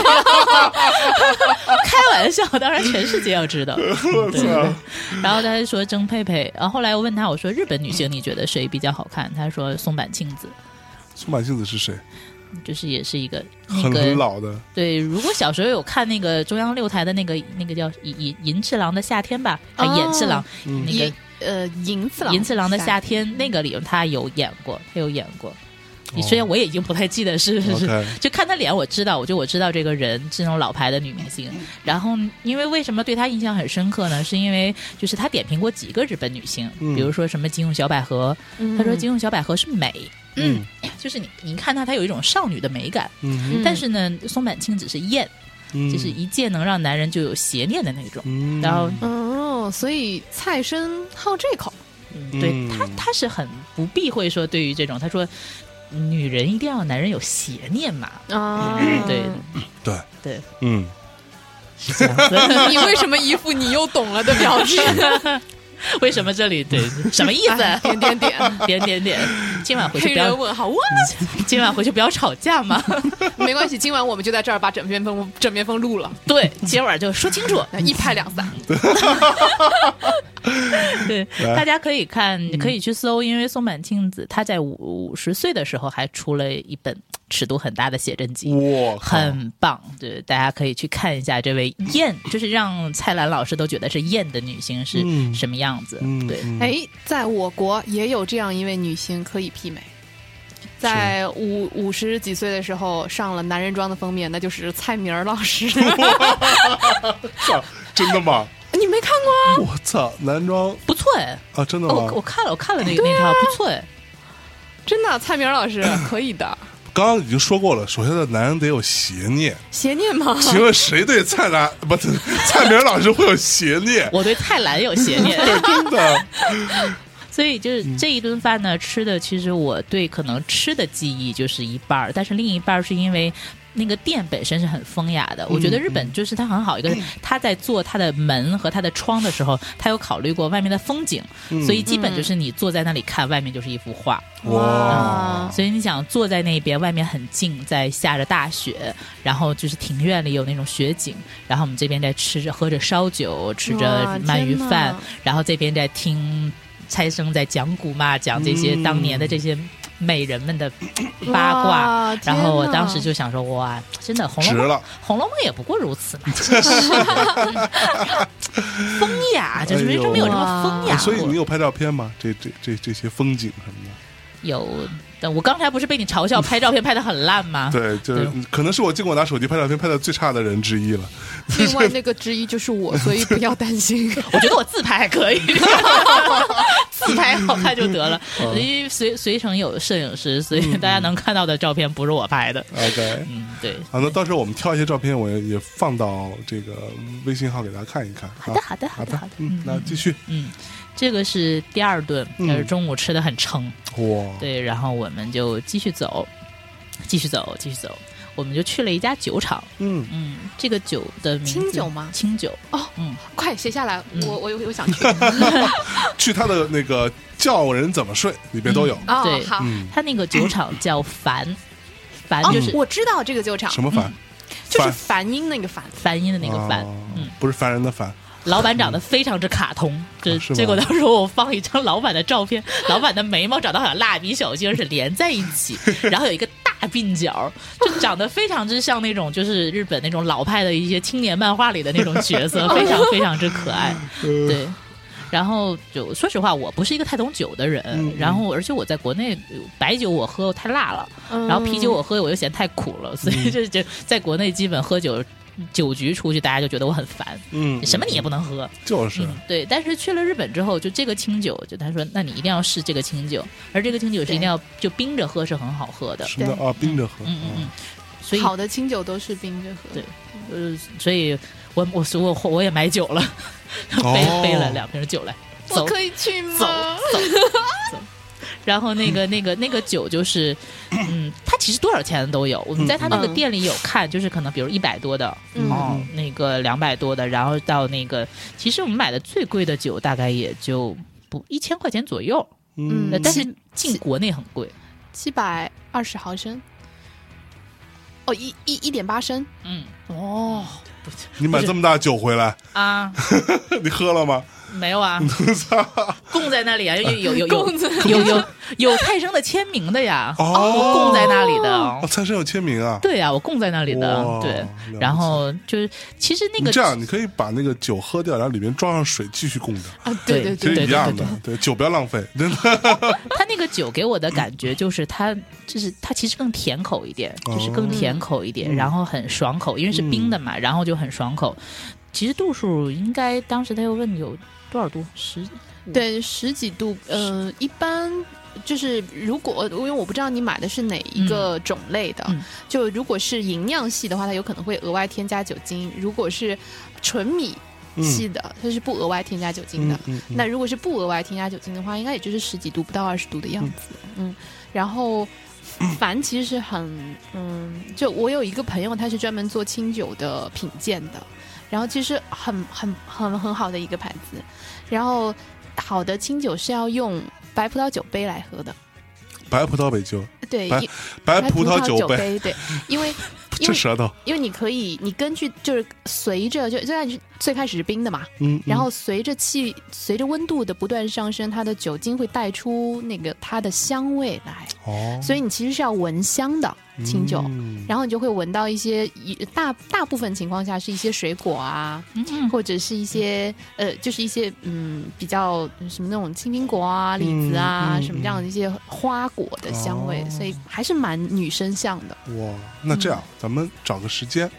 [SPEAKER 2] 开玩笑，当然全世界要知道。对对
[SPEAKER 1] 啊
[SPEAKER 2] 对。然后他就说曾佩佩，然后后来我问他，我说日本女性你觉得谁比较好看？他说松坂庆子，
[SPEAKER 1] 松坂庆子是谁？
[SPEAKER 2] 就是也是一个那
[SPEAKER 1] 很很
[SPEAKER 2] 个
[SPEAKER 1] 老的，
[SPEAKER 2] 对。如果小时候有看那个中央六台的那个那个叫银银银次郎的夏天吧，啊
[SPEAKER 3] 哦
[SPEAKER 2] 演次郎
[SPEAKER 1] 嗯
[SPEAKER 2] 那个
[SPEAKER 3] 呃，银次郎，
[SPEAKER 2] 银次郎的夏天那个里他有演过，他有演过。你虽然我也已经不太记得是是是
[SPEAKER 1] 哦 OK
[SPEAKER 2] 就看她脸我知道，我就我知道这个人是那种老牌的女明
[SPEAKER 3] 嗯
[SPEAKER 2] 星。然后因为为什么对她印象很深刻呢？是因为就是她点评过几个日本女星，
[SPEAKER 1] 嗯
[SPEAKER 2] 比如说什么金庸小百合，
[SPEAKER 3] 嗯
[SPEAKER 2] 她说金庸小百合是美，
[SPEAKER 1] 嗯
[SPEAKER 2] 就是你你看她她有一种少女的美感，
[SPEAKER 1] 嗯
[SPEAKER 3] 嗯
[SPEAKER 2] 但是呢松坂庆子是艳，
[SPEAKER 1] 嗯，
[SPEAKER 2] 就是一见能让男人就有邪念的那种。
[SPEAKER 1] 嗯，
[SPEAKER 2] 然后
[SPEAKER 3] 哦，所以蔡生好这口，
[SPEAKER 2] 嗯，对
[SPEAKER 1] 嗯
[SPEAKER 2] 他，他是很不避讳说对于这种，他说女人一定要男人有邪念嘛，
[SPEAKER 3] 啊
[SPEAKER 2] 对
[SPEAKER 1] 对
[SPEAKER 2] 对，
[SPEAKER 1] 嗯，
[SPEAKER 2] 是这样子。
[SPEAKER 3] 你为什么一副你又懂了的表 情？
[SPEAKER 2] 为什么这里对什么意
[SPEAKER 3] 哎
[SPEAKER 2] 思？
[SPEAKER 3] 点 点点，
[SPEAKER 2] 点点点，今晚回去
[SPEAKER 3] 黑
[SPEAKER 2] 不
[SPEAKER 3] 人
[SPEAKER 2] 要，
[SPEAKER 3] 问号，哇，
[SPEAKER 2] 今晚回去不要吵架嘛。
[SPEAKER 3] 没关系，今晚我们就在这儿把枕边风枕边风录了，
[SPEAKER 2] 对，今晚就说清楚。
[SPEAKER 3] 一拍两散。
[SPEAKER 2] 对，
[SPEAKER 1] 来
[SPEAKER 2] 大家可以看，可以去搜，因为松坂庆子她在五五十岁的时候还出了一本尺度很大的写真集。
[SPEAKER 1] 我靠
[SPEAKER 2] 很棒，对，大家可以去看一下这位艳，就是让蔡澜老师都觉得是艳的女星是
[SPEAKER 1] 嗯
[SPEAKER 2] 什么样子。
[SPEAKER 1] 嗯
[SPEAKER 2] 对，
[SPEAKER 1] 嗯
[SPEAKER 3] 哎，在我国也有这样一位女星可以媲美，在五五十几岁的时候上了男人装的封面，那就是蔡明儿老师。
[SPEAKER 1] 操真的吗？
[SPEAKER 3] 你没看过啊？
[SPEAKER 1] 我操，男装
[SPEAKER 2] 不错哎，
[SPEAKER 1] 啊，真的
[SPEAKER 2] 哦
[SPEAKER 1] 吗啊
[SPEAKER 2] 我我？看了，我看了那个那套，不错哎。
[SPEAKER 3] 真的，蔡明儿 老师可以的。
[SPEAKER 1] 刚刚已经说过了，首先的男人得有邪念。
[SPEAKER 3] 邪念吗？
[SPEAKER 1] 请问谁对蔡澜不是蔡明老师会有邪念？
[SPEAKER 2] 我对蔡澜有邪 念，
[SPEAKER 1] 真的，
[SPEAKER 2] 所以
[SPEAKER 1] 嗯
[SPEAKER 2] 就是这一顿饭呢，吃的其实我对可能吃的记忆就是一半儿，但是另一半儿是因为。那个店本身是很风雅
[SPEAKER 1] 嗯
[SPEAKER 2] 的，我觉得日本就是它很好一个，它在做它的门和它的窗的时候，它有考虑过外面的风景，
[SPEAKER 1] 嗯
[SPEAKER 2] 所以基本就是你坐在那里看外面就是一幅画，
[SPEAKER 1] 哇，
[SPEAKER 2] 所以你想坐在那边，外面很静，在下着大雪，然后就是庭院里有那种雪景，然后我们这边在吃着喝着烧酒，吃着
[SPEAKER 3] 哇
[SPEAKER 2] 鳗鱼
[SPEAKER 3] 天哪
[SPEAKER 2] 饭，然后这边在听差生在讲古嘛，讲这
[SPEAKER 1] 嗯
[SPEAKER 2] 些当年的这些美人们的八卦。
[SPEAKER 3] 哇
[SPEAKER 2] 然后我
[SPEAKER 3] 天哪
[SPEAKER 2] 当时就想说，哇，真的《红楼
[SPEAKER 1] 值
[SPEAKER 2] 梦》《
[SPEAKER 1] 了，
[SPEAKER 2] 红楼梦》也不过如此 嘛，真是风雅，就是为什么有这么风雅？
[SPEAKER 1] 哎所以你有拍照片吗？这这这这些风景什么的，
[SPEAKER 2] 有，但我刚才不是被你嘲笑拍照片拍的很烂吗？
[SPEAKER 1] 对，就是可能是我见过拿手机拍照片拍的最差的人之一了。
[SPEAKER 3] 另外那个之一就是我，所以不要担心。
[SPEAKER 2] 我觉得我自拍还可以，自拍好看就得了。因为随随城有摄影师，所以大家能看到的照片不是我拍的。
[SPEAKER 1] OK，
[SPEAKER 2] 嗯，对。
[SPEAKER 1] 啊，那到时候我们挑一些照片，我也也放到这个微信号给大家看一看。好
[SPEAKER 2] 好的，好的，好
[SPEAKER 1] 好
[SPEAKER 2] 的，好的。
[SPEAKER 1] 嗯，那继续。
[SPEAKER 2] 这个是第二顿，
[SPEAKER 1] 嗯
[SPEAKER 2] 就是中午吃的很撑。
[SPEAKER 1] 哇，
[SPEAKER 2] 对，然后我们就继续走，继续走，继续走。我们就去了一家酒厂，
[SPEAKER 1] 嗯，
[SPEAKER 2] 嗯，这个酒的名字
[SPEAKER 3] 清酒吗
[SPEAKER 2] 清酒， 哦
[SPEAKER 3] 快写下来，
[SPEAKER 2] 嗯
[SPEAKER 3] 我我有 我想去
[SPEAKER 1] 去他的那个叫人怎么睡里边都有。
[SPEAKER 3] 啊
[SPEAKER 2] 对
[SPEAKER 3] 好，
[SPEAKER 1] 嗯，
[SPEAKER 2] 它那个酒厂叫樊，樊
[SPEAKER 3] 哦
[SPEAKER 2] 就是，
[SPEAKER 3] 我知道这个酒厂
[SPEAKER 1] 什么
[SPEAKER 2] 嗯
[SPEAKER 1] 凡？
[SPEAKER 3] 就是
[SPEAKER 1] 凡
[SPEAKER 3] 梵音那个梵，
[SPEAKER 2] 梵音的那个樊
[SPEAKER 1] 哦，
[SPEAKER 2] 嗯，
[SPEAKER 1] 不是凡人的凡。
[SPEAKER 2] 老板长得非常之卡通，这
[SPEAKER 1] 哦是吗
[SPEAKER 2] 这个到时候我放一张老板的照片， 老板的眉毛长得好像蜡笔小新是连在一 起，然后有一个大鬓角，就长得非常之像那种就是日本那种老派的一些青年漫画里的那种 角色，非常非常之可爱。
[SPEAKER 1] 对，
[SPEAKER 2] 对。然后就说实话，我不是一个太懂酒的人，
[SPEAKER 1] 嗯
[SPEAKER 2] 然后而且我在国内呃白酒我喝太辣了，
[SPEAKER 3] 嗯
[SPEAKER 2] 然后啤酒我喝我又嫌太苦了，所
[SPEAKER 1] 嗯
[SPEAKER 2] 以就是就在国内基本喝酒酒局出去，大家就觉得我很烦，
[SPEAKER 1] 嗯，
[SPEAKER 2] 什么你也不能喝。
[SPEAKER 1] 就是
[SPEAKER 2] 嗯，对，但是去了日本之后，就这个清酒，就他说，那你一定要试这个清酒，而这个清酒是一定要就冰着喝是很好喝的，
[SPEAKER 1] 什么叫啊冰着喝。
[SPEAKER 2] 嗯嗯嗯
[SPEAKER 1] 啊，
[SPEAKER 2] 所以
[SPEAKER 3] 好的清酒都是冰着喝。
[SPEAKER 2] 对呃，所以我我我我我也买酒了，
[SPEAKER 1] 哦
[SPEAKER 2] 背 背了两瓶酒来，走
[SPEAKER 3] 我可以去吗？
[SPEAKER 2] 走走走。然后那个那个那个酒 就是，嗯，它其实多少钱都有。我们在它那个
[SPEAKER 3] 嗯
[SPEAKER 2] 店里有看，就是可能比如一百多的，
[SPEAKER 3] 嗯
[SPEAKER 2] 哦，那个两百多的，然后到那个，其实我们买的最贵的酒大概也就不一千块钱左右，
[SPEAKER 1] 嗯
[SPEAKER 2] 呃但是
[SPEAKER 3] 七
[SPEAKER 2] 进国内很贵。
[SPEAKER 3] 七百二十毫升，哦，一一一点八升，
[SPEAKER 2] 嗯
[SPEAKER 3] 哦，
[SPEAKER 1] 你买这么大酒回来，
[SPEAKER 2] 啊，
[SPEAKER 1] 你喝了吗？
[SPEAKER 2] 没 有啊，供在那里啊，有有 有有
[SPEAKER 3] 公子
[SPEAKER 2] 有有有蔡生的签名的呀，我
[SPEAKER 1] 哦，
[SPEAKER 2] 供在那里的哦
[SPEAKER 1] 哦，。蔡生有签名啊。
[SPEAKER 2] 对啊，我供在那里的
[SPEAKER 1] 哇，
[SPEAKER 2] 对
[SPEAKER 1] 了。解
[SPEAKER 2] 然后就是，其实那
[SPEAKER 1] 你
[SPEAKER 2] 个
[SPEAKER 1] 这样，你可以把那个酒喝掉，然后里面装上水继续供着，
[SPEAKER 3] 啊，对
[SPEAKER 2] 对
[SPEAKER 3] 对
[SPEAKER 1] 其
[SPEAKER 3] 对
[SPEAKER 1] 实
[SPEAKER 2] 对
[SPEAKER 1] 一样的。对，酒不要浪
[SPEAKER 3] 嗯
[SPEAKER 1] 费，真的。
[SPEAKER 2] 他那个酒给我的感觉就是它，就是它其实更甜口一点，就是
[SPEAKER 1] 哦
[SPEAKER 2] 更甜口
[SPEAKER 1] 嗯
[SPEAKER 2] 一点，然后很爽口，因为是冰的嘛，然后就很爽口。其实度数应该当时他又问有多少度，十
[SPEAKER 3] 对，十几度，呃，一般。就是如果，因为我不知道你买的是哪一个种类的，
[SPEAKER 2] 嗯
[SPEAKER 3] 就如果是营养系的话，它有可能会额外添加酒精；如果是纯米系的，它是不额外添加酒精的。
[SPEAKER 1] 嗯嗯
[SPEAKER 3] 那如果是不额外添加酒精的话，应该也就是十几度不到二十度的样子。嗯然后凡其实很嗯，就我有一个朋友，他是专门做清酒的品鉴的，然后其实很很很很好的一个牌子。然后好的清酒是要用白葡萄酒杯来喝的，
[SPEAKER 1] 白葡萄美酒，
[SPEAKER 3] 对，
[SPEAKER 1] 白
[SPEAKER 3] 因
[SPEAKER 1] 白
[SPEAKER 3] 葡
[SPEAKER 1] 萄
[SPEAKER 3] 酒
[SPEAKER 1] 杯，
[SPEAKER 3] 杯，对，因 为
[SPEAKER 1] 这
[SPEAKER 3] 因为
[SPEAKER 1] 舌头，
[SPEAKER 3] 因为你可以，你根据就是随着就虽然是最开始是冰的嘛，
[SPEAKER 1] 嗯，嗯
[SPEAKER 3] 然后随着气随着温度的不断上升，它的酒精会带出那个它的香味来，
[SPEAKER 1] 哦，
[SPEAKER 3] 所以你其实是要闻香的清酒，
[SPEAKER 1] 嗯
[SPEAKER 3] 然后你就会闻到一些一大大部分情况下是一些水果啊，
[SPEAKER 2] 嗯
[SPEAKER 3] 或者是一些呃，就是一些嗯比较什么那种青苹果啊、李子啊、
[SPEAKER 1] 嗯嗯
[SPEAKER 3] 什么这样的一些花果的香味，
[SPEAKER 1] 哦
[SPEAKER 3] 所以还是蛮女生向的。
[SPEAKER 1] 哇，
[SPEAKER 3] 嗯
[SPEAKER 1] 那这样咱们找个时间，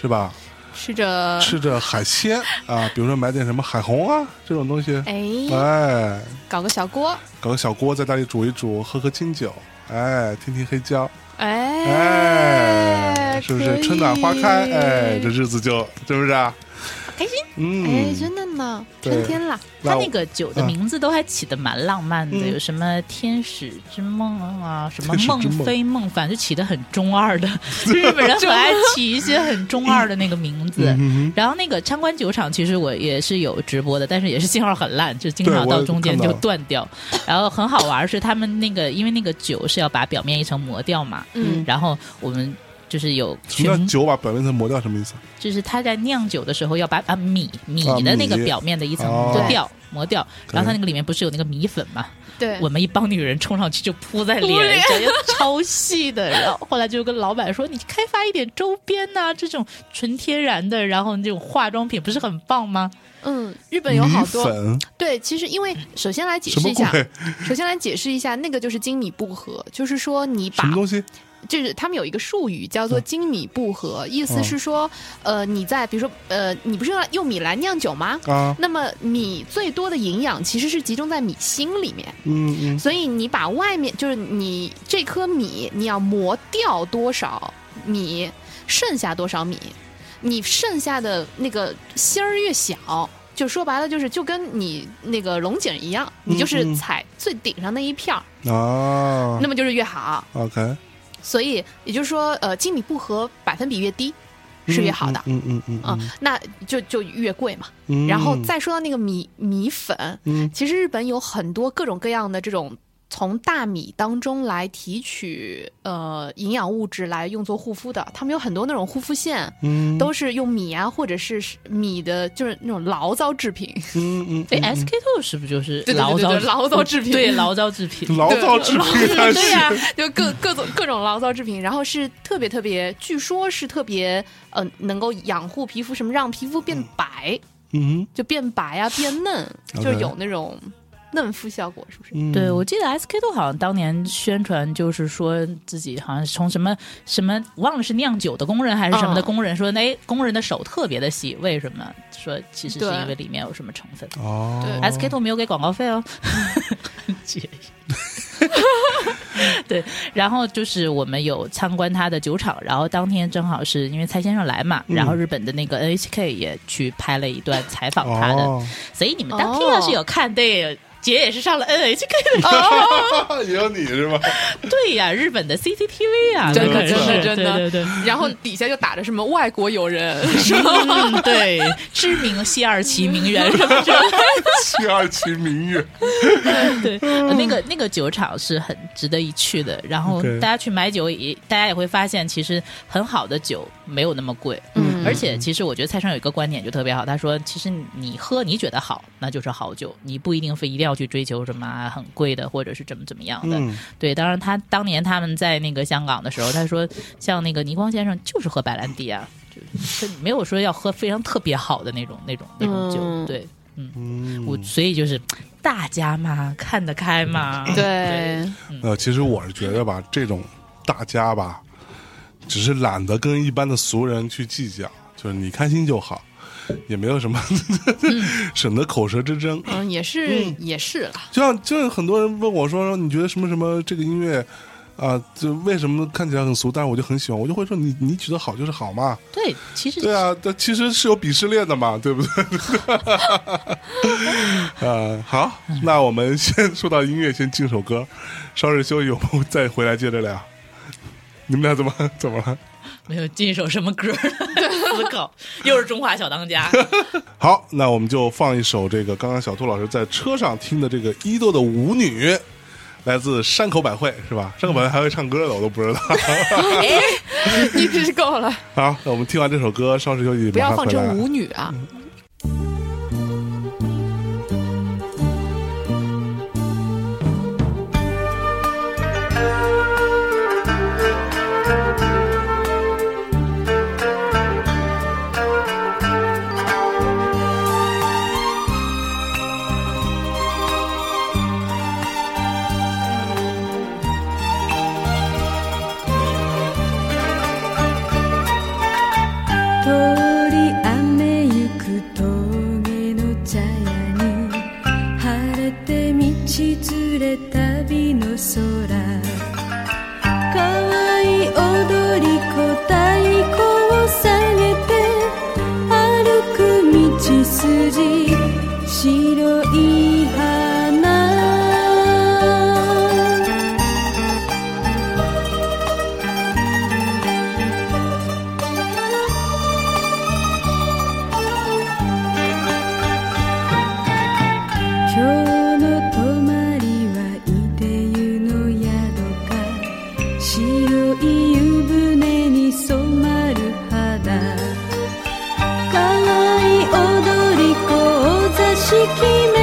[SPEAKER 1] 是吧？
[SPEAKER 3] 吃着，
[SPEAKER 1] 吃着海鲜啊，比如说买点什么海虹啊这种东西，
[SPEAKER 3] 哎，
[SPEAKER 1] 哎，
[SPEAKER 3] 搞个小锅，
[SPEAKER 1] 搞个小锅在那里煮一煮，喝喝清酒，哎，听听黑胶，
[SPEAKER 3] 哎，
[SPEAKER 1] 哎，是不
[SPEAKER 3] 可
[SPEAKER 1] 是
[SPEAKER 3] 以
[SPEAKER 1] 春暖花开？哎，这日子就是不是啊？
[SPEAKER 2] 开心。
[SPEAKER 3] 哎，
[SPEAKER 1] 嗯，
[SPEAKER 3] 真的呢，
[SPEAKER 1] 对
[SPEAKER 3] 春天啦，
[SPEAKER 2] 他
[SPEAKER 1] 我
[SPEAKER 2] 那个酒的名字都还起的蛮浪漫的，
[SPEAKER 1] 嗯
[SPEAKER 2] 有什么天使之梦啊，什么
[SPEAKER 1] 天使之
[SPEAKER 2] 梦
[SPEAKER 1] 梦
[SPEAKER 2] 飞梦，反正就起的很中二 的。日本人很爱起一些很中二的那个名字。
[SPEAKER 1] 嗯
[SPEAKER 2] 然后那个参观酒厂，其实我也是有直播的，但是也是信号很烂，就经
[SPEAKER 1] 对
[SPEAKER 2] 常
[SPEAKER 1] 我也
[SPEAKER 2] 到中间
[SPEAKER 1] 看到
[SPEAKER 2] 就
[SPEAKER 1] 了
[SPEAKER 2] 断掉。
[SPEAKER 1] 嗯
[SPEAKER 2] 然后很好玩是他们那个，因为那个酒是要把表面一层磨掉嘛，
[SPEAKER 3] 嗯
[SPEAKER 2] 然后我们就是有
[SPEAKER 1] 什么叫
[SPEAKER 2] 群
[SPEAKER 1] 酒把表面层磨掉？什么意思？
[SPEAKER 2] 就是他在酿酒的时候要把把米米
[SPEAKER 1] 啊
[SPEAKER 2] 的那个
[SPEAKER 1] 米
[SPEAKER 2] 表面的一层
[SPEAKER 1] 哦
[SPEAKER 2] 磨掉，磨掉。然后它那个里面不是有那个米粉嘛？
[SPEAKER 3] 对，
[SPEAKER 2] 我们一帮女人冲上去就扑在
[SPEAKER 3] 扑
[SPEAKER 2] 脸
[SPEAKER 3] 脸
[SPEAKER 2] 上，就超细的。然后后来就跟老板说：“你开发一点周边呐、这种纯天然的，然后这种化妆品不是很棒吗
[SPEAKER 3] 嗯，日本有好
[SPEAKER 1] 米
[SPEAKER 3] 多
[SPEAKER 1] 粉
[SPEAKER 3] 对，其实因为首先来解
[SPEAKER 1] 什
[SPEAKER 3] 释
[SPEAKER 1] 么
[SPEAKER 3] 一下，
[SPEAKER 1] 鬼？
[SPEAKER 3] 首先来解释一下，那个就是精米步合，就是说你
[SPEAKER 1] 什
[SPEAKER 3] 把
[SPEAKER 1] 么东西？嗯
[SPEAKER 3] 就是他们有一个术语叫做精米步合，意思是说，呃，你在比如说，呃，你不是用来用米来酿酒吗？
[SPEAKER 1] 啊，
[SPEAKER 3] 那么米最多的营养其实是集中在米心里面，
[SPEAKER 1] 嗯嗯，
[SPEAKER 3] 所以你把外面就是你这颗米，你要磨掉多少米，剩下多少米，你剩下的那个芯儿越小，就说白了就是就跟你那个龙井一样，你就
[SPEAKER 1] 嗯
[SPEAKER 3] 是
[SPEAKER 1] 嗯
[SPEAKER 3] 踩最顶上那一片儿，
[SPEAKER 1] 啊
[SPEAKER 3] 那么就是越好。
[SPEAKER 1] ，OK，
[SPEAKER 3] 所以也就是说，呃，精米不合百分比越低是越好的。
[SPEAKER 1] 嗯嗯嗯
[SPEAKER 3] 啊、那就就越贵嘛。
[SPEAKER 1] 嗯
[SPEAKER 3] 然后再说到那个米米粉，
[SPEAKER 1] 嗯
[SPEAKER 3] 其实日本有很多各种各样的这种从大米当中来提取呃营养物质来用作护肤的，他们有很多那种护肤线。
[SPEAKER 1] 嗯
[SPEAKER 3] 都是用米啊，或者是米的，就是那种醪糟 制品。
[SPEAKER 1] 嗯嗯？”
[SPEAKER 2] 哎
[SPEAKER 1] 嗯
[SPEAKER 2] ，SK two 是不是就是
[SPEAKER 3] 对对对
[SPEAKER 2] 醪糟
[SPEAKER 3] 对对醪糟制品
[SPEAKER 2] 对，醪糟制 品。
[SPEAKER 1] 醪糟制品还
[SPEAKER 3] 对呀、
[SPEAKER 1] 啊 是
[SPEAKER 3] 就各各种各种醪糟制品，然后是特别特别，据说是特别呃能够养护皮肤，什么让皮肤变白，
[SPEAKER 1] 嗯
[SPEAKER 3] 就变白啊，变嫩，
[SPEAKER 1] OK
[SPEAKER 3] 就是有那种嫩肤效果， 是不是？
[SPEAKER 1] 嗯
[SPEAKER 2] 对，我记得 SK two 好像当年宣传就是说自己好像是从什么什么忘了是酿酒的工人还是什么的
[SPEAKER 3] 嗯
[SPEAKER 2] 工人说，
[SPEAKER 1] 哦
[SPEAKER 2] 哎，工人的手特别的细，为什么？说其实是
[SPEAKER 3] 对
[SPEAKER 2] 因为里面有什么成分。
[SPEAKER 1] 哦
[SPEAKER 3] 对
[SPEAKER 2] SK two 没有给广告费哦， 很介 意。对，然后就是我们有参观他的酒厂，然后当天正好是因为蔡先生来
[SPEAKER 1] 嗯
[SPEAKER 2] 嘛，然后日本的那个 NHK 也去拍了一段采访他的，
[SPEAKER 1] 哦，
[SPEAKER 2] 所以你们当天要是有看，对，姐也是上了 NHK 的，
[SPEAKER 1] 也有你是吧？
[SPEAKER 2] 对呀、日本的 CCTV 呀、
[SPEAKER 3] 真
[SPEAKER 1] 的
[SPEAKER 2] 那个
[SPEAKER 1] 真的
[SPEAKER 2] 啊是
[SPEAKER 3] 真的
[SPEAKER 2] 对对 对。
[SPEAKER 3] 然后底下就打着什么外国友 人，
[SPEAKER 2] 嗯，对，知名西二旗名媛什么之类的
[SPEAKER 1] 七二七明 月，
[SPEAKER 2] 对，呃那个那个酒厂是很值得一去的。然后
[SPEAKER 1] OK
[SPEAKER 2] 大家去买酒也，大家也会发现，其实很好的酒没有那么贵。
[SPEAKER 3] 嗯
[SPEAKER 2] 而且其实我觉得蔡生有一个观点就特别好，他说，其实你喝你觉得好，那就是好酒，你不一定非一定要去追求什么啊很贵的，或者是怎么怎么样的。
[SPEAKER 1] 嗯
[SPEAKER 2] 对，当然他当年他们在那个香港的时候，他说像那个倪匡先生就是喝白兰地啊，就是他没有说要喝非常特别好的那种那种那种酒。
[SPEAKER 3] 嗯
[SPEAKER 2] 对，嗯。
[SPEAKER 1] 嗯
[SPEAKER 2] 我所以就是大家嘛，看得开嘛。
[SPEAKER 3] 嗯对，
[SPEAKER 1] 呃，其实我是觉得吧，这种大家吧，只是懒得跟一般的俗人去计较，就是你开心就好，也没有什么 省得口舌之争。
[SPEAKER 3] 嗯，也是、也是啦，
[SPEAKER 1] 就像就像很多人问我说，说你觉得什么什么这个音乐啊，就为什么看起来很俗，但是我就很喜欢，我就会说你你觉得好就是好嘛，
[SPEAKER 2] 对，其 实
[SPEAKER 1] 对啊，但其实是有鄙视链的嘛，对不对？ 呃，好，那我们先说到音乐，先进首歌，稍事休息，我们再回来接着聊。你们俩怎么 怎么了？
[SPEAKER 2] 没有进一首什么歌儿， 思考又是中华小 当家。
[SPEAKER 1] 好，那我们就放一首这个刚刚小兔老师在车上听的这个伊豆的舞女，来自山口百惠是吧？山口百惠还会唱歌的，我都不知道。
[SPEAKER 3] 你真是够了，
[SPEAKER 1] 好，那我们听完这首歌，稍事休息，
[SPEAKER 3] 不要
[SPEAKER 1] 马上
[SPEAKER 3] 放
[SPEAKER 1] 回来
[SPEAKER 3] 成舞女啊！
[SPEAKER 4] 通り雨ゆく峠の茶屋に晴れて道連れ旅の空可愛い踊り子太鼓を下げて歩く道筋白い花今日の泊まりはいで湯の宿か白い湯船に染まる肌可愛い踊り子を座敷巡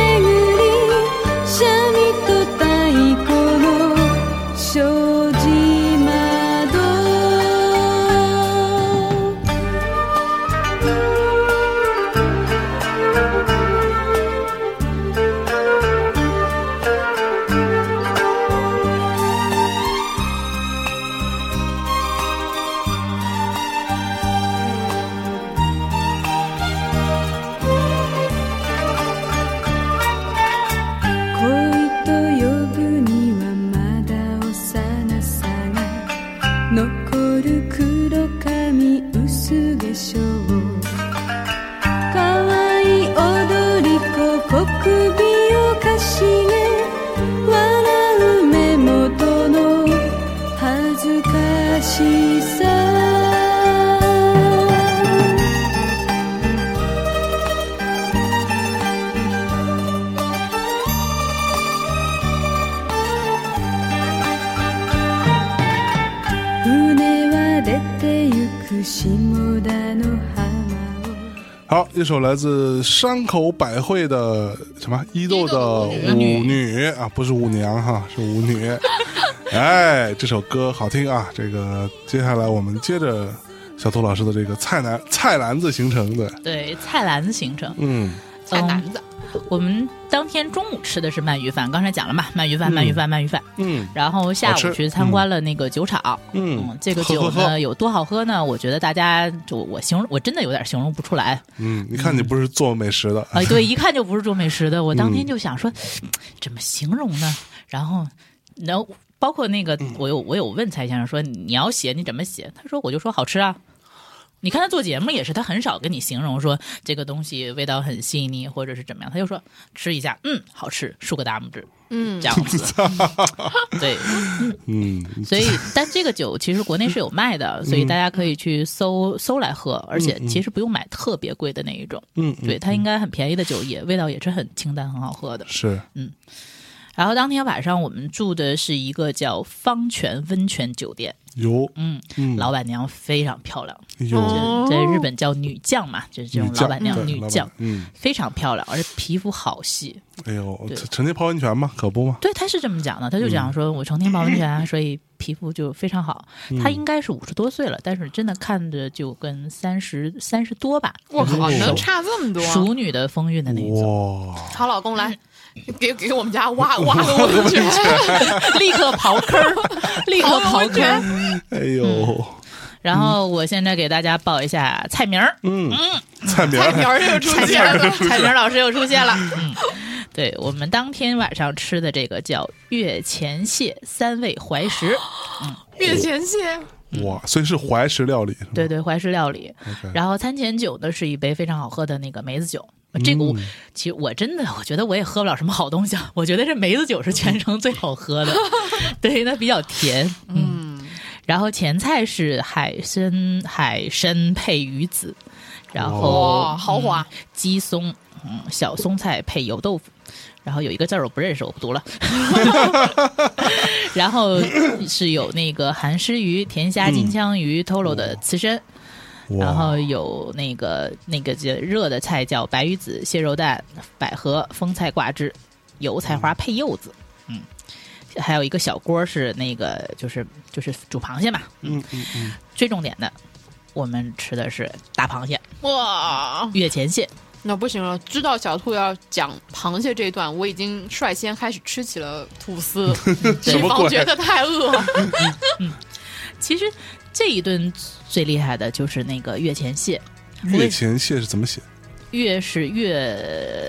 [SPEAKER 4] 残る黒髪薄化粧可愛い踊り子小首をかしげ笑う目元の恥ずかしさ船は出てゆく下田の浜を
[SPEAKER 1] 好，一首来自山口百惠的什么伊豆的舞女啊，不是舞娘哈，是舞女。哎，这首歌好听啊！这个接下来我们接着小兔老师的这个菜篮菜篮子形成的，
[SPEAKER 2] 对，菜篮子行程。
[SPEAKER 1] 嗯
[SPEAKER 3] 菜篮子，
[SPEAKER 2] 我们当天中午吃的是鳗鱼饭，刚才讲了嘛，鳗鱼饭，鳗鱼饭，鳗鱼饭。
[SPEAKER 1] 嗯
[SPEAKER 2] 然后下
[SPEAKER 1] 好吃
[SPEAKER 2] 午去参观了那个酒厂，
[SPEAKER 1] 嗯
[SPEAKER 2] 这个
[SPEAKER 1] 喝
[SPEAKER 2] 酒呢
[SPEAKER 1] 喝喝
[SPEAKER 2] 有多好喝呢？我觉得大家就我形容，我真的有点形容不出来
[SPEAKER 1] 嗯，你看你不是做美食 的，
[SPEAKER 2] 啊、对，一看就不是做美食的。我当天就想说，怎么形容呢？然后，然后包括那个，我有我有问蔡先生说你要写你怎么写？他说我就说好吃啊。你看他做节目也是，他很少跟你形容说这个东西味道很细腻或者是怎么样，他就说吃一下，嗯，好吃，竖个大拇指，
[SPEAKER 3] 嗯
[SPEAKER 2] 这样子。对，
[SPEAKER 1] 嗯，
[SPEAKER 2] 所以，但这个酒其实国内是有卖的，所以大家可以去搜搜来喝，而且其实不用买特别贵的那一种。
[SPEAKER 1] 嗯，嗯
[SPEAKER 2] 对，它应该很便宜的酒，也味道也是很清淡、很好喝的。
[SPEAKER 1] 是
[SPEAKER 2] 然后当天晚上我们住的是一个叫方泉温泉酒店，
[SPEAKER 1] 有
[SPEAKER 2] 嗯，
[SPEAKER 1] 嗯
[SPEAKER 2] 老板娘非常漂亮，
[SPEAKER 1] 有
[SPEAKER 3] 哦
[SPEAKER 2] 在日本叫女将嘛，就是这种嗯老板娘、
[SPEAKER 1] 女
[SPEAKER 2] 女
[SPEAKER 1] 将
[SPEAKER 2] 将，
[SPEAKER 1] 对老板嗯，
[SPEAKER 2] 非常漂亮，而且皮肤好细。
[SPEAKER 1] 哎呦，
[SPEAKER 2] 对
[SPEAKER 1] 成天泡温泉嘛，可不嘛，
[SPEAKER 2] 对，他是这么讲的，他就
[SPEAKER 1] 嗯
[SPEAKER 2] 讲说，我成天泡温泉啊，所以皮肤就非常好。
[SPEAKER 1] 嗯
[SPEAKER 2] 他应该是五十多岁了，但是真的看着就跟三十三十多吧，
[SPEAKER 3] 我靠，
[SPEAKER 1] 嗯
[SPEAKER 3] 能差这么多？
[SPEAKER 2] 熟女的风韵的那种，
[SPEAKER 1] 哇，
[SPEAKER 3] 好老公来，给给我们家挖挖个温泉，
[SPEAKER 2] 立刻刨坑 儿，立刻刨坑儿。
[SPEAKER 1] 哎呦，
[SPEAKER 2] 然后我现在给大家报一下菜名儿，
[SPEAKER 1] 嗯，菜名
[SPEAKER 3] 菜名
[SPEAKER 1] 儿
[SPEAKER 3] 儿又出
[SPEAKER 2] 菜名
[SPEAKER 3] 现
[SPEAKER 2] 儿
[SPEAKER 3] 了。
[SPEAKER 2] 菜名儿老师又出现了。嗯，对我们当天晚上吃的这个叫月前蟹三味怀石，
[SPEAKER 3] 月前蟹，
[SPEAKER 2] 嗯
[SPEAKER 1] 哇，所以是怀石料理，是吗
[SPEAKER 2] 对对，怀石料理。
[SPEAKER 1] 哦 OK
[SPEAKER 2] 然后餐前酒呢是一杯非常好喝的那个梅子酒。这个我、
[SPEAKER 1] 嗯
[SPEAKER 2] 其实我真的我觉得我也喝不了什么好东西，啊，我觉得这梅子酒是全程最好 喝的，对，它比较甜，嗯。然后前菜是海参海参配鱼子，然后
[SPEAKER 3] 哇，豪华！
[SPEAKER 2] 鸡松，嗯，小松菜配油豆腐，然后有一个字儿我不认识，我不读了。然后是有那个韩狮鱼、甜虾、金枪鱼、tolo 的刺身，
[SPEAKER 1] 哇
[SPEAKER 2] 然后有那个那个叫热的菜叫白鱼子、蟹肉蛋、百合、风菜挂枝、油菜花配柚子，嗯。还有一个小锅是那个，就是就是煮螃蟹嘛，
[SPEAKER 1] 嗯嗯嗯，
[SPEAKER 2] 最重点的，我们吃的是大螃蟹、
[SPEAKER 3] 哇，
[SPEAKER 2] 月前蟹，
[SPEAKER 3] 那不行了，知道小兔要讲螃蟹这一段，我已经率先开始吃起了吐司，
[SPEAKER 1] 什
[SPEAKER 3] 以
[SPEAKER 1] 么
[SPEAKER 3] 防
[SPEAKER 1] 鬼？
[SPEAKER 3] 觉得太饿。
[SPEAKER 2] 其实这一顿最厉害的就是那个月前蟹，
[SPEAKER 1] 月前蟹是怎么写？
[SPEAKER 2] 月是越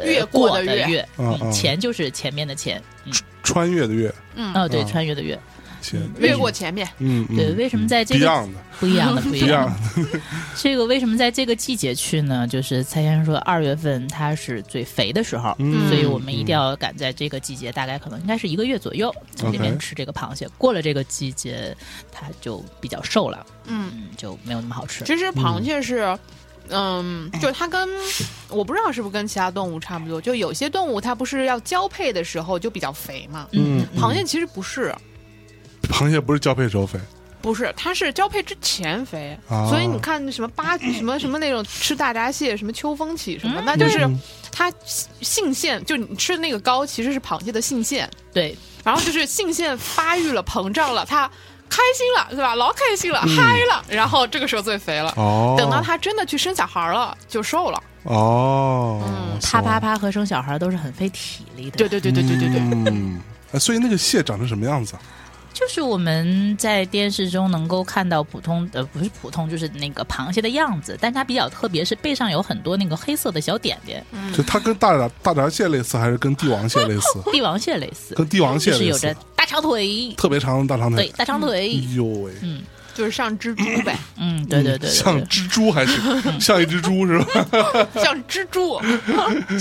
[SPEAKER 3] 越过
[SPEAKER 2] 过
[SPEAKER 3] 的
[SPEAKER 2] 月，
[SPEAKER 3] 越
[SPEAKER 1] 嗯嗯
[SPEAKER 2] 嗯前就是前面的前，嗯，
[SPEAKER 1] 穿越的越
[SPEAKER 3] 嗯，
[SPEAKER 2] 哦对，
[SPEAKER 1] 嗯
[SPEAKER 2] 穿越的越，
[SPEAKER 1] 前，
[SPEAKER 3] 越过前面，
[SPEAKER 1] 嗯嗯，
[SPEAKER 2] 对，为什么在这个
[SPEAKER 1] Beyond 的
[SPEAKER 2] 不一 样的不一样的
[SPEAKER 1] Beyond
[SPEAKER 2] 这个为什么在这个季节去呢？就是蔡先生说二月份它是最肥的时候。
[SPEAKER 1] 嗯
[SPEAKER 2] 所以我们一定要赶在这个季节，大概可能应该是一个月左右，在这
[SPEAKER 1] OK
[SPEAKER 2] 边吃这个螃蟹。过了这个季节，它就比较瘦了，
[SPEAKER 3] 嗯。
[SPEAKER 2] 嗯，就没有那么好吃。
[SPEAKER 3] 其实螃蟹是，嗯，
[SPEAKER 1] 哎
[SPEAKER 3] 就是它跟我不知道是不是跟其他动物差不多，就有些动物它不是要交配的时候就比较肥嘛，
[SPEAKER 1] 嗯嗯
[SPEAKER 3] 螃蟹其实不是，
[SPEAKER 1] 螃蟹不是交配时候肥
[SPEAKER 3] 不是，它是交配之前肥，
[SPEAKER 1] 啊
[SPEAKER 3] 所以你看什么八什么什么那种吃大闸蟹，什么秋风起什么，那就是
[SPEAKER 1] 嗯
[SPEAKER 3] 它性腺，就你吃的那个膏其实是螃蟹的性腺，
[SPEAKER 2] 对，
[SPEAKER 3] 然后就是性腺发育了，膨胀了，它开心了，对吧？老开心了，嗨了，然后这个时候最肥了。
[SPEAKER 1] 嗯哦，
[SPEAKER 3] 等到它真的去生小孩了，就瘦了。
[SPEAKER 1] 哦，
[SPEAKER 2] 嗯啪啪啪和生小孩都是很费体力的。
[SPEAKER 3] 对，对对对对对对，
[SPEAKER 1] 嗯，哎所以那个蟹长成什么样子啊？
[SPEAKER 2] 就是我们在电视中能够看到普通呃不是普通，就是那个螃蟹的样子，但它比较特别，是背上有很多那个黑色的小点点，
[SPEAKER 1] 就它跟大闸大闸蟹类似，还是跟帝王蟹类似？
[SPEAKER 2] 帝王蟹类似，
[SPEAKER 1] 跟帝王蟹
[SPEAKER 2] 就是
[SPEAKER 1] 类
[SPEAKER 2] 有着
[SPEAKER 1] 似，嗯
[SPEAKER 2] 大长腿，
[SPEAKER 1] 特别长的大长
[SPEAKER 2] 对
[SPEAKER 1] 腿。
[SPEAKER 2] 大长
[SPEAKER 1] 哎
[SPEAKER 2] 腿，
[SPEAKER 1] 呦喂，
[SPEAKER 2] 嗯，
[SPEAKER 3] 就是像蜘蛛呗，
[SPEAKER 2] 嗯，对对对对
[SPEAKER 1] 像
[SPEAKER 2] 对
[SPEAKER 1] 蜘蛛还是 像一只猪是吧？ 嗯
[SPEAKER 3] 像蜘蛛。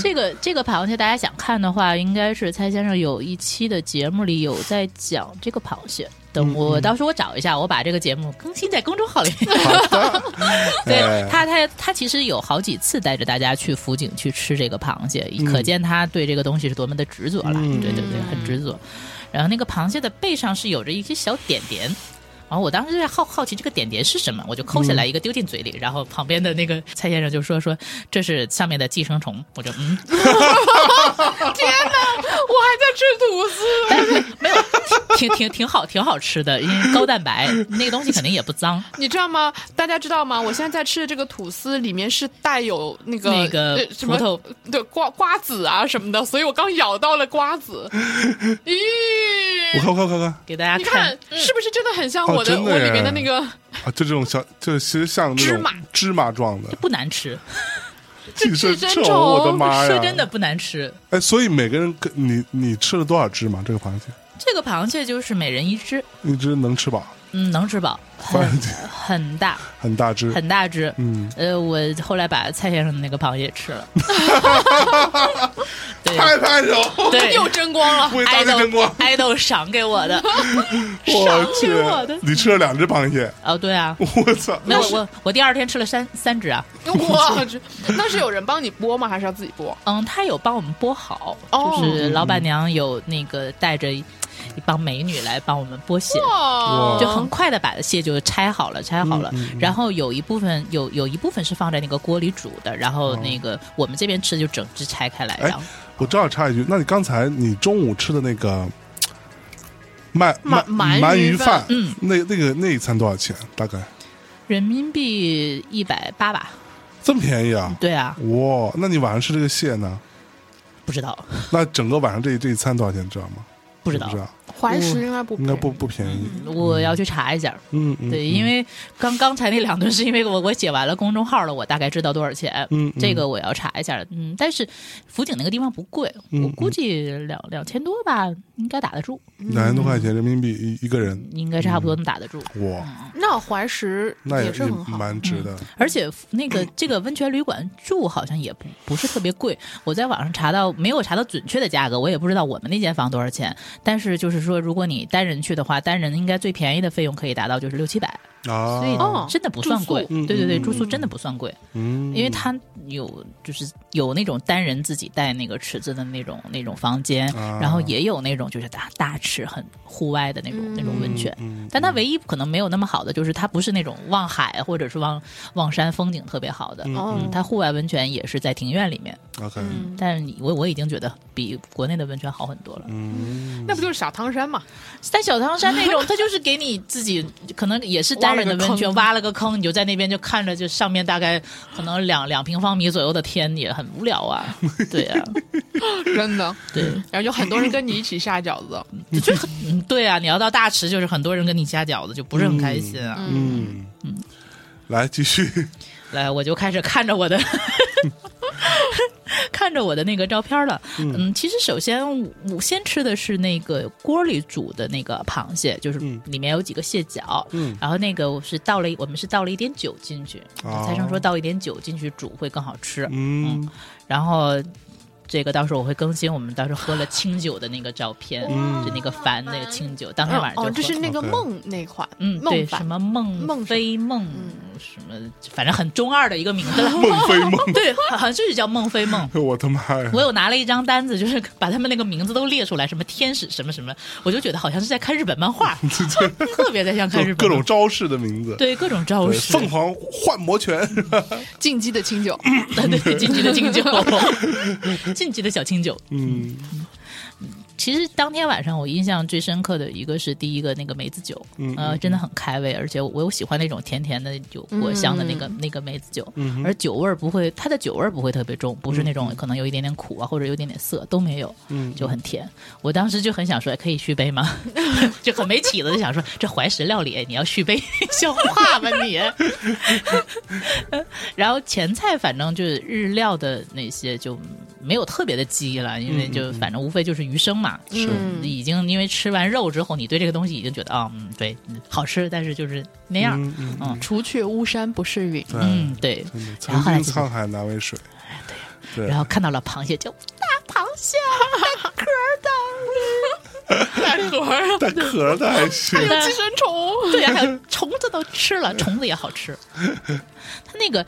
[SPEAKER 2] 这个这个螃蟹，大家想看的话，应该是蔡先生有一期的节目里有在讲这个螃蟹。
[SPEAKER 1] 嗯
[SPEAKER 2] 等我到时候我找一下，我把这个节目更新在公众号里。
[SPEAKER 1] 好的，
[SPEAKER 2] 对
[SPEAKER 1] 哎
[SPEAKER 2] 他，他他其实有好几次带着大家去福井去吃这个螃蟹，可见他对这个东西是多么的执着了。
[SPEAKER 1] 嗯
[SPEAKER 2] 对对对，很执着。然后那个螃蟹的背上是有着一些小点点。然后我当时就在好好奇这个点点是什么，我就抠下来一个丢进嘴里，然后旁边的那个蔡先生就说说这是上面的寄生虫，我就嗯，
[SPEAKER 3] 天哪，我还在吃吐司。
[SPEAKER 2] 没有，挺挺挺好，挺好吃的，因为高蛋白，那个东西肯定也不脏。嗯
[SPEAKER 3] 你知道吗？大家知道吗？我现在在吃的这个吐司里面是带有那个
[SPEAKER 2] 那个
[SPEAKER 3] 呃什么
[SPEAKER 2] 葡萄
[SPEAKER 3] 对瓜瓜子啊什么的，所以我刚咬到了瓜 子。咦，
[SPEAKER 1] 我看我看我看看
[SPEAKER 2] 给大家
[SPEAKER 3] 你看嗯
[SPEAKER 2] 嗯
[SPEAKER 3] 是不是真的很像
[SPEAKER 1] 哦
[SPEAKER 3] 我的、
[SPEAKER 1] 真的
[SPEAKER 3] 我
[SPEAKER 1] 耶
[SPEAKER 3] 里面的那个？
[SPEAKER 1] 啊，就这种小，就其实像那种
[SPEAKER 3] 芝麻
[SPEAKER 1] 芝麻状 的
[SPEAKER 2] 不难吃，
[SPEAKER 1] 寄生
[SPEAKER 3] 寄生
[SPEAKER 1] 虫，
[SPEAKER 3] 虫
[SPEAKER 1] 我的妈呀！
[SPEAKER 2] 说真的，不难吃。
[SPEAKER 1] 哎，所以每个人跟你你吃了多少只嘛？这个螃蟹，
[SPEAKER 2] 这个螃蟹就是每人一只，
[SPEAKER 1] 一只能吃饱，
[SPEAKER 2] 嗯，能吃饱，
[SPEAKER 1] 反
[SPEAKER 2] 很
[SPEAKER 1] 正
[SPEAKER 2] 很大
[SPEAKER 1] 很大只，
[SPEAKER 2] 嗯很大只。
[SPEAKER 1] 嗯，
[SPEAKER 2] 呃，我后来把蔡先生的那个螃蟹 吃了，对啊
[SPEAKER 1] 拍拍手，
[SPEAKER 2] 对，
[SPEAKER 3] 又争光 了。
[SPEAKER 1] 为大
[SPEAKER 2] 爱
[SPEAKER 1] 家
[SPEAKER 2] 豆
[SPEAKER 1] 争光！
[SPEAKER 2] 爱豆赏给我的，
[SPEAKER 1] 我去
[SPEAKER 2] 给我的，
[SPEAKER 1] 你吃了两只螃蟹，
[SPEAKER 2] 哦，对啊，
[SPEAKER 1] 我操！
[SPEAKER 2] 没有我我第二天吃了三三只啊，
[SPEAKER 3] 我去，那是有人帮你剥吗？还是要自己剥？
[SPEAKER 2] 嗯，他有帮我们剥好，
[SPEAKER 3] 哦
[SPEAKER 2] 就是老板娘有那个带着一一帮美女来帮我们剥蟹。
[SPEAKER 1] 哦
[SPEAKER 3] 哇
[SPEAKER 2] 就很快的把蟹就拆好了，拆好了，
[SPEAKER 1] 嗯
[SPEAKER 2] 然后有一部分有有一部分是放在那个锅里煮的，然后那个、我们这边吃就整只拆开来，
[SPEAKER 1] 哦哎
[SPEAKER 2] 然后
[SPEAKER 1] 我正好插一句，那你刚才你中午吃的那个鳗鳗
[SPEAKER 3] 鳗鳗
[SPEAKER 1] 鳗
[SPEAKER 3] 鱼
[SPEAKER 1] 鱼
[SPEAKER 3] 饭
[SPEAKER 1] 饭，嗯，那那个那一餐多少钱？大概
[SPEAKER 2] 人民币一百八吧，
[SPEAKER 1] 这么便宜啊？
[SPEAKER 2] 对啊，
[SPEAKER 1] 哇，那你晚上吃这个蟹呢？
[SPEAKER 2] 不知道
[SPEAKER 1] 那整个晚上这这一餐多少钱？你知道吗？不
[SPEAKER 2] 不知道
[SPEAKER 1] 知，道，
[SPEAKER 3] 怀石应该不
[SPEAKER 1] 应该不不便宜。
[SPEAKER 2] 我要去查一下。
[SPEAKER 1] 嗯，嗯
[SPEAKER 2] 对，因为刚刚才那两顿是因为我我写完了公众号了，我大概知道多少钱。
[SPEAKER 1] 嗯嗯
[SPEAKER 2] 这个我要查一下。嗯，但是福井那个地方不贵，我估计两两千多吧，应该打得住，
[SPEAKER 1] 两千多块钱人民币一一个人，
[SPEAKER 2] 应该差不多
[SPEAKER 1] 嗯
[SPEAKER 2] 能打得住。
[SPEAKER 1] 哇，
[SPEAKER 3] 那怀石
[SPEAKER 1] 那也
[SPEAKER 3] 是
[SPEAKER 1] 也
[SPEAKER 3] 很好。
[SPEAKER 1] 蛮
[SPEAKER 2] 嗯
[SPEAKER 1] 值的。
[SPEAKER 2] 而且那个这个温泉旅馆住好像也不不是特别贵，我在网上查到没有查到准确的价格，我也不知道我们那间房多少钱。但是就是说，如果你单人去的话，单人应该最便宜的费用可以达到就是六七百，
[SPEAKER 1] 啊，
[SPEAKER 2] 所以
[SPEAKER 3] 哦
[SPEAKER 2] 真的不算贵。
[SPEAKER 3] 住
[SPEAKER 1] 宿
[SPEAKER 2] 对对对，
[SPEAKER 1] 嗯嗯
[SPEAKER 2] 住宿真的不算贵。
[SPEAKER 1] 嗯，
[SPEAKER 2] 因为它有就是有那种单人自己带那个池子的那种那种房间，
[SPEAKER 1] 啊
[SPEAKER 2] 然后也有那种就是大大池很户外的那种、那种温泉。
[SPEAKER 1] 嗯
[SPEAKER 2] 但它唯一可能没有那么好的，就是它不是那种望海或者是望望山风景特别好的，
[SPEAKER 3] 哦
[SPEAKER 2] 嗯，它户外温泉也是在庭院里面。
[SPEAKER 1] 嗯 OK，
[SPEAKER 2] 但是你我我已经觉得比国内的温泉好很多了。
[SPEAKER 1] 嗯，
[SPEAKER 3] 那不就是小汤山嘛？
[SPEAKER 2] 但小汤山那种，它就是给你自己可能也是单人的温泉，挖了个坑，你就在那边就看着，就上面大概可能两两平方米左右的天，也很无聊啊。对啊，
[SPEAKER 3] 真的。
[SPEAKER 2] 对，
[SPEAKER 3] 然后有很多人跟你一起下饺子，
[SPEAKER 2] 嗯，对啊，你要到大池，就是很多人跟你夹饺子，就不是很开心啊。
[SPEAKER 1] 嗯嗯，来继 续，
[SPEAKER 2] 来，呃我就开始看着 我的。看着我的那个照片了，嗯，其实首先我先吃的是那个锅里煮的那个螃蟹，就是
[SPEAKER 1] 嗯
[SPEAKER 2] 里面有几个蟹脚，
[SPEAKER 1] 嗯
[SPEAKER 2] 然后那个我是倒了一，我们是倒了一点酒进去，
[SPEAKER 1] 哦
[SPEAKER 2] 蔡生说倒一点酒进去煮会更好吃。
[SPEAKER 1] 嗯
[SPEAKER 2] 然后这个到时候我会更新我们当时喝了清酒的那个照片，
[SPEAKER 1] 嗯
[SPEAKER 2] 就那个矾那个清酒，当天晚上就喝
[SPEAKER 3] 哦哦，这是那个
[SPEAKER 1] OK
[SPEAKER 3] 梦那款，
[SPEAKER 2] 嗯，对，
[SPEAKER 3] 梦版
[SPEAKER 2] 什么嗯梦
[SPEAKER 3] 梦
[SPEAKER 2] 飞梦什么，反正很中二的一个名 字，
[SPEAKER 1] 梦非梦，
[SPEAKER 2] 对，好像就是叫梦飞梦。
[SPEAKER 1] 我的妈呀
[SPEAKER 2] 我！有拿了一张单子，就是把他们那个名字都列出来，什么天使什么什么，我就觉得好像是在看日本漫画， 特别在像看日
[SPEAKER 1] 各
[SPEAKER 2] 本
[SPEAKER 1] 各
[SPEAKER 2] 漫
[SPEAKER 1] 种
[SPEAKER 2] 画
[SPEAKER 1] 招式的名字，
[SPEAKER 2] 对各种招
[SPEAKER 1] 对，
[SPEAKER 2] 式，
[SPEAKER 1] 凤凰幻魔拳，
[SPEAKER 3] 进击的清 酒。
[SPEAKER 2] 对，禁忌的敬酒， 禁忌的小清酒。
[SPEAKER 1] 嗯
[SPEAKER 2] 其实当天晚上我印象最深刻的一个是第一个那个梅子酒，
[SPEAKER 1] 嗯
[SPEAKER 2] 呃，真的很开胃，而且我我喜欢那种甜甜的有果香的那个、那个梅子酒，
[SPEAKER 1] 嗯哼
[SPEAKER 2] 而酒味儿不会，它的酒味儿不会特别重，不是那种可能有一点点苦啊，或者有一点点涩都没有，
[SPEAKER 1] 嗯
[SPEAKER 2] 就很甜。我当时就很想说，哎可以续杯吗？ 就很没起子，就想说这怀石料理你要续杯， 像话吗你？ 然后前菜反正就是日料的那些就没有特别的记忆了，因为就反正无非就是余生嘛。
[SPEAKER 1] 是
[SPEAKER 3] 嗯
[SPEAKER 2] 已经因为吃完肉之后，你对这个东西已经觉得啊、嗯，对，嗯好吃，但是就是那样。
[SPEAKER 1] 嗯嗯
[SPEAKER 2] 嗯
[SPEAKER 3] 除去巫山不是云。
[SPEAKER 1] 对，
[SPEAKER 2] 嗯，对。
[SPEAKER 1] 真的
[SPEAKER 2] 然
[SPEAKER 1] 曾
[SPEAKER 2] 后后来
[SPEAKER 1] 经
[SPEAKER 2] 就是
[SPEAKER 1] 沧海难为水，对
[SPEAKER 2] 然后看到了螃蟹就大螃蟹，
[SPEAKER 3] 大盒儿，
[SPEAKER 1] 带壳儿的还是
[SPEAKER 2] 对
[SPEAKER 3] 寄生虫。
[SPEAKER 2] 对呀、还有虫子都吃了，虫子也好吃。它那个，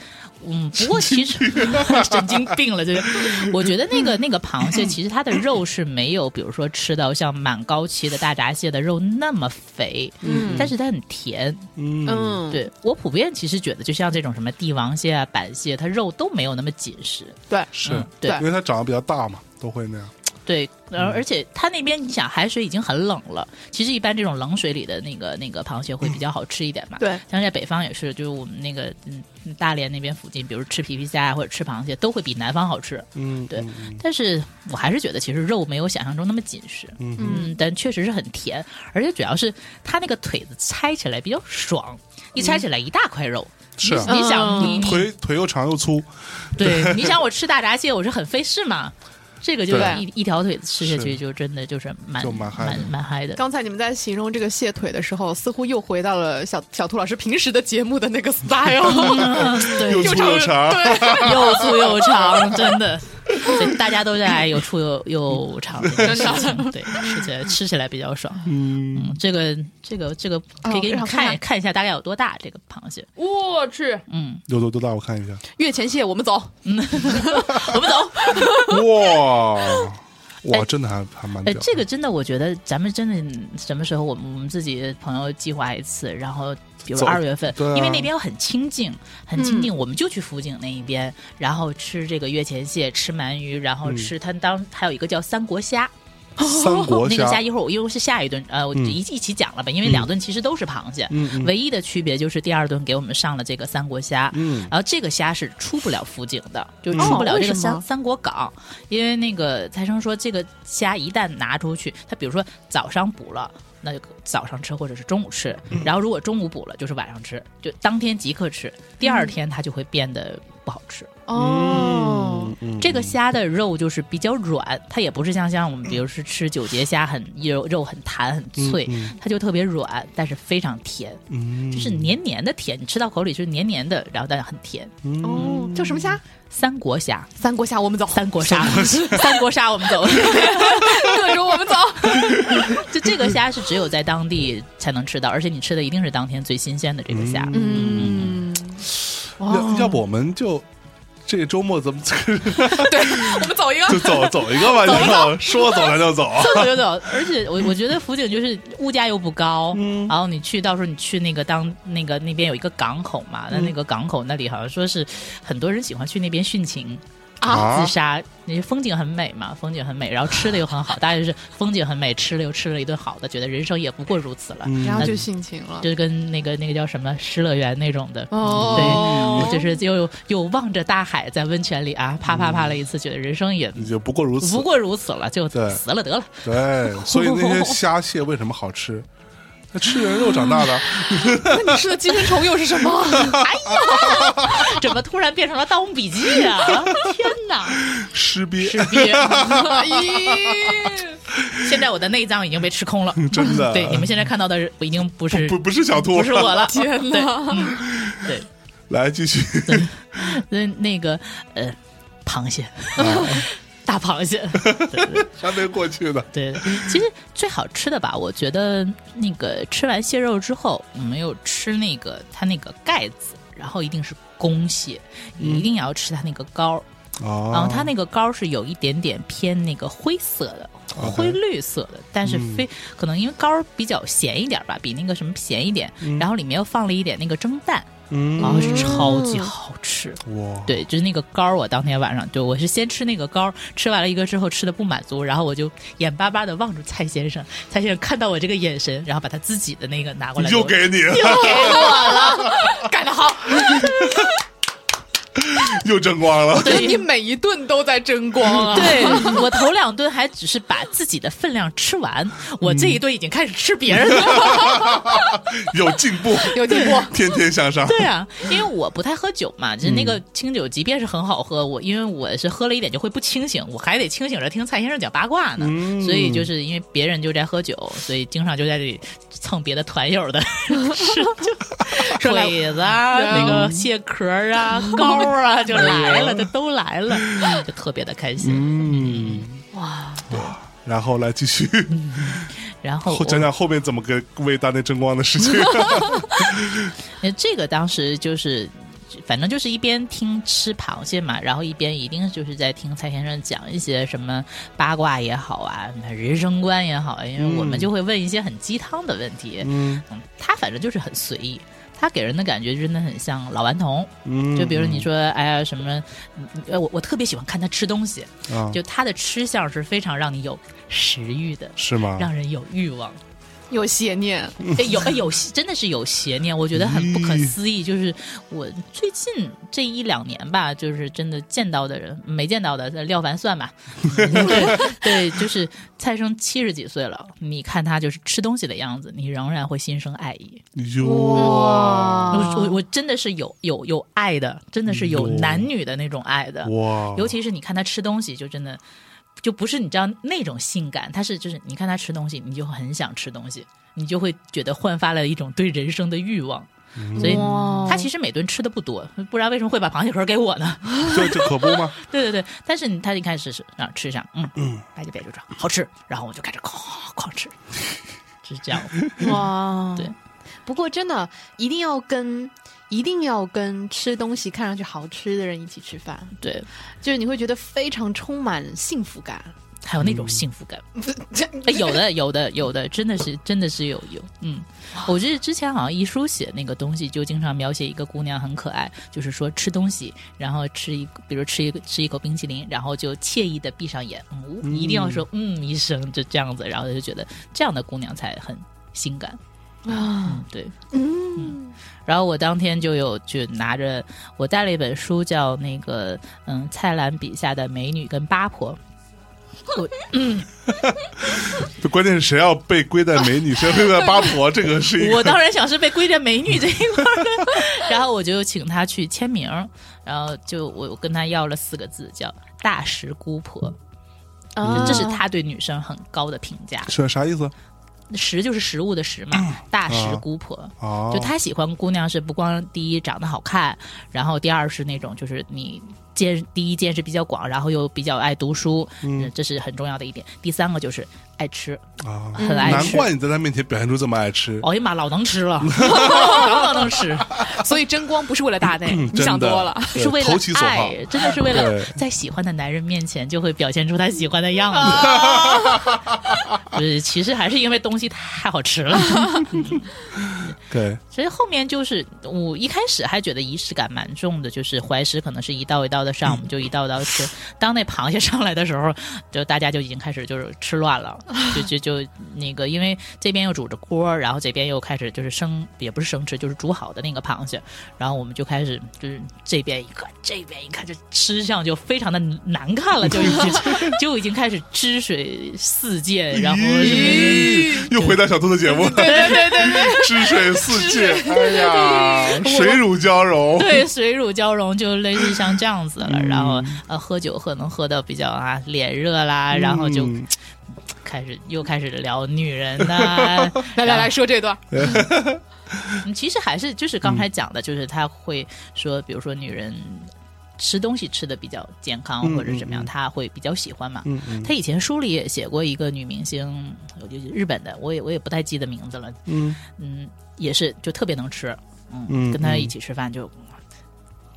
[SPEAKER 2] 嗯，不过其实 神经病了，就是我觉得那个那个螃蟹，其实它的肉是没有，比如说吃到像满高期的大闸蟹的肉那么肥，
[SPEAKER 3] 嗯
[SPEAKER 2] 但是它很甜。
[SPEAKER 1] 嗯
[SPEAKER 3] 嗯，
[SPEAKER 2] 对我普遍其实觉得，就像这种什么帝王蟹啊、板蟹，它肉都没有那么紧实。
[SPEAKER 3] 对，
[SPEAKER 1] 是
[SPEAKER 2] 嗯，对
[SPEAKER 1] 因为它长得比较大嘛，都会那样。
[SPEAKER 2] 对，
[SPEAKER 1] 嗯
[SPEAKER 2] 而而且它那边你想海水已经很冷了，其实一般这种冷水里的那个那个螃蟹
[SPEAKER 1] 嗯
[SPEAKER 2] 会比较好吃一点嘛。
[SPEAKER 3] 对
[SPEAKER 2] 像在北方也是，就是我们那个嗯大连那边附近，比如吃皮皮虾啊或者吃螃蟹，都会比南方好吃。
[SPEAKER 1] 嗯，
[SPEAKER 2] 对
[SPEAKER 1] 嗯嗯
[SPEAKER 2] 但是我还是觉得其实肉没有想象中那么紧实，
[SPEAKER 1] 嗯
[SPEAKER 2] 嗯，但确实是很甜，而且主要是它那个腿子拆起来比较爽，一拆起来一大块肉。
[SPEAKER 1] 嗯是啊
[SPEAKER 2] 你你想
[SPEAKER 3] 嗯
[SPEAKER 2] 你你
[SPEAKER 1] 腿腿又长又粗，
[SPEAKER 2] 对，你想我吃大闸蟹，我是很费事嘛。这个就是
[SPEAKER 3] 对
[SPEAKER 2] 一一条腿子吃下去，
[SPEAKER 1] 是
[SPEAKER 2] 就真的就是蛮
[SPEAKER 1] 就蛮
[SPEAKER 2] 蛮
[SPEAKER 1] 嗨的
[SPEAKER 2] 蛮嗨的。
[SPEAKER 3] 刚才你们在形容这个蟹腿的时候，似乎又回到了小小兔老师平时的节目的那个 style。
[SPEAKER 2] 嗯对，
[SPEAKER 1] 又粗又长，
[SPEAKER 2] 又粗又长，真的。所以大家都在有粗有又长这件事情，对，吃起来吃起来比较爽。
[SPEAKER 1] 嗯，
[SPEAKER 2] 嗯，这个这个这个可以给你
[SPEAKER 3] 让我看
[SPEAKER 2] 看
[SPEAKER 3] 看
[SPEAKER 2] 看一下大概有多大这个螃蟹。
[SPEAKER 3] 我去，
[SPEAKER 2] 嗯，
[SPEAKER 1] 有多多大？我看一下，
[SPEAKER 3] 月前蟹，我们走。
[SPEAKER 2] 我们走。
[SPEAKER 1] 哇哇，真的还还蛮
[SPEAKER 2] 哎，
[SPEAKER 1] 屌的。
[SPEAKER 2] 这个真的，我觉得咱们真的什么时候我们我们自己朋友计划一次，然后比如
[SPEAKER 1] 走
[SPEAKER 2] 二月份，
[SPEAKER 1] 对啊嗯
[SPEAKER 2] 因为那边很清静，很清静，我们就去福井那一边，然后吃这个月前蟹，吃鳗鱼，然
[SPEAKER 1] 嗯
[SPEAKER 2] 后吃它当还有一个叫三国虾。
[SPEAKER 1] 三国
[SPEAKER 2] 哦那个虾
[SPEAKER 1] 虾，
[SPEAKER 2] 一会儿我因为是下一顿，呃，我
[SPEAKER 1] 嗯
[SPEAKER 2] 一一起讲了吧，因为两顿其实都是螃蟹，
[SPEAKER 1] 嗯嗯
[SPEAKER 2] 唯一的区别就是第二顿给我们上了这个三国虾，
[SPEAKER 1] 嗯
[SPEAKER 2] 然后这个虾是出不了福井的，就出不了这个三、
[SPEAKER 3] 哦为什么
[SPEAKER 2] 三国港，因为那个财生说这个虾一旦拿出去，他比如说早上捕了。那就早上吃或者是中午吃，
[SPEAKER 3] 嗯
[SPEAKER 2] 然后如果中午捕了就是晚上吃，就当天即刻吃，第二天它就会变得不好吃。
[SPEAKER 3] 嗯哦，
[SPEAKER 1] 嗯
[SPEAKER 2] 这个虾的肉就是比较软，它也不是像像我们比如是吃九节虾很肉肉很弹很脆，
[SPEAKER 1] 嗯
[SPEAKER 2] 它就特别软，但是非常甜，
[SPEAKER 1] 嗯
[SPEAKER 2] 就是黏黏的甜，你吃到口里就是黏黏的，然后但很甜。
[SPEAKER 3] 哦，叫什么虾？
[SPEAKER 2] 三国虾，
[SPEAKER 3] 三国虾，我们走。
[SPEAKER 2] 三国杀， 三国杀，我们走。
[SPEAKER 3] 各种我们走。
[SPEAKER 2] 就这个虾是只有在当地才能吃到，而且你吃的一定是当天最新鲜的这个虾。
[SPEAKER 3] 嗯，
[SPEAKER 1] 要
[SPEAKER 2] 哦
[SPEAKER 1] 要不我们就这周末怎么 就
[SPEAKER 3] 对，我们走一个。
[SPEAKER 1] 走走一个吧，就说走咱就 走。
[SPEAKER 2] 走走走走，而且我我觉得福井就是物价又不高，然后你去到时候你去那个当那个那边有一个港口嘛，那那个港口那里好像说是很多人喜欢去那边殉情
[SPEAKER 1] 啊
[SPEAKER 2] 自杀，那些风景很美嘛，风景很美，然后吃的又很好，大家就是风景很美，吃了又吃了一顿好的，觉得人生也不过如此了，
[SPEAKER 1] 嗯
[SPEAKER 3] 然后就性情了。
[SPEAKER 2] 就是跟那个那个叫什么失乐园那种的。
[SPEAKER 3] 哦，
[SPEAKER 2] 对，就是又又望着大海，在温泉里啊，啪啪啪了一次，觉得人生也
[SPEAKER 1] 也不过如此
[SPEAKER 2] 不，过如此了，就
[SPEAKER 1] 嗯对
[SPEAKER 2] 死了得了。
[SPEAKER 1] 对，所以那些虾蟹为什么好吃？它吃人肉长大 的，
[SPEAKER 3] 那你吃的寄生虫又是 什么？
[SPEAKER 2] 哎呀，怎么突然变成了《盗墓笔记》 啊？天哪！
[SPEAKER 1] 尸鳖，
[SPEAKER 2] 是别，
[SPEAKER 3] 咦，
[SPEAKER 2] 现在我的内脏已经被吃空了。
[SPEAKER 1] 真的。
[SPEAKER 2] 对，你们现在看到的已经不是
[SPEAKER 1] 不不是小兔，
[SPEAKER 2] 不是我 了。
[SPEAKER 3] 天哪！
[SPEAKER 2] 对，
[SPEAKER 1] 来继 续，
[SPEAKER 2] 那那个呃，螃蟹，
[SPEAKER 1] 啊
[SPEAKER 2] 大螃蟹。
[SPEAKER 1] 还没过去呢。
[SPEAKER 2] 对，其实最好吃的吧，我觉得那个吃完蟹肉之后，我们有吃那个它那个盖子，然后一定是公蟹，一定要吃它那个膏儿。然后
[SPEAKER 1] 嗯哦
[SPEAKER 2] 它那个膏是有一点点偏那个灰色的。
[SPEAKER 1] OK
[SPEAKER 2] 灰绿色的，但是
[SPEAKER 1] 嗯
[SPEAKER 2] 非、可能因为膏比较咸一点吧，比那个什么咸一点，然后里面又放了一点那个蒸蛋，
[SPEAKER 1] 嗯
[SPEAKER 2] 然后是超级好吃。
[SPEAKER 1] 哇，
[SPEAKER 2] 对，就是那个膏，我当天晚上就我是先吃那个膏，吃完了一个之后吃的不满足，然后我就眼巴巴的望着蔡先生，蔡先生看到我这个眼神，然后把他自己的那个拿过来
[SPEAKER 1] 又
[SPEAKER 2] 我
[SPEAKER 1] 给你，
[SPEAKER 2] 又给我了，干得好。
[SPEAKER 1] 又争光了。
[SPEAKER 3] 觉得你每一顿都在争光啊！
[SPEAKER 2] 对我头两顿还只是把自己的分量吃完，我这一顿已经开始吃别人了。
[SPEAKER 1] 有进步，
[SPEAKER 3] 有进步，
[SPEAKER 1] 天天向上。
[SPEAKER 2] 对啊，因为我不太喝酒嘛，就是那个清酒，即便是很好喝，我因为我是喝了一点就会不清醒，我还得清醒着听蔡先生讲八卦呢。所以就是因为别人就在喝酒，所以经常就在这里蹭别的团友的 事情，鬼子啊，那个蟹壳啊、膏啊就来了，就都来了，就特别的开心。
[SPEAKER 1] 嗯，哇，然后来继续
[SPEAKER 2] 然后
[SPEAKER 1] 后讲讲后面怎么跟为大内争光的事情。
[SPEAKER 2] 那这个当时就是。反正就是一边听吃螃蟹嘛，然后一边一定就是在听蔡先生讲一些什么八卦也好啊，人生观也好啊，因为我们就会问一些很鸡汤的问题。
[SPEAKER 1] 嗯
[SPEAKER 2] 嗯他反正就是很随意，他给人的感觉真的很像老顽童。
[SPEAKER 1] 嗯
[SPEAKER 2] 就比如你说，哎呀什么，嗯呃，我我特别喜欢看他吃东西，
[SPEAKER 1] 啊，
[SPEAKER 2] 就他的吃相是非常让你有食欲的，
[SPEAKER 1] 是吗？
[SPEAKER 2] 让人有欲望。
[SPEAKER 3] 有邪念，
[SPEAKER 2] 哎有哎有真的是有邪念，我觉得很不可思议。就是我最近这一两年吧，就是真的见到的人没见到的，廖凡算吧。对对，就是蔡生七十几岁了，你看他就是吃东西的样子，你仍然会心生爱意。
[SPEAKER 1] 哟
[SPEAKER 4] 哦
[SPEAKER 2] 我我我真的是有有有爱的，真的是有
[SPEAKER 1] 哟
[SPEAKER 2] 男女的那种爱的。
[SPEAKER 1] 哇，
[SPEAKER 2] 尤其是你看他吃东西，就真的就不是你知道那种性感，他是就是你看他吃东西，你就很想吃东西，你就会觉得焕发了一种对人生的欲望。所以
[SPEAKER 3] 哇
[SPEAKER 2] 他其实每顿吃的不多，不然为什么会把螃蟹壳给我呢？
[SPEAKER 1] 这这可不 吗？
[SPEAKER 2] 对对对，但是你他一开始是啊吃上，嗯嗯，白就白就装好吃，然后我就开始哐哐吃，是这样。
[SPEAKER 3] 哇
[SPEAKER 2] 对。
[SPEAKER 3] 嗯不过真的一定要跟一定要跟吃东西看上去好吃的人一起吃饭，
[SPEAKER 2] 对，
[SPEAKER 3] 就是你会觉得非常充满幸福感。
[SPEAKER 2] 还有那种幸福感。
[SPEAKER 3] 这
[SPEAKER 2] 哎，有的，有的，有的，真的是，真的是有有，嗯，我记得之前好像一书写那个东西，就经常描写一个姑娘很可爱，就是说吃东西，然后吃一，比如吃一个吃一口冰淇淋，然后就惬意的闭上眼，嗯，一定要说嗯一声，就这样子，然后就觉得这样的姑娘才很性感，
[SPEAKER 3] 啊，
[SPEAKER 2] 嗯，对。
[SPEAKER 3] 嗯，
[SPEAKER 2] 然后我当天就有就拿着我带了一本书，叫那个嗯蔡澜笔下的美女跟八婆，
[SPEAKER 1] 就关键是谁要被归在美 女，谁要被归在八婆，这个 是一
[SPEAKER 2] 我
[SPEAKER 1] 个
[SPEAKER 2] 当然想是被归在美女这一 块儿的，然后我就请他去签名，然后就我跟他要了四个字，叫“大石姑婆”，
[SPEAKER 3] 啊
[SPEAKER 2] 这是他对女生很高的评价。
[SPEAKER 1] 是啥意思
[SPEAKER 2] 食就是食物的食嘛，大石姑婆。
[SPEAKER 1] 嗯啊？
[SPEAKER 2] 就他喜欢姑娘是不光第一长得好看，然后第二是那种就是你见第一见识比较广，然后又比较爱读书，嗯，这是很重要的一点。第三个就是爱吃，
[SPEAKER 1] 啊，
[SPEAKER 2] 很爱
[SPEAKER 1] 难
[SPEAKER 2] 吃。
[SPEAKER 1] 怪你在他面前表现出这么爱吃。
[SPEAKER 2] 哎呀妈，老能吃 了， 老能吃。
[SPEAKER 3] 所以争光不是为了大内，你
[SPEAKER 1] 嗯真
[SPEAKER 3] 想
[SPEAKER 1] 的
[SPEAKER 3] 多了。
[SPEAKER 1] 对
[SPEAKER 2] 是为了
[SPEAKER 1] 投其所好。
[SPEAKER 2] 爱，真的是为了
[SPEAKER 1] 对
[SPEAKER 2] 在喜欢的男人面前就会表现出他喜欢的样子。 就是其实还是因为东西太好吃了，
[SPEAKER 1] 对，
[SPEAKER 2] 所以后面就是我一开始还觉得仪式感蛮重的，就是怀石可能是一道一道的上，我们就一道一道吃。当那螃蟹上来的时候，就大家就已经开始就是吃乱了，就就就那个，因为这边又煮着锅，然后这边又开始就是生，也不是生吃，就是煮好的那个螃蟹，然后我们就开始就是这边一个，这边一个，就吃相就非常的难看了，就已经 就已经开始汁水四溅，然后什么。
[SPEAKER 1] 咦，又回到小兔的节目，对对对 对，汁水四溅，哎呀，水乳交融，
[SPEAKER 2] 对，水乳交融，就类似像这样子
[SPEAKER 1] 嗯
[SPEAKER 2] 了。然后呃，喝酒可能喝的比较啊脸热啦，然后就
[SPEAKER 1] 嗯
[SPEAKER 2] 开始又开始聊女人 呐、
[SPEAKER 3] 来
[SPEAKER 1] 哎
[SPEAKER 3] 来来说这段，
[SPEAKER 2] 嗯其实还是就是刚
[SPEAKER 1] 嗯
[SPEAKER 2] 才讲的，就是他会说，比如说女人。吃东西吃的比较健康
[SPEAKER 1] 嗯
[SPEAKER 2] 或者怎么
[SPEAKER 1] 嗯
[SPEAKER 2] 样，
[SPEAKER 1] 嗯
[SPEAKER 2] 他会比较喜欢嘛。
[SPEAKER 1] 嗯嗯
[SPEAKER 2] 他以前书里也写过一个女明星，我就日本的，我也我也不太记得名字了。
[SPEAKER 1] 嗯，
[SPEAKER 2] 嗯，也是就特别能吃，嗯，
[SPEAKER 1] 嗯
[SPEAKER 2] 跟他
[SPEAKER 1] 嗯
[SPEAKER 2] 一起吃饭就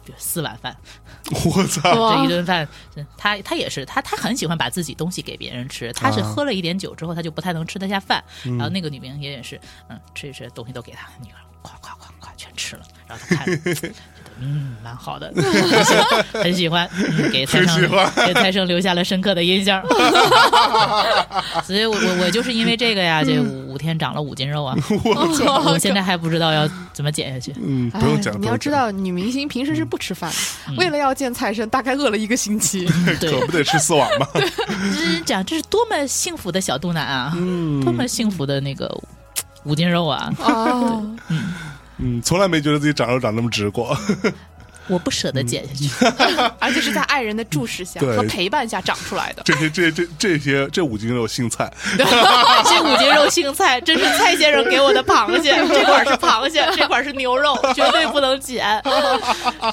[SPEAKER 2] 就四碗饭，
[SPEAKER 1] 我操，
[SPEAKER 2] 这一顿饭，嗯他他也是，他他很喜欢把自己东西给别人吃。他是
[SPEAKER 1] 啊
[SPEAKER 2] 喝了一点酒之后，他就不太能吃得下饭。然后那个女 嗯明星也是，嗯，吃一吃东西都给他，女儿夸夸夸夸全吃了，然后他看觉得嗯，蛮好的， 很喜欢，嗯、给财
[SPEAKER 1] 很喜
[SPEAKER 2] 生
[SPEAKER 1] 欢
[SPEAKER 2] 给财生留下了深刻的 印象。所以我我我就是因为这个呀，这
[SPEAKER 1] 嗯
[SPEAKER 2] 五天长了五 斤肉啊，我现在还不知道要怎么减下去。
[SPEAKER 1] 嗯，不用讲
[SPEAKER 3] 哦
[SPEAKER 1] 嗯了，
[SPEAKER 3] 哎你要知道，女明星平时是不吃饭的，为了要见蔡生，大概饿了一个星期。
[SPEAKER 1] 不用
[SPEAKER 2] 对
[SPEAKER 1] 讲，可，不得吃丝网吗？
[SPEAKER 2] 真讲这是多么幸福的小肚腩啊，
[SPEAKER 1] 嗯
[SPEAKER 2] 多么幸福的那个五斤肉啊！
[SPEAKER 3] 哦，
[SPEAKER 1] 嗯，从来没觉得自己长肉长那么直过。
[SPEAKER 2] 我不舍得减下去。
[SPEAKER 3] 而且是在爱人的注视下
[SPEAKER 1] 对
[SPEAKER 3] 和陪伴下长出来的。
[SPEAKER 1] 这些、这、这、这些、这五斤肉姓蔡，
[SPEAKER 2] 嗯这五斤肉姓蔡，这是蔡先生给我的螃蟹，这块儿是螃蟹，这块儿是牛肉，绝对不能 减，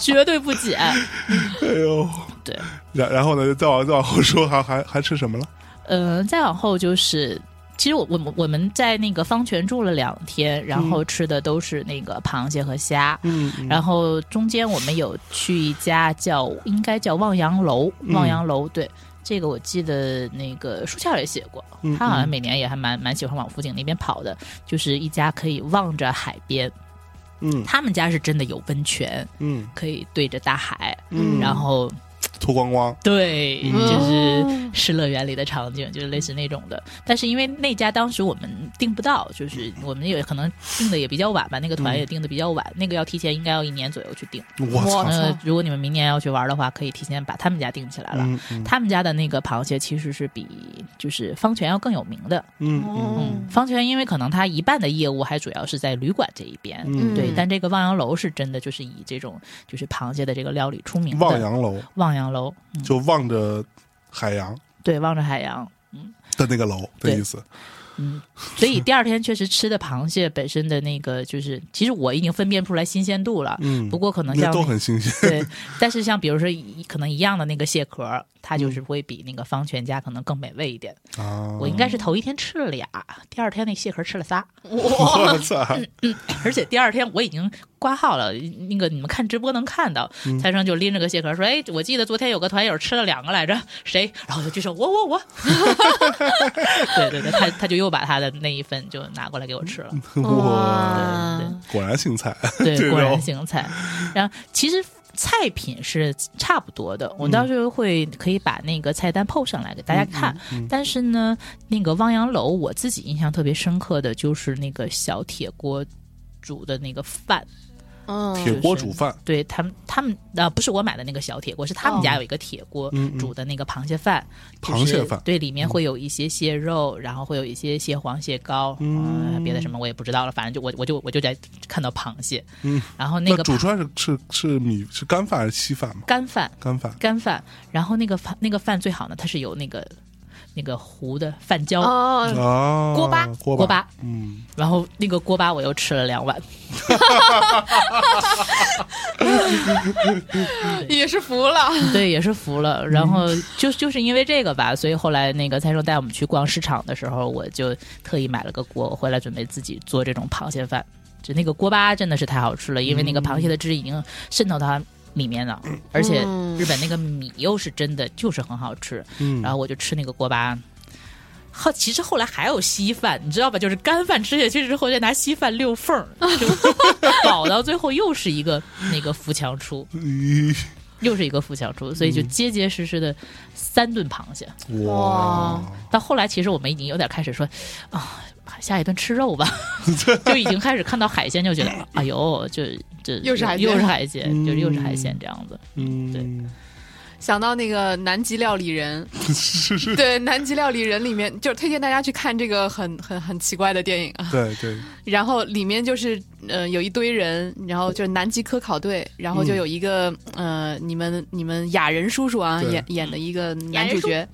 [SPEAKER 2] 绝对不减。
[SPEAKER 1] 哎呦，
[SPEAKER 2] 对，
[SPEAKER 1] 然然后呢，再往再往后说，还还还吃什么了？
[SPEAKER 2] 呃，再往后就是。其实我我们我们在那个方泉住了两天，然后吃的都是那个螃蟹和虾，
[SPEAKER 1] 嗯，
[SPEAKER 2] 然后中间我们有去一家叫应该叫望洋楼，
[SPEAKER 1] 嗯
[SPEAKER 2] 望洋楼、对。这个我记得，那个书翘也写过，
[SPEAKER 1] 嗯
[SPEAKER 2] 他好像每年也还蛮蛮喜欢往福井那边跑的，就是一家可以望着海边，
[SPEAKER 1] 嗯
[SPEAKER 2] 他们家是真的有温泉，
[SPEAKER 1] 嗯
[SPEAKER 2] 可以对着大海，
[SPEAKER 1] 嗯
[SPEAKER 2] 然后
[SPEAKER 1] 脱光光，
[SPEAKER 2] 对，就是
[SPEAKER 3] 哦
[SPEAKER 2] 失乐园里的场景，就是类似那种的。但是因为那家当时我们订不到，就是我们也可能订的也比较晚吧，那个团
[SPEAKER 1] 嗯
[SPEAKER 2] 也订的比较晚，那个要提前应该要一年左右去订。
[SPEAKER 1] 我操！
[SPEAKER 2] 呃，如果你们明年要去玩的话，可以提前把他们家订起来了。
[SPEAKER 1] 嗯嗯
[SPEAKER 2] 他们家的那个螃蟹其实是比就是方泉要更有名的。
[SPEAKER 1] 嗯
[SPEAKER 3] 哦，
[SPEAKER 2] 方泉因为可能它一半的业务还主要是在旅馆这一边，
[SPEAKER 1] 嗯
[SPEAKER 2] 对，但这个望洋楼是真的就是以这种就是螃蟹的这个料理出名
[SPEAKER 1] 嗯，
[SPEAKER 2] 的。
[SPEAKER 1] 望洋楼
[SPEAKER 2] 望洋楼，嗯，
[SPEAKER 1] 就望着海洋
[SPEAKER 2] 对，望着 海洋。
[SPEAKER 1] 的那个楼的
[SPEAKER 2] 对
[SPEAKER 1] 意思。
[SPEAKER 2] 嗯，所以第二天确实吃的螃蟹本身的那个，就是其实我已经分辨不出来新鲜度了。
[SPEAKER 1] 嗯，
[SPEAKER 2] 不过可能
[SPEAKER 1] 那
[SPEAKER 2] 像
[SPEAKER 1] 都很新鲜。
[SPEAKER 2] 对，但是像比如说一可能一样的那个蟹壳，它就是会比那个方全家可能更美味一点。
[SPEAKER 1] 啊！
[SPEAKER 2] 我应该是头一天吃了俩，第二天那蟹壳吃了仨，
[SPEAKER 1] 我操！
[SPEAKER 2] 而且第二天我已经挂号了。那个你们看直播能看到，蔡生就拎着个蟹壳说：“哎，我记得昨天有个团友吃了两个来着，谁？”然后我就举手，我我我。对对对，他他就又把他的那一份就拿过来给我吃了。
[SPEAKER 1] 哇，
[SPEAKER 2] 对
[SPEAKER 3] 嗯
[SPEAKER 2] 对
[SPEAKER 1] 果然姓蔡。 这
[SPEAKER 2] 对，果然
[SPEAKER 1] 种
[SPEAKER 2] 姓蔡。然后其实菜品是差不多的，我到时候会可以把那个菜单 PO 上来给大家看。但是呢，那个汪洋楼我自己印象特别深刻的就是那个小铁锅煮的那个饭。
[SPEAKER 1] 铁
[SPEAKER 3] 嗯，
[SPEAKER 1] 锅煮饭，
[SPEAKER 2] 对他们，他们啊、不是我买的那个小铁锅，是他们家有一个铁锅煮的那个哦嗯螃蟹饭，嗯就是
[SPEAKER 1] 螃蟹饭
[SPEAKER 2] 对，里面会有一些蟹肉，然后会有一些蟹黄、蟹膏，嗯、别的什么我也不知道了，反正就我我就我就在看到螃蟹，嗯，然后那个
[SPEAKER 1] 煮出来是是是米是干饭还是稀饭嘛？
[SPEAKER 2] 干饭，
[SPEAKER 1] 干饭。
[SPEAKER 2] 干饭，然后那个饭那个饭最好呢，它是有那个那个糊的饭焦、
[SPEAKER 3] 哦，
[SPEAKER 1] 啊，
[SPEAKER 3] 锅巴
[SPEAKER 1] 锅
[SPEAKER 2] 嗯锅巴，
[SPEAKER 1] 嗯，
[SPEAKER 2] 然后那个锅巴我又吃了两碗，
[SPEAKER 3] 也是服了。
[SPEAKER 2] 对，也是服了。然后就就是因为这个吧，所以后来那个蔡生带我们去逛市场的时候，我就特意买了个锅，我回来准备自己做这种螃蟹饭。就那个锅巴真的是太好吃了，因为那个螃蟹的汁已经渗透到它里面了，而且日本那个米又是真的就是很好吃。然后我就吃那个锅巴。后其实后来还有稀饭，你知道吧？就是干饭吃下去之后，再拿稀饭溜缝儿，就 饱到最后又是一个那个扶墙出。
[SPEAKER 1] 咦，
[SPEAKER 2] 又是一个腹腔
[SPEAKER 1] 嗯
[SPEAKER 2] 出，所以就结结实实的三顿螃蟹。
[SPEAKER 1] 哇，
[SPEAKER 2] 到后来，其实我们已经有点开始说啊，下一顿吃 肉吧，就已经开始看到海鲜，就觉得哎呦，就这
[SPEAKER 3] 又是海鲜
[SPEAKER 2] 又是海鲜，
[SPEAKER 1] 嗯
[SPEAKER 2] 就是又是海鲜这样子。
[SPEAKER 1] 嗯，
[SPEAKER 3] 想到那个南极料理人，
[SPEAKER 1] 是 是，
[SPEAKER 3] 对《南极料理人》里面，就是推荐大家去看这个很很很奇怪的电影啊。
[SPEAKER 1] 对对，
[SPEAKER 3] 然后里面就是，呃，有一堆人，然后就是南极科考队，然后就有一个，呃，你们你们雅人叔叔啊
[SPEAKER 1] 对
[SPEAKER 3] 演演的一个
[SPEAKER 2] 雅
[SPEAKER 3] 男
[SPEAKER 2] 人
[SPEAKER 3] 主
[SPEAKER 2] 叔
[SPEAKER 3] 角。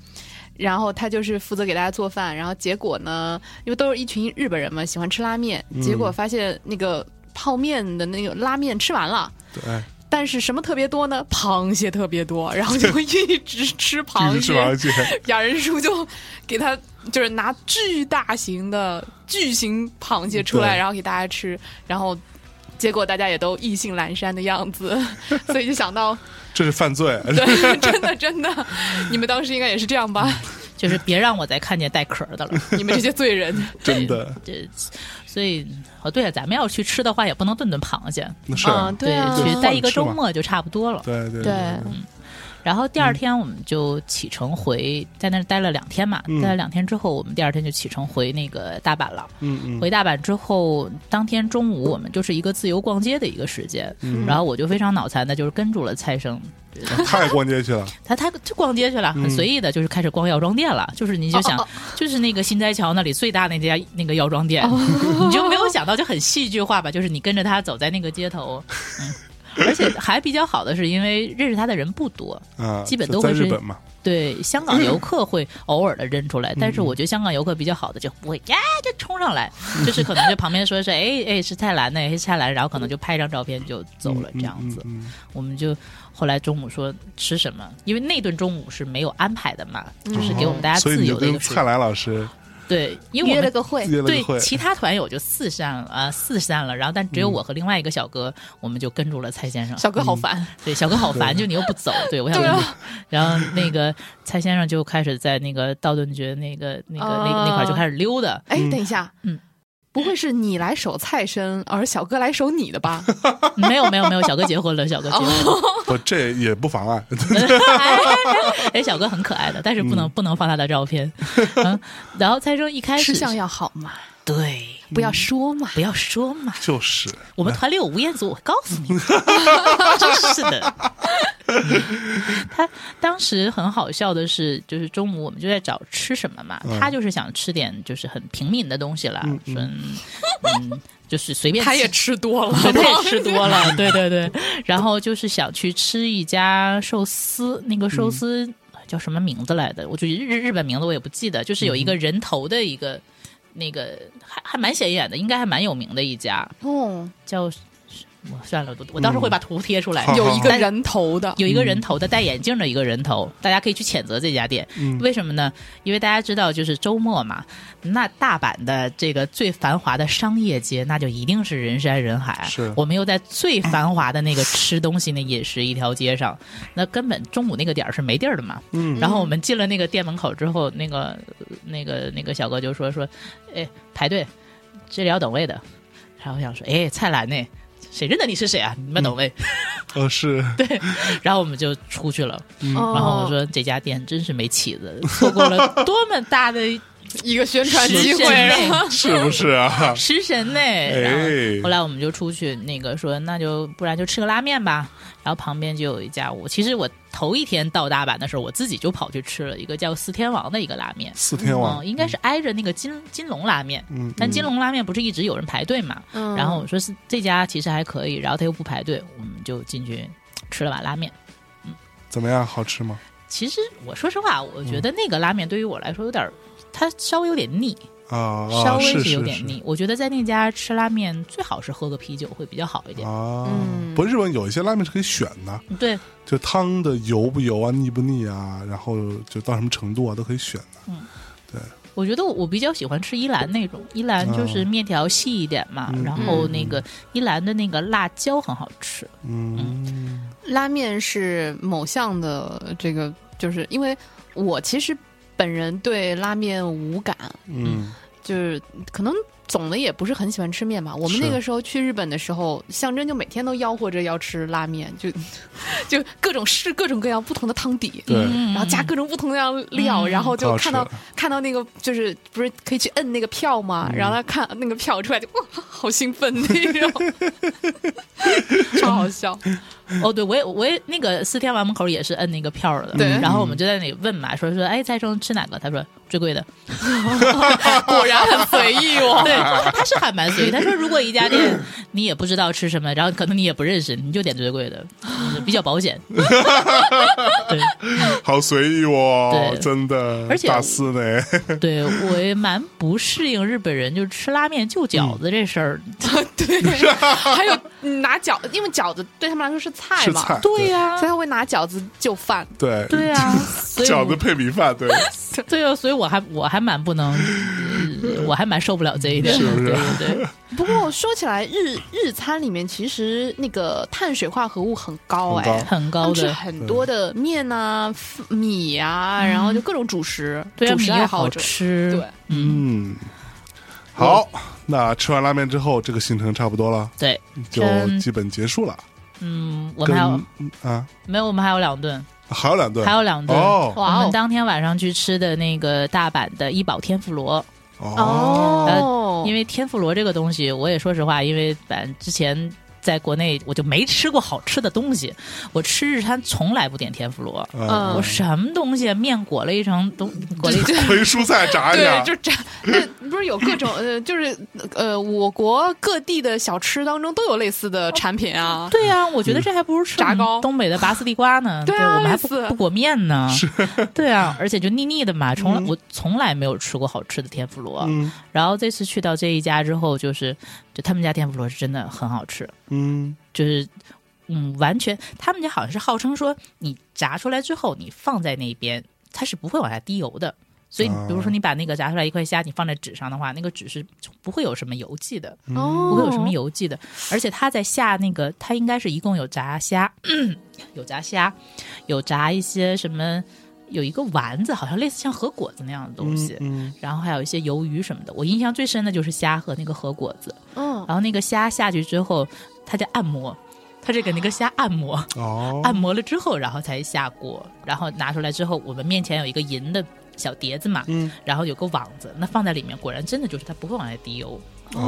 [SPEAKER 3] 然后他就是负责给大家做饭，然后结果呢，因为都是一群日本人嘛，喜欢吃拉面，结果发现那个泡面的那个拉面吃完了，
[SPEAKER 1] 对，哎
[SPEAKER 3] 但是什么特别多呢？螃蟹特别多，然后就一直吃螃
[SPEAKER 1] 就
[SPEAKER 3] 蟹，
[SPEAKER 1] 是吃螃蟹，
[SPEAKER 3] 雅人叔就给他就是拿巨大型的巨型螃蟹出来，
[SPEAKER 1] 对
[SPEAKER 3] 然后给大家吃，然后结果大家也都意兴阑珊的样子，所以就想到，
[SPEAKER 1] 这是犯罪，
[SPEAKER 3] 对，真的真的，你们当时应该也是这样吧？
[SPEAKER 2] 就是别让我再看见带壳 儿的了。
[SPEAKER 3] 你们这些罪人，
[SPEAKER 1] 真的，
[SPEAKER 2] 这，所以哦，对了，咱们要是去吃的话，也不能顿顿螃蟹，
[SPEAKER 1] 那是
[SPEAKER 2] 嗯
[SPEAKER 3] 啊，对啊，
[SPEAKER 1] 对
[SPEAKER 2] 去待一个
[SPEAKER 1] 换着吃
[SPEAKER 2] 周
[SPEAKER 1] 嘛
[SPEAKER 2] 末就差不多了。
[SPEAKER 1] 对对
[SPEAKER 3] 对，
[SPEAKER 2] 然后第二天我们就启程回，在那儿待了两天嘛，
[SPEAKER 1] 嗯
[SPEAKER 2] 待了两天之后，我们第二天就启程回那个大阪了。
[SPEAKER 1] 嗯嗯，
[SPEAKER 2] 回大阪之后，当天中午我们就是一个自由逛街的一个时间，
[SPEAKER 1] 嗯
[SPEAKER 2] 然后我就非常脑残的，就是跟住了蔡生，
[SPEAKER 1] 啊太逛街去了，
[SPEAKER 2] 他他就逛街去了，很
[SPEAKER 1] 嗯
[SPEAKER 2] 随意的，就是开始逛药妆店了。就是你就想，
[SPEAKER 3] 哦哦
[SPEAKER 2] 就是那个新斋桥那里最大那家那个药妆店， 你就没有想到就很戏剧化吧？就是你跟着他走在那个街头，嗯，而且还比较好的是，因为认识他的人不多，
[SPEAKER 1] 啊，
[SPEAKER 2] 基本都
[SPEAKER 1] 在
[SPEAKER 2] 会是
[SPEAKER 1] 日本嘛，
[SPEAKER 2] 对香港游客会偶尔的认出来， 但
[SPEAKER 1] 嗯
[SPEAKER 2] 是我觉得香港游客比较好的就不会呀就冲上 来，就是可能就旁边说是哎哎是蔡澜呢，哎是蔡澜，然后可能就拍张照片就走了
[SPEAKER 1] 嗯
[SPEAKER 2] 这样子。
[SPEAKER 1] 嗯嗯
[SPEAKER 2] 我们就后来中午说吃什么，因为那顿中午是没有安排的嘛，就是给我们大
[SPEAKER 1] 嗯
[SPEAKER 2] 家
[SPEAKER 1] 所以
[SPEAKER 2] 自
[SPEAKER 1] 你
[SPEAKER 2] 由
[SPEAKER 1] 就
[SPEAKER 2] 的一
[SPEAKER 1] 跟
[SPEAKER 2] 个时
[SPEAKER 1] 蔡
[SPEAKER 2] 间。
[SPEAKER 1] 澜老 师
[SPEAKER 2] 对，因为
[SPEAKER 4] 约
[SPEAKER 2] 我
[SPEAKER 4] 了
[SPEAKER 2] 们
[SPEAKER 4] 个会。
[SPEAKER 1] 约了个会
[SPEAKER 2] 对，其他团友就四散了啊，四散了，然后但
[SPEAKER 1] 嗯
[SPEAKER 2] 只有我和另外一个小哥，我们就跟住了蔡先生。
[SPEAKER 3] 小哥好烦，
[SPEAKER 2] 对，小哥好烦，就你又不走，对啊我想跟你。然后那个蔡先生就开始在那个道顿崛那个那个那那块儿就开始溜达，
[SPEAKER 3] 哎，等一下，
[SPEAKER 2] 嗯。
[SPEAKER 3] 不会是你来守蔡生，而小哥来守你的吧？
[SPEAKER 2] 没有没有没有，小哥结婚了，小哥结婚了。
[SPEAKER 1] 不，这也不妨碍，
[SPEAKER 2] 哎，小哥很可爱的，但是不能、不能放他的照片。 嗯，然后蔡生一开始
[SPEAKER 3] 吃相要好嘛，
[SPEAKER 2] 嗯对，
[SPEAKER 3] 不要说嘛。
[SPEAKER 2] 不要说嘛，
[SPEAKER 1] 就是
[SPEAKER 2] 我们团里有吴彦祖，我告诉你，真是的。他当时很好笑的是，就是中午我们就在找吃什么嘛，他就是想吃点就是很平民的东西啦，说嗯嗯，就是随便
[SPEAKER 3] 他也
[SPEAKER 2] 吃
[SPEAKER 3] 吃多了，
[SPEAKER 2] 对 他也吃多了， 对对对。然后就是想去吃一家寿司，那个寿司叫什么名字来的？我就日日本名字我也不记得，就是有
[SPEAKER 3] 嗯
[SPEAKER 2] 一个人头的一个。那个还还蛮显眼的，应该还蛮有名的一家，
[SPEAKER 3] 哦，
[SPEAKER 2] 叫我算了，我我到时候会把图贴出
[SPEAKER 1] 嗯
[SPEAKER 2] 来。
[SPEAKER 1] 好
[SPEAKER 3] 有一个人头的，
[SPEAKER 2] 有一
[SPEAKER 1] 嗯
[SPEAKER 2] 个人头的戴眼镜的一个人头，大家可以去谴责这家店。
[SPEAKER 1] 嗯
[SPEAKER 2] 为什么呢？因为大家知道，就是周末嘛，那大阪的这个最繁华的商业街，那就一定是人山人海。
[SPEAKER 1] 是
[SPEAKER 2] 我们又在最繁华的那个吃东西、那饮食一条街上，那根本中午那个点儿是没地儿的嘛。
[SPEAKER 1] 嗯
[SPEAKER 2] 然后我们进了那个店门口之后，那个、那个、那个小哥就说说，哎，排队，这里要等位的。然后我想说，哎，蔡澜呢？谁认得你是谁啊？你们等位。
[SPEAKER 1] 呃是，
[SPEAKER 2] 然后我们就出去了。
[SPEAKER 3] 然
[SPEAKER 1] 哦
[SPEAKER 2] 然后我说这家店真是没起子，错过了多么大的
[SPEAKER 3] 一个宣传机
[SPEAKER 2] 食
[SPEAKER 3] 会，
[SPEAKER 2] 神
[SPEAKER 3] 然后
[SPEAKER 2] 呢，
[SPEAKER 1] 是不是啊？
[SPEAKER 2] 食神呢。然
[SPEAKER 1] 哎
[SPEAKER 2] 后后来我们就出去，那个说那就不然就吃个拉面吧。然后旁边就有一家，我其实我头一天到大阪的时候，我自己就跑去吃了一个叫四天王的一个拉面。
[SPEAKER 1] 四天王
[SPEAKER 2] 嗯，，应该是挨着那个金金龙拉面，
[SPEAKER 1] 嗯
[SPEAKER 2] 但金龙拉面不是一直有人排队嘛？
[SPEAKER 3] 嗯
[SPEAKER 2] 然后我说是这家其实还可以，然后他又不排队，我们就进去吃了碗拉面。
[SPEAKER 1] 怎么样？好吃吗？
[SPEAKER 2] 其实我说实话，我觉
[SPEAKER 1] 嗯
[SPEAKER 2] 得那个拉面对于我来说有点儿，它稍微有点腻，
[SPEAKER 1] 啊，啊
[SPEAKER 2] 稍微
[SPEAKER 1] 是
[SPEAKER 2] 有
[SPEAKER 1] 是
[SPEAKER 2] 点
[SPEAKER 1] 是
[SPEAKER 2] 腻。我觉得在那家吃拉面最好是喝个啤酒会比较好一点。
[SPEAKER 1] 啊。
[SPEAKER 2] 嗯
[SPEAKER 1] 不，日本有一些拉面是可以选的，
[SPEAKER 2] 对，
[SPEAKER 1] 就汤的油不油啊、腻不腻啊，然后就到什么程度啊，都可以选的。
[SPEAKER 2] 我觉得我比较喜欢吃伊兰那种，伊兰就是面条细一点嘛，
[SPEAKER 1] 啊嗯
[SPEAKER 2] 然后那个伊兰的那个辣椒很好吃。
[SPEAKER 1] 嗯，
[SPEAKER 3] 拉面是某项的这个，就是因为我其实本人对拉面无感，
[SPEAKER 1] 嗯
[SPEAKER 3] 就是可能总的也不是很喜欢吃面吧。我们
[SPEAKER 1] 是
[SPEAKER 3] 那个时候去日本的时候，象征就每天都吆喝着要吃拉面，就就各种试各种各样不同的汤底。
[SPEAKER 1] 对，
[SPEAKER 2] 嗯
[SPEAKER 3] 然后加各种不同的样料，然后就
[SPEAKER 1] 好吃
[SPEAKER 3] 看到看到那个就是不是可以去摁那个票吗？
[SPEAKER 1] 嗯
[SPEAKER 3] 然后他看那个票出来就哇，好兴奋那种， 超好笑。
[SPEAKER 2] 哦，对，我也我也那个四天王门口也是摁那个票儿的，
[SPEAKER 3] 对
[SPEAKER 1] 嗯
[SPEAKER 2] 然后我们就在那里问嘛，说说哎，蔡生吃哪个？他说最贵的，
[SPEAKER 1] 啊
[SPEAKER 3] 果然很随意哦。
[SPEAKER 2] 对，他是还蛮随意。他说，如果一家店你也不知道吃什么，然后可能你也不认识，你就点最贵的，就是比较 保险。对，
[SPEAKER 1] 好随意哦，
[SPEAKER 2] 对
[SPEAKER 1] 真的，
[SPEAKER 2] 而且
[SPEAKER 1] 大四呢，
[SPEAKER 2] 对我也蛮不适应日本人就吃拉面就饺子这事儿。
[SPEAKER 3] 对，还有嗯拿饺，因为饺子对他们来说是菜
[SPEAKER 1] 是
[SPEAKER 3] 嘛，
[SPEAKER 1] 菜，
[SPEAKER 2] 对呀、
[SPEAKER 3] 所以他会拿饺子就饭。
[SPEAKER 1] 对
[SPEAKER 2] 对呀、 所以
[SPEAKER 1] 饺子
[SPEAKER 2] 我
[SPEAKER 1] 配米饭， 对，
[SPEAKER 2] 啊对呀、所以我还我还蛮不能，呃我还蛮受不了这一点的，
[SPEAKER 1] 是不是
[SPEAKER 2] 对对对。
[SPEAKER 3] 不过说起来，日日餐里面其实那个碳水化合物很高
[SPEAKER 1] 很
[SPEAKER 3] 哎
[SPEAKER 1] 高。嗯
[SPEAKER 2] 很
[SPEAKER 3] 他
[SPEAKER 2] 高
[SPEAKER 3] 们吃
[SPEAKER 2] 的，
[SPEAKER 3] 很多的面啊、饭米啊，然后就各种主食，
[SPEAKER 2] 对啊，
[SPEAKER 3] 主
[SPEAKER 2] 米
[SPEAKER 3] 食爱
[SPEAKER 2] 又
[SPEAKER 3] 好
[SPEAKER 2] 好
[SPEAKER 3] 者。
[SPEAKER 2] 吃，
[SPEAKER 3] 对，
[SPEAKER 2] 嗯，
[SPEAKER 1] 嗯，好，那吃完拉面之后，这个行程差不多了，
[SPEAKER 2] 对，
[SPEAKER 1] 就
[SPEAKER 2] 真
[SPEAKER 1] 基本结束了。
[SPEAKER 2] 嗯，我
[SPEAKER 1] 跟
[SPEAKER 2] 们还有
[SPEAKER 1] 啊，
[SPEAKER 2] 没有？我们还有两顿，
[SPEAKER 1] 还有两顿，
[SPEAKER 2] 还有两顿。
[SPEAKER 1] 哦
[SPEAKER 2] 我
[SPEAKER 3] 哇
[SPEAKER 2] 们
[SPEAKER 3] 哦
[SPEAKER 2] 当天晚上去吃的那个大阪的一宝天妇罗，
[SPEAKER 3] 哦，
[SPEAKER 2] 因
[SPEAKER 3] 为
[SPEAKER 2] 为天妇罗这个东西，我也说实话，因为反正之前在国内我就没吃过好吃的东西，我吃日餐从来不点天妇罗，
[SPEAKER 1] 嗯
[SPEAKER 3] 嗯
[SPEAKER 2] 我什么东西啊面裹了一层东，裹了一层，
[SPEAKER 1] 回蔬菜炸一下
[SPEAKER 3] 对，，就炸。那不是有各种呃，就是呃，我国各地的小吃当中都有类似的产品啊。
[SPEAKER 2] 对呀、我觉得这还不如吃
[SPEAKER 3] 炸
[SPEAKER 2] 我们
[SPEAKER 3] 糕
[SPEAKER 2] 东北的拔丝地瓜呢，
[SPEAKER 3] 对啊
[SPEAKER 2] 我们还
[SPEAKER 3] 类
[SPEAKER 2] 不
[SPEAKER 3] 似
[SPEAKER 2] 不裹面呢，对啊，而且就腻腻的嘛，从来、我从来没有吃过好吃的天妇罗，
[SPEAKER 1] 嗯
[SPEAKER 2] 然后这次去到这一家之后，就是就他们家天妇罗是真的很好吃，
[SPEAKER 1] 嗯
[SPEAKER 2] 就是嗯，完全他们家好像是号称说，你炸出来之后，你放在那边，它是不会往下滴油的。所以，比如说你把那个炸出来一块虾，你放在纸上的话，那个纸是不会有什么油迹的，
[SPEAKER 3] 哦
[SPEAKER 2] 不会有什么油迹的。而且它在下那个，它应该是一共有炸虾， 有炸虾，有炸一些什么，有一个丸子，好像类似像和果子那样的东西，
[SPEAKER 1] 嗯
[SPEAKER 2] 然后还有一些鱿鱼什么的。我印象最深的就是虾和那个和果子。
[SPEAKER 3] 嗯，
[SPEAKER 2] 然后那个虾下去之后，它在按摩，它就给那个虾按摩，
[SPEAKER 1] 哦，
[SPEAKER 2] 按摩了之后，然后才下锅，然后拿出来之后，我们面前有一个银的小碟子嘛，
[SPEAKER 1] 嗯
[SPEAKER 2] 然后有个网子，那放在里面，果然真的就是它不会往外滴油，所以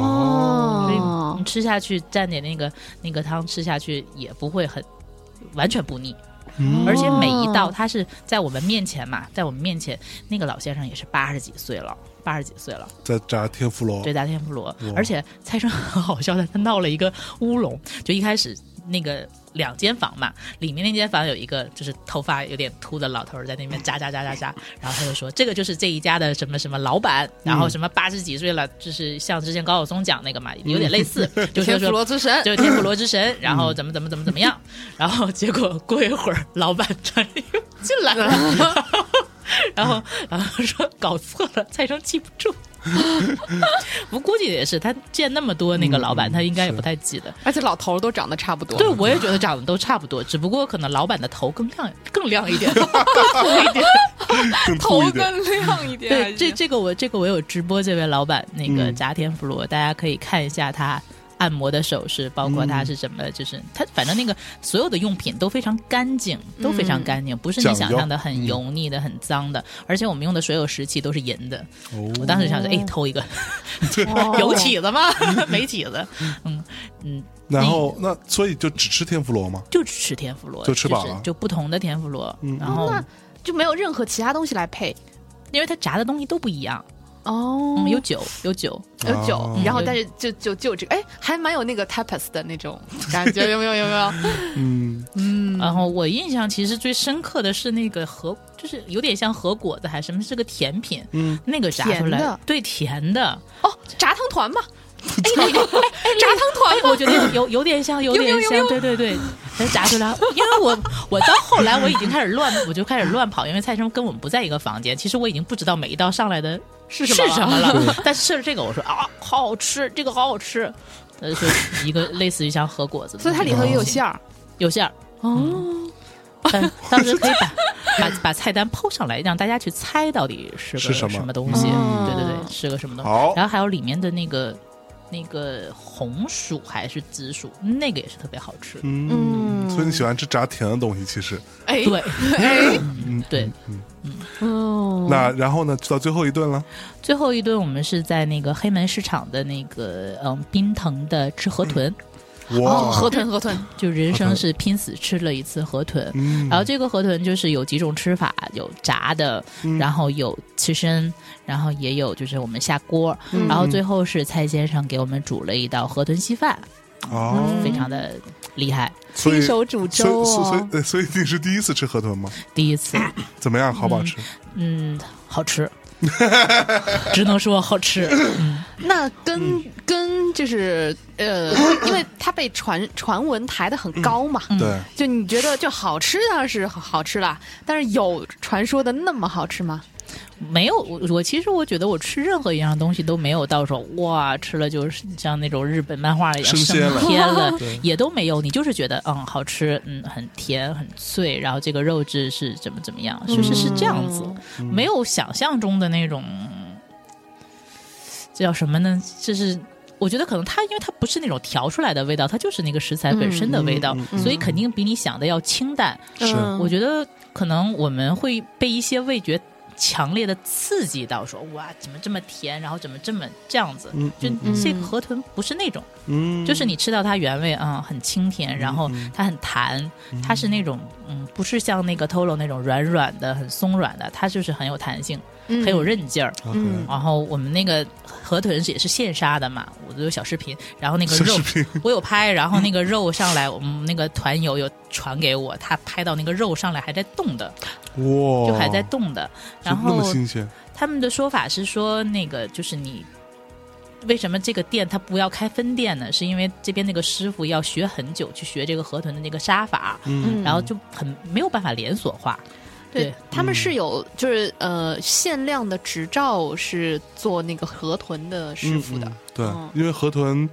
[SPEAKER 3] 哦
[SPEAKER 2] 你，吃下去蘸点那个那个汤吃下去也不会很。完全不腻，而且每一道它是在我们面前嘛，在我们面前，那个老先生也是八十几岁了，八十几岁了，
[SPEAKER 1] 在炸天妇罗
[SPEAKER 2] 对，大天妇罗
[SPEAKER 1] 哇，
[SPEAKER 2] 而且蔡生很好笑的，他闹了一个乌龙，就一开始那个两间房嘛，里面那间房有一个就是头发有点秃的老头儿在那边扎扎扎扎扎，然后他就说这个就是这一家的什么什么老板，然后什么八十几岁了，就是像之前高晓松讲那个嘛，有点类似，就是
[SPEAKER 3] 天妇
[SPEAKER 2] 说
[SPEAKER 3] 罗之神，
[SPEAKER 2] 就是天妇罗之神，然后怎么怎么怎么怎么样，然后结果过一会儿，老板突然又进来了，然后然后说搞错了，蔡生记不住。 我估计也是，他见那么多那个老板，他应该也不太记得。
[SPEAKER 3] 而且老头儿都长得差不多。
[SPEAKER 2] 对，我也觉得长得都差不多，只不过可能老板的头更亮，更亮一点，更秃一点。
[SPEAKER 1] 更
[SPEAKER 3] 头
[SPEAKER 1] 秃一点，
[SPEAKER 3] 更亮一点。
[SPEAKER 2] 对，啊
[SPEAKER 3] 还
[SPEAKER 2] 这
[SPEAKER 3] 是
[SPEAKER 2] 这个我这个我有直播这位老板那个
[SPEAKER 1] 嗯
[SPEAKER 2] 炸天妇罗，大家可以看一下他按摩的手势，包括他是什
[SPEAKER 1] 嗯
[SPEAKER 2] 么，就是他反正那个所有的用品都非常干净，都非常干净，
[SPEAKER 1] 嗯
[SPEAKER 2] 不是你想象的很油腻的、很脏的，而且我们用的所有食器都是银的。
[SPEAKER 1] 哦
[SPEAKER 2] 我当时想
[SPEAKER 1] 嗯
[SPEAKER 2] 着，哎，偷 一个有起子吗？ 没起子，嗯嗯，
[SPEAKER 1] 然后那所以就只吃天妇罗吗？
[SPEAKER 2] 就吃天妇罗，
[SPEAKER 1] 就吃饱了
[SPEAKER 2] 是就不同的天妇罗，
[SPEAKER 1] 嗯
[SPEAKER 2] 然后
[SPEAKER 3] 那就没有任何其他东西来配
[SPEAKER 2] 因为它炸的东西都不一样，
[SPEAKER 3] 哦
[SPEAKER 2] 嗯，有
[SPEAKER 3] 有
[SPEAKER 2] 酒有酒，
[SPEAKER 1] 啊
[SPEAKER 3] 有酒
[SPEAKER 1] 嗯，
[SPEAKER 3] 然后但是就就就这个，哎，还蛮有那个 tapas 的那 种感觉，有没有？有没有？
[SPEAKER 1] 嗯，
[SPEAKER 3] 嗯，
[SPEAKER 2] 然后我印象其实最深刻的是那个和，就是有点像和果子还是什么，是个甜品，
[SPEAKER 1] 嗯，
[SPEAKER 2] 那个炸出
[SPEAKER 3] 甜
[SPEAKER 2] 来
[SPEAKER 3] 的，
[SPEAKER 2] 对，甜的，
[SPEAKER 3] 哦，炸汤团 嘛，哎，你炸汤团嘛，哎
[SPEAKER 2] 我觉得有有有点像，有点像，对对对，它炸出来，因为我我到后来我已经开始乱，我就开始乱跑，因为蔡生跟我们不在一个房间，其实我已经不知道每一道上来的是什么
[SPEAKER 3] 是什么
[SPEAKER 2] 了，但是吃了这个我说啊，好好吃，这个好好吃，呃，就是一个类似于像和果子的
[SPEAKER 3] 所
[SPEAKER 2] 那种东西，
[SPEAKER 3] 以它里头也有馅儿。
[SPEAKER 2] 有馅儿。嗯
[SPEAKER 3] 哦，
[SPEAKER 2] 但当时可以把把把菜单抛上来，让大家去猜到底是个
[SPEAKER 1] 是什么
[SPEAKER 2] 东西。
[SPEAKER 3] 嗯
[SPEAKER 2] 对对对，是个什么东西。
[SPEAKER 1] 好
[SPEAKER 2] 然后还有里面的那个那个红薯还是紫薯，那个也是特别好吃。
[SPEAKER 1] 嗯，所以你喜欢吃炸甜的东西，其实
[SPEAKER 3] 哎，
[SPEAKER 2] 对
[SPEAKER 3] 哎，
[SPEAKER 1] 嗯
[SPEAKER 2] 对，嗯
[SPEAKER 3] 哦，
[SPEAKER 1] 那然后呢，到最后一顿了，
[SPEAKER 2] 最后一顿我们是在那个黑门市场的那个嗯冰腾的吃河豚，
[SPEAKER 3] 哦，河
[SPEAKER 1] 哇，
[SPEAKER 3] 豚河豚，
[SPEAKER 2] 就
[SPEAKER 1] 嗯
[SPEAKER 2] 人
[SPEAKER 1] 河
[SPEAKER 2] 生
[SPEAKER 1] 豚
[SPEAKER 2] 是拼死吃了一次河豚。
[SPEAKER 1] 嗯
[SPEAKER 2] 然后这个河豚就是有几种吃法，有炸的，然后有刺身，然后也有就是我们下锅，
[SPEAKER 3] 嗯
[SPEAKER 2] 然后最后是蔡先生给我们煮了一道河豚稀饭，
[SPEAKER 1] 哦，
[SPEAKER 2] 非常的厉害。
[SPEAKER 1] 所以
[SPEAKER 3] 亲手煮
[SPEAKER 1] 所
[SPEAKER 2] 啊
[SPEAKER 3] 粥
[SPEAKER 1] 以所以所以
[SPEAKER 3] 哦，
[SPEAKER 1] 呃所以你是第一次吃河豚吗？
[SPEAKER 2] 第一次，
[SPEAKER 1] 怎么样，好不好吃？
[SPEAKER 2] 嗯，好吃，只能说好吃。
[SPEAKER 3] 那跟
[SPEAKER 1] 嗯
[SPEAKER 3] 跟就是呃，因为它被传传闻抬得很高嘛，
[SPEAKER 1] 嗯
[SPEAKER 2] 嗯
[SPEAKER 1] 对，
[SPEAKER 3] 就你觉得就好吃当然是好吃啦，但是有传说的那么好吃吗？
[SPEAKER 2] 没有我我其实我觉得我吃任何一样东西都没有到说哇吃了就是像那种日本漫画一样
[SPEAKER 1] 升仙了
[SPEAKER 2] 天了
[SPEAKER 1] 对，
[SPEAKER 2] 也都没有，你就是觉得嗯好吃，嗯很甜很脆，然后这个肉质是怎么怎么样，就是是这样子，
[SPEAKER 1] 嗯
[SPEAKER 2] 没有想象中的那种，这叫什么呢？就是。我觉得可能它，因为它不是那种调出来的味道，它就是那个食材本身的味道，
[SPEAKER 1] 嗯
[SPEAKER 2] 所以肯定比你想的要清淡。
[SPEAKER 1] 是
[SPEAKER 3] 嗯
[SPEAKER 2] 我觉得可能我们会被一些味觉强烈的刺激到说，哇，怎么这么甜，然后怎么这么这样子？
[SPEAKER 1] 嗯
[SPEAKER 2] 就
[SPEAKER 1] 嗯
[SPEAKER 2] 这个河豚不是那种，
[SPEAKER 1] 嗯，
[SPEAKER 2] 就是你吃到它原味啊、嗯很清甜，然后它很弹，它是那种嗯，不是像那个 Tolo 那种软软的、很松软的，它就是很有弹性，
[SPEAKER 3] 嗯
[SPEAKER 2] 很有韧劲儿。
[SPEAKER 1] OK
[SPEAKER 3] 嗯
[SPEAKER 2] 然后我们那个河豚是也是现杀的嘛，我都有小视频，然后那个
[SPEAKER 1] 小
[SPEAKER 2] 肉
[SPEAKER 1] 视频
[SPEAKER 2] 我有拍，然后那个肉上来，我们那个团友有传给我，他拍到那个肉上来还在动的，
[SPEAKER 1] 哇，
[SPEAKER 2] 就还在动的。
[SPEAKER 1] 就
[SPEAKER 2] 然
[SPEAKER 1] 哦那么
[SPEAKER 2] 后
[SPEAKER 1] 新鲜，
[SPEAKER 2] 他们的说法是说，那个就是你为什么这个店它不要开分店呢？是因为这边那个师傅要学很久去学这个河豚的那个杀法，
[SPEAKER 1] 嗯
[SPEAKER 2] 然后就很没有办法连锁化。
[SPEAKER 3] 对，他们是有就是呃限量的执照，是做那个河豚的师傅的
[SPEAKER 1] 嗯。嗯对
[SPEAKER 3] 嗯，
[SPEAKER 1] 因为河豚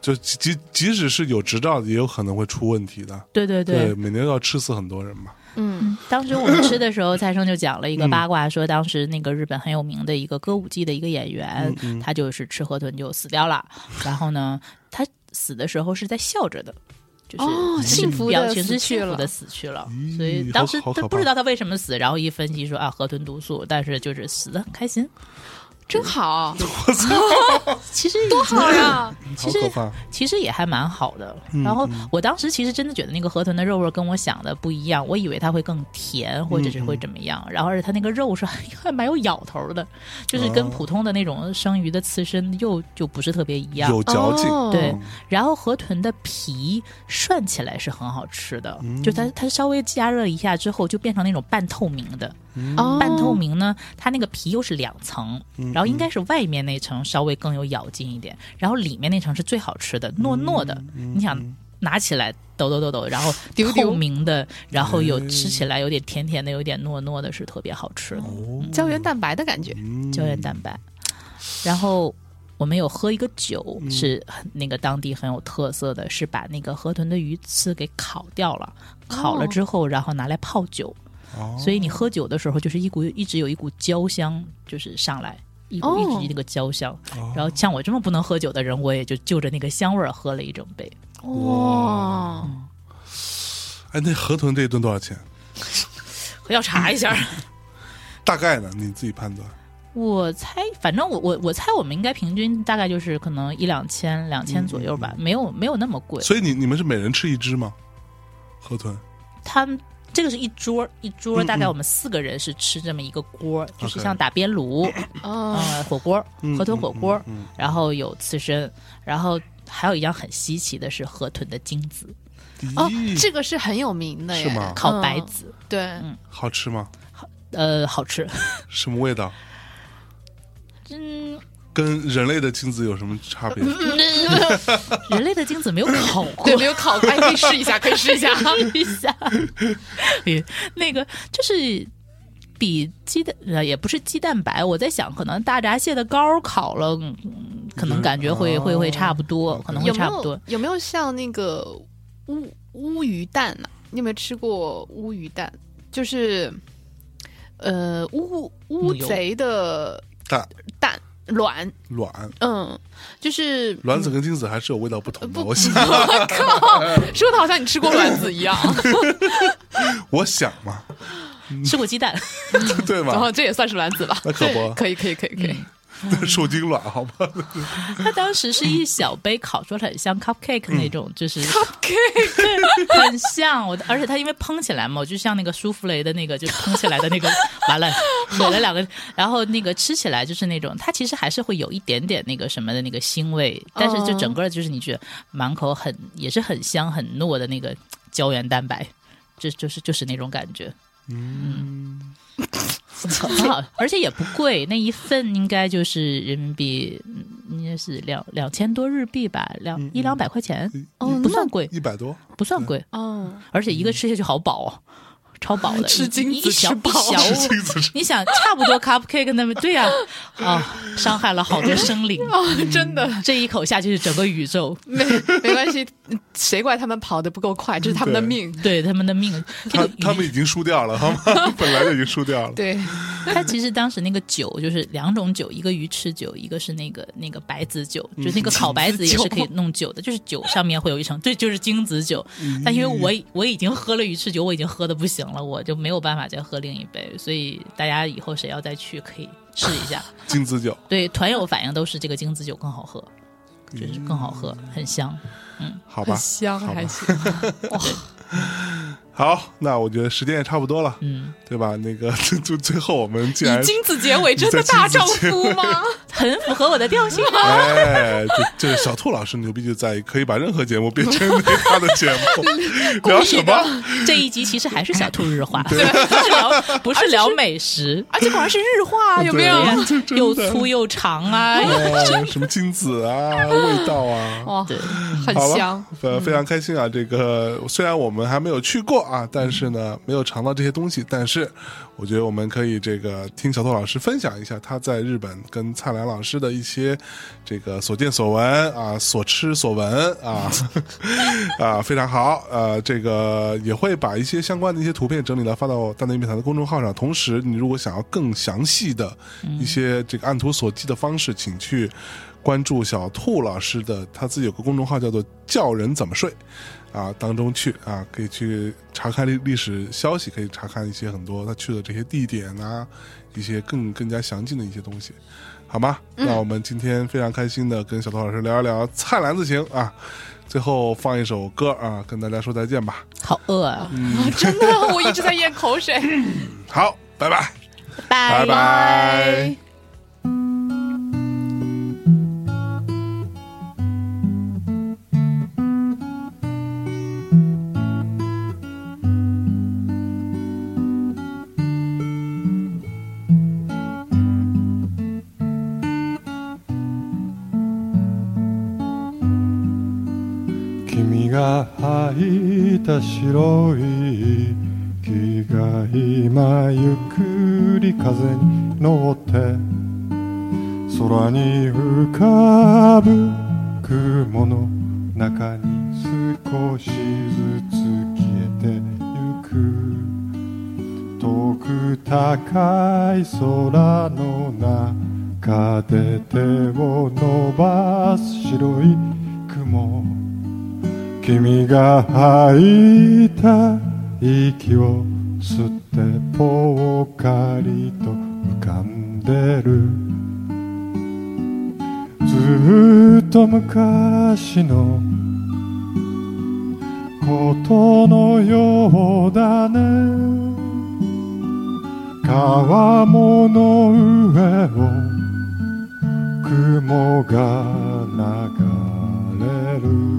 [SPEAKER 1] 就即即即使是有执照的，也有可能会出问题的。
[SPEAKER 2] 对对对，
[SPEAKER 1] 每年要吃死很多人嘛。
[SPEAKER 3] 嗯
[SPEAKER 2] 当时我们吃的时候，蔡生就讲了一个
[SPEAKER 1] 嗯
[SPEAKER 2] 八卦，说当时那个日本很有名的一个歌舞伎的一个演员，
[SPEAKER 1] 嗯
[SPEAKER 2] 他就是吃河豚就死掉了。然后呢，他死的时候是在笑着的，
[SPEAKER 1] 嗯
[SPEAKER 2] 就是、
[SPEAKER 3] 哦
[SPEAKER 2] 就是
[SPEAKER 3] 幸福地
[SPEAKER 2] 表情
[SPEAKER 3] 死
[SPEAKER 2] 是
[SPEAKER 3] 去
[SPEAKER 2] 幸福的
[SPEAKER 3] 了
[SPEAKER 2] 死去了。
[SPEAKER 1] 咦
[SPEAKER 2] 所以
[SPEAKER 1] 好
[SPEAKER 2] 当时
[SPEAKER 1] 好可怕
[SPEAKER 2] 他不知道他为什么死，然后一分析说啊河豚毒素，但是就是死的很开心。
[SPEAKER 3] 真好，
[SPEAKER 2] 其实
[SPEAKER 3] 多好啊呀！
[SPEAKER 2] 哦其
[SPEAKER 1] 好
[SPEAKER 2] 实
[SPEAKER 1] 可怕！
[SPEAKER 2] 其实也还蛮好的。
[SPEAKER 1] 嗯
[SPEAKER 2] 然后我当时其实真的觉得那个河豚的肉味跟我想的不一样，我以为它会更甜，或
[SPEAKER 1] 嗯
[SPEAKER 2] 者是会怎么样。然后而且它那个肉是 还蛮有咬头的，就是跟
[SPEAKER 1] 哦
[SPEAKER 2] 普通的那种生鱼的刺身又就不是特别一样。
[SPEAKER 1] 有 嚼劲，嗯
[SPEAKER 3] 哦
[SPEAKER 2] 对，然后河豚的皮涮起来是很好吃的，
[SPEAKER 1] 嗯
[SPEAKER 2] 就它它稍微加热一下之后就变成那种半透明的，
[SPEAKER 1] 嗯
[SPEAKER 3] 哦嗯
[SPEAKER 2] 半透明呢，它那个皮又是两层，然后应该是外面那层稍微更有咬劲一点，然后里面那层是最好吃的，糯
[SPEAKER 3] 嗯
[SPEAKER 2] 糯的。你想拿起来抖抖抖抖，然后
[SPEAKER 3] 丢丢
[SPEAKER 2] 透明的，然后有吃起来有点甜甜的，有点糯糯的，是特别好吃的
[SPEAKER 3] 嗯
[SPEAKER 1] 哦
[SPEAKER 3] 胶原蛋白的感觉。
[SPEAKER 1] 嗯
[SPEAKER 2] 胶原蛋白。然后我们有喝一个酒，
[SPEAKER 3] 嗯
[SPEAKER 2] 是很那个当地很有特色的，是把那个河豚的鱼刺给烤掉了，烤
[SPEAKER 3] 哦
[SPEAKER 2] 了之后，然后拿来泡酒。
[SPEAKER 1] 哦
[SPEAKER 2] 所以你喝酒的时候，就是一股一直有一股焦香，就是上来。一股
[SPEAKER 3] 哦
[SPEAKER 2] 一直那个焦香，
[SPEAKER 1] 哦
[SPEAKER 2] 然后像我这么不能喝酒的人，我也就就着那个香味儿喝了一整杯。
[SPEAKER 3] 哇，
[SPEAKER 1] 哎，那河豚这一顿多少钱？
[SPEAKER 2] 要查一下，
[SPEAKER 1] 大概呢？你自己判断。
[SPEAKER 2] 我猜，反正我我我猜我们应该平均大概就是可能一两千两千左右吧，没有没有那么贵。
[SPEAKER 1] 嗯所以你你们是每人吃一只吗？河豚
[SPEAKER 2] 他们这个是一桌一桌，大概我们四个人是吃这么一个锅，就是
[SPEAKER 1] 嗯 OK
[SPEAKER 2] 像打边 炉，
[SPEAKER 3] 嗯，
[SPEAKER 2] 呃，火锅，河豚火锅，
[SPEAKER 1] 嗯嗯
[SPEAKER 2] 然后有刺身，然后还有一样很稀奇的是河豚的精子，
[SPEAKER 3] 哦
[SPEAKER 1] 嗯咦，
[SPEAKER 3] 这个是很有名的耶，
[SPEAKER 1] 是吗
[SPEAKER 2] 烤白子，
[SPEAKER 3] 对，
[SPEAKER 1] 好吃吗？
[SPEAKER 2] 呃，好吃，
[SPEAKER 1] 什么味道？
[SPEAKER 2] 嗯，
[SPEAKER 1] 跟人类的精子有什么差别？
[SPEAKER 3] 嗯
[SPEAKER 2] 人类的精子没有烤过，
[SPEAKER 3] 对，没有烤过，哎，可以试一下，可以试一 下。
[SPEAKER 2] 一下，比那个就是比鸡蛋呃也不是鸡蛋白，我在想可能大闸蟹的膏烤了，嗯可能感觉会、
[SPEAKER 1] 哦
[SPEAKER 2] 会会差不多，可能会
[SPEAKER 3] 有没
[SPEAKER 2] 差不多
[SPEAKER 3] 有。有没有像那个乌乌鱼蛋呢、你有没有吃过乌鱼蛋？就是呃乌乌贼的
[SPEAKER 1] 蛋
[SPEAKER 3] 蛋卵，
[SPEAKER 1] 卵
[SPEAKER 3] 嗯，就是
[SPEAKER 1] 卵子跟精子还是有味道不同的。我想，
[SPEAKER 3] 我靠，说的好像你吃过卵子 一样，
[SPEAKER 1] 我想嘛，
[SPEAKER 2] 吃过鸡蛋，
[SPEAKER 1] 对
[SPEAKER 3] 然后
[SPEAKER 1] 吗？
[SPEAKER 3] 这也算是卵子吧？
[SPEAKER 1] 那可不
[SPEAKER 3] 可以，可以，可以，可以。
[SPEAKER 1] 受精卵，好吧？
[SPEAKER 2] 它当时是一小杯烤出来很像 cupcake 那种，就是
[SPEAKER 3] OK，
[SPEAKER 2] 很像我的，而且它因为蓬起来嘛，我就像那个舒芙蕾的那个就蓬起来的那个，完了抹了两个，然后那个吃起来就是那种，它其实还是会有一点点那个什么的那个腥味，但是就整个就是你觉得满口很也是很香很糯的那个胶原蛋白，这就是就是那种感觉。嗯，很好，而且也不贵，那一份应该就是人民币，嗯应该是两两千多日币吧，两一两百块钱，哦
[SPEAKER 1] 嗯
[SPEAKER 2] 不算贵，
[SPEAKER 1] 一百多，
[SPEAKER 2] 不算贵，
[SPEAKER 3] 嗯，
[SPEAKER 2] 而且一个吃下去好饱哦，超饱的，
[SPEAKER 3] 吃
[SPEAKER 2] 一
[SPEAKER 3] 精
[SPEAKER 2] 一
[SPEAKER 3] 子
[SPEAKER 2] 小
[SPEAKER 3] 吃饱
[SPEAKER 2] 一小
[SPEAKER 3] 了
[SPEAKER 1] 吃精子吃
[SPEAKER 2] 你想，差不多 cupcake 那么对呀、啊，伤害了好多生灵。
[SPEAKER 3] 哦，真的
[SPEAKER 2] 这一口下去是整个宇宙
[SPEAKER 3] 没没关系，谁怪他们跑得不够快，这是他们的
[SPEAKER 1] 对
[SPEAKER 3] 命。
[SPEAKER 2] 对他们的命。这
[SPEAKER 1] 他
[SPEAKER 2] 个
[SPEAKER 1] 他们已经输掉了，他们本来就已经输掉了。
[SPEAKER 3] 对，
[SPEAKER 2] 他其实当时那个酒就是两种酒，一个鱼翅酒，一个是那个那个白子酒，就是那个烤白子也是可以弄酒的，就是酒上面会有一层，这就是精子酒。但因为我已我已经喝了鱼翅酒，我已经喝的不行了，我就没有办法再喝另一杯，所以大家以后谁要再去可以试一下。
[SPEAKER 1] 金子酒，
[SPEAKER 2] 对，团友反应都是这个精子酒更好喝，就是更好喝，很香。
[SPEAKER 1] 好
[SPEAKER 3] 很
[SPEAKER 1] 吧，
[SPEAKER 3] 香
[SPEAKER 1] 好吧
[SPEAKER 3] 还 行。
[SPEAKER 1] 好，那我觉得时间也差不多了，
[SPEAKER 2] 嗯，
[SPEAKER 1] 对吧？那个 就就最后我们既然
[SPEAKER 3] 以精子结尾，真的大丈夫 吗？
[SPEAKER 2] 很符合我的调性啊！
[SPEAKER 1] 哎，这这小兔老师牛逼就在于可以把任何节目变成他的节 目，聊什么？
[SPEAKER 2] 这一集其实还是小兔日 化，不是聊不是聊美食，
[SPEAKER 3] 而且果然是日化啊，有没有？
[SPEAKER 1] 对这真的
[SPEAKER 2] 又粗又长啊！
[SPEAKER 1] 哎 什么精子啊，味道啊，
[SPEAKER 3] 哦，
[SPEAKER 2] 对，
[SPEAKER 3] 很
[SPEAKER 1] 好
[SPEAKER 3] 香 嗯
[SPEAKER 1] 吧。，呃，非常开心啊！这个虽然我们还没有去过啊，但是呢，没有尝到这些东西，但是我觉得我们可以这个听小兔老师分享一下他在日本跟蔡澜老师的一些这个所见所闻啊，所吃所闻啊，啊，非常好。呃，这个也会把一些相关的一些图片整理了发到大内密谈的公众号上。同时，你如果想要更详细的一些这个按图索骥的方式，请去关注小兔老师的，他自己有个公众号叫做“叫人怎么睡”，啊，当中去啊，可以去查看历历史消息，可以查看一些很多他去的这些地点啊，一些更更加详尽的一些东西。好吗？那我们今天非常开心的跟小兔老师聊一聊《菜篮子行》啊，最后放一首歌啊，跟大家说再见吧。
[SPEAKER 2] 好饿啊！
[SPEAKER 3] 真的，我一直在咽口水。
[SPEAKER 1] 好，拜拜。拜拜。
[SPEAKER 2] 拜
[SPEAKER 5] 君が履いた白い息が今ゆっくり風に乗って空に浮かぶ雲の中に少しずつ消えてゆく遠く高い空の中で手を伸ばす白い雲君が吐いた息を吸ってぽっかりと浮かんでるずっと昔のことのようだね川もの上を雲が流れる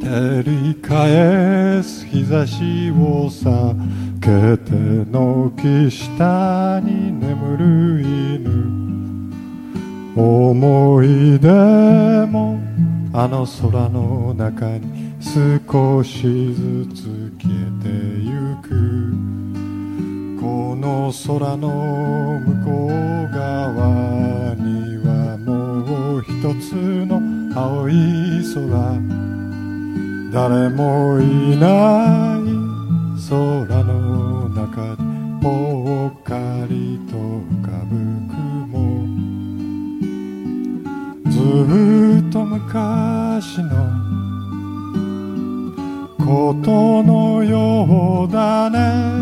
[SPEAKER 5] 照り返す日差しを避けて軒下に眠る犬思い出もあの空の中に少しずつ消えてゆくこの空の向こう側にはもう一つの青い空誰もいない空の中でぽっかりと浮かぶ雲ずっと昔のことのようだね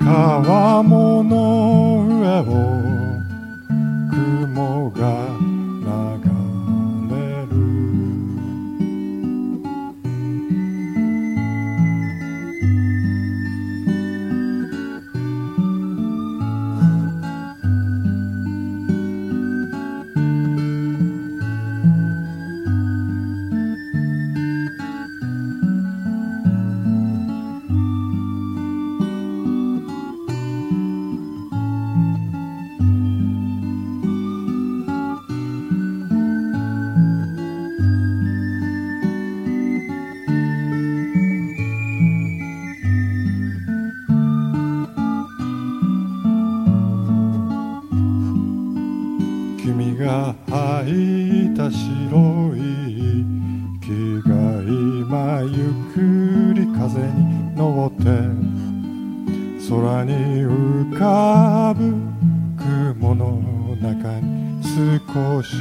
[SPEAKER 5] 川ものを雲が流れる君が履いた白い木が今ゆっくり風に乗って空に浮かぶ雲の中に少しずつ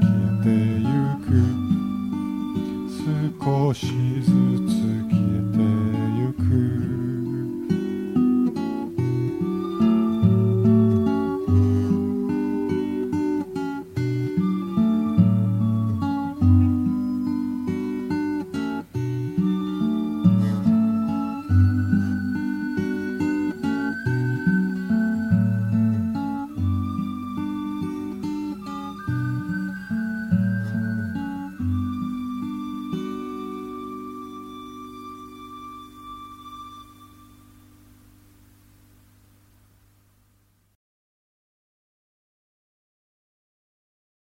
[SPEAKER 5] 消えてゆく少しずつ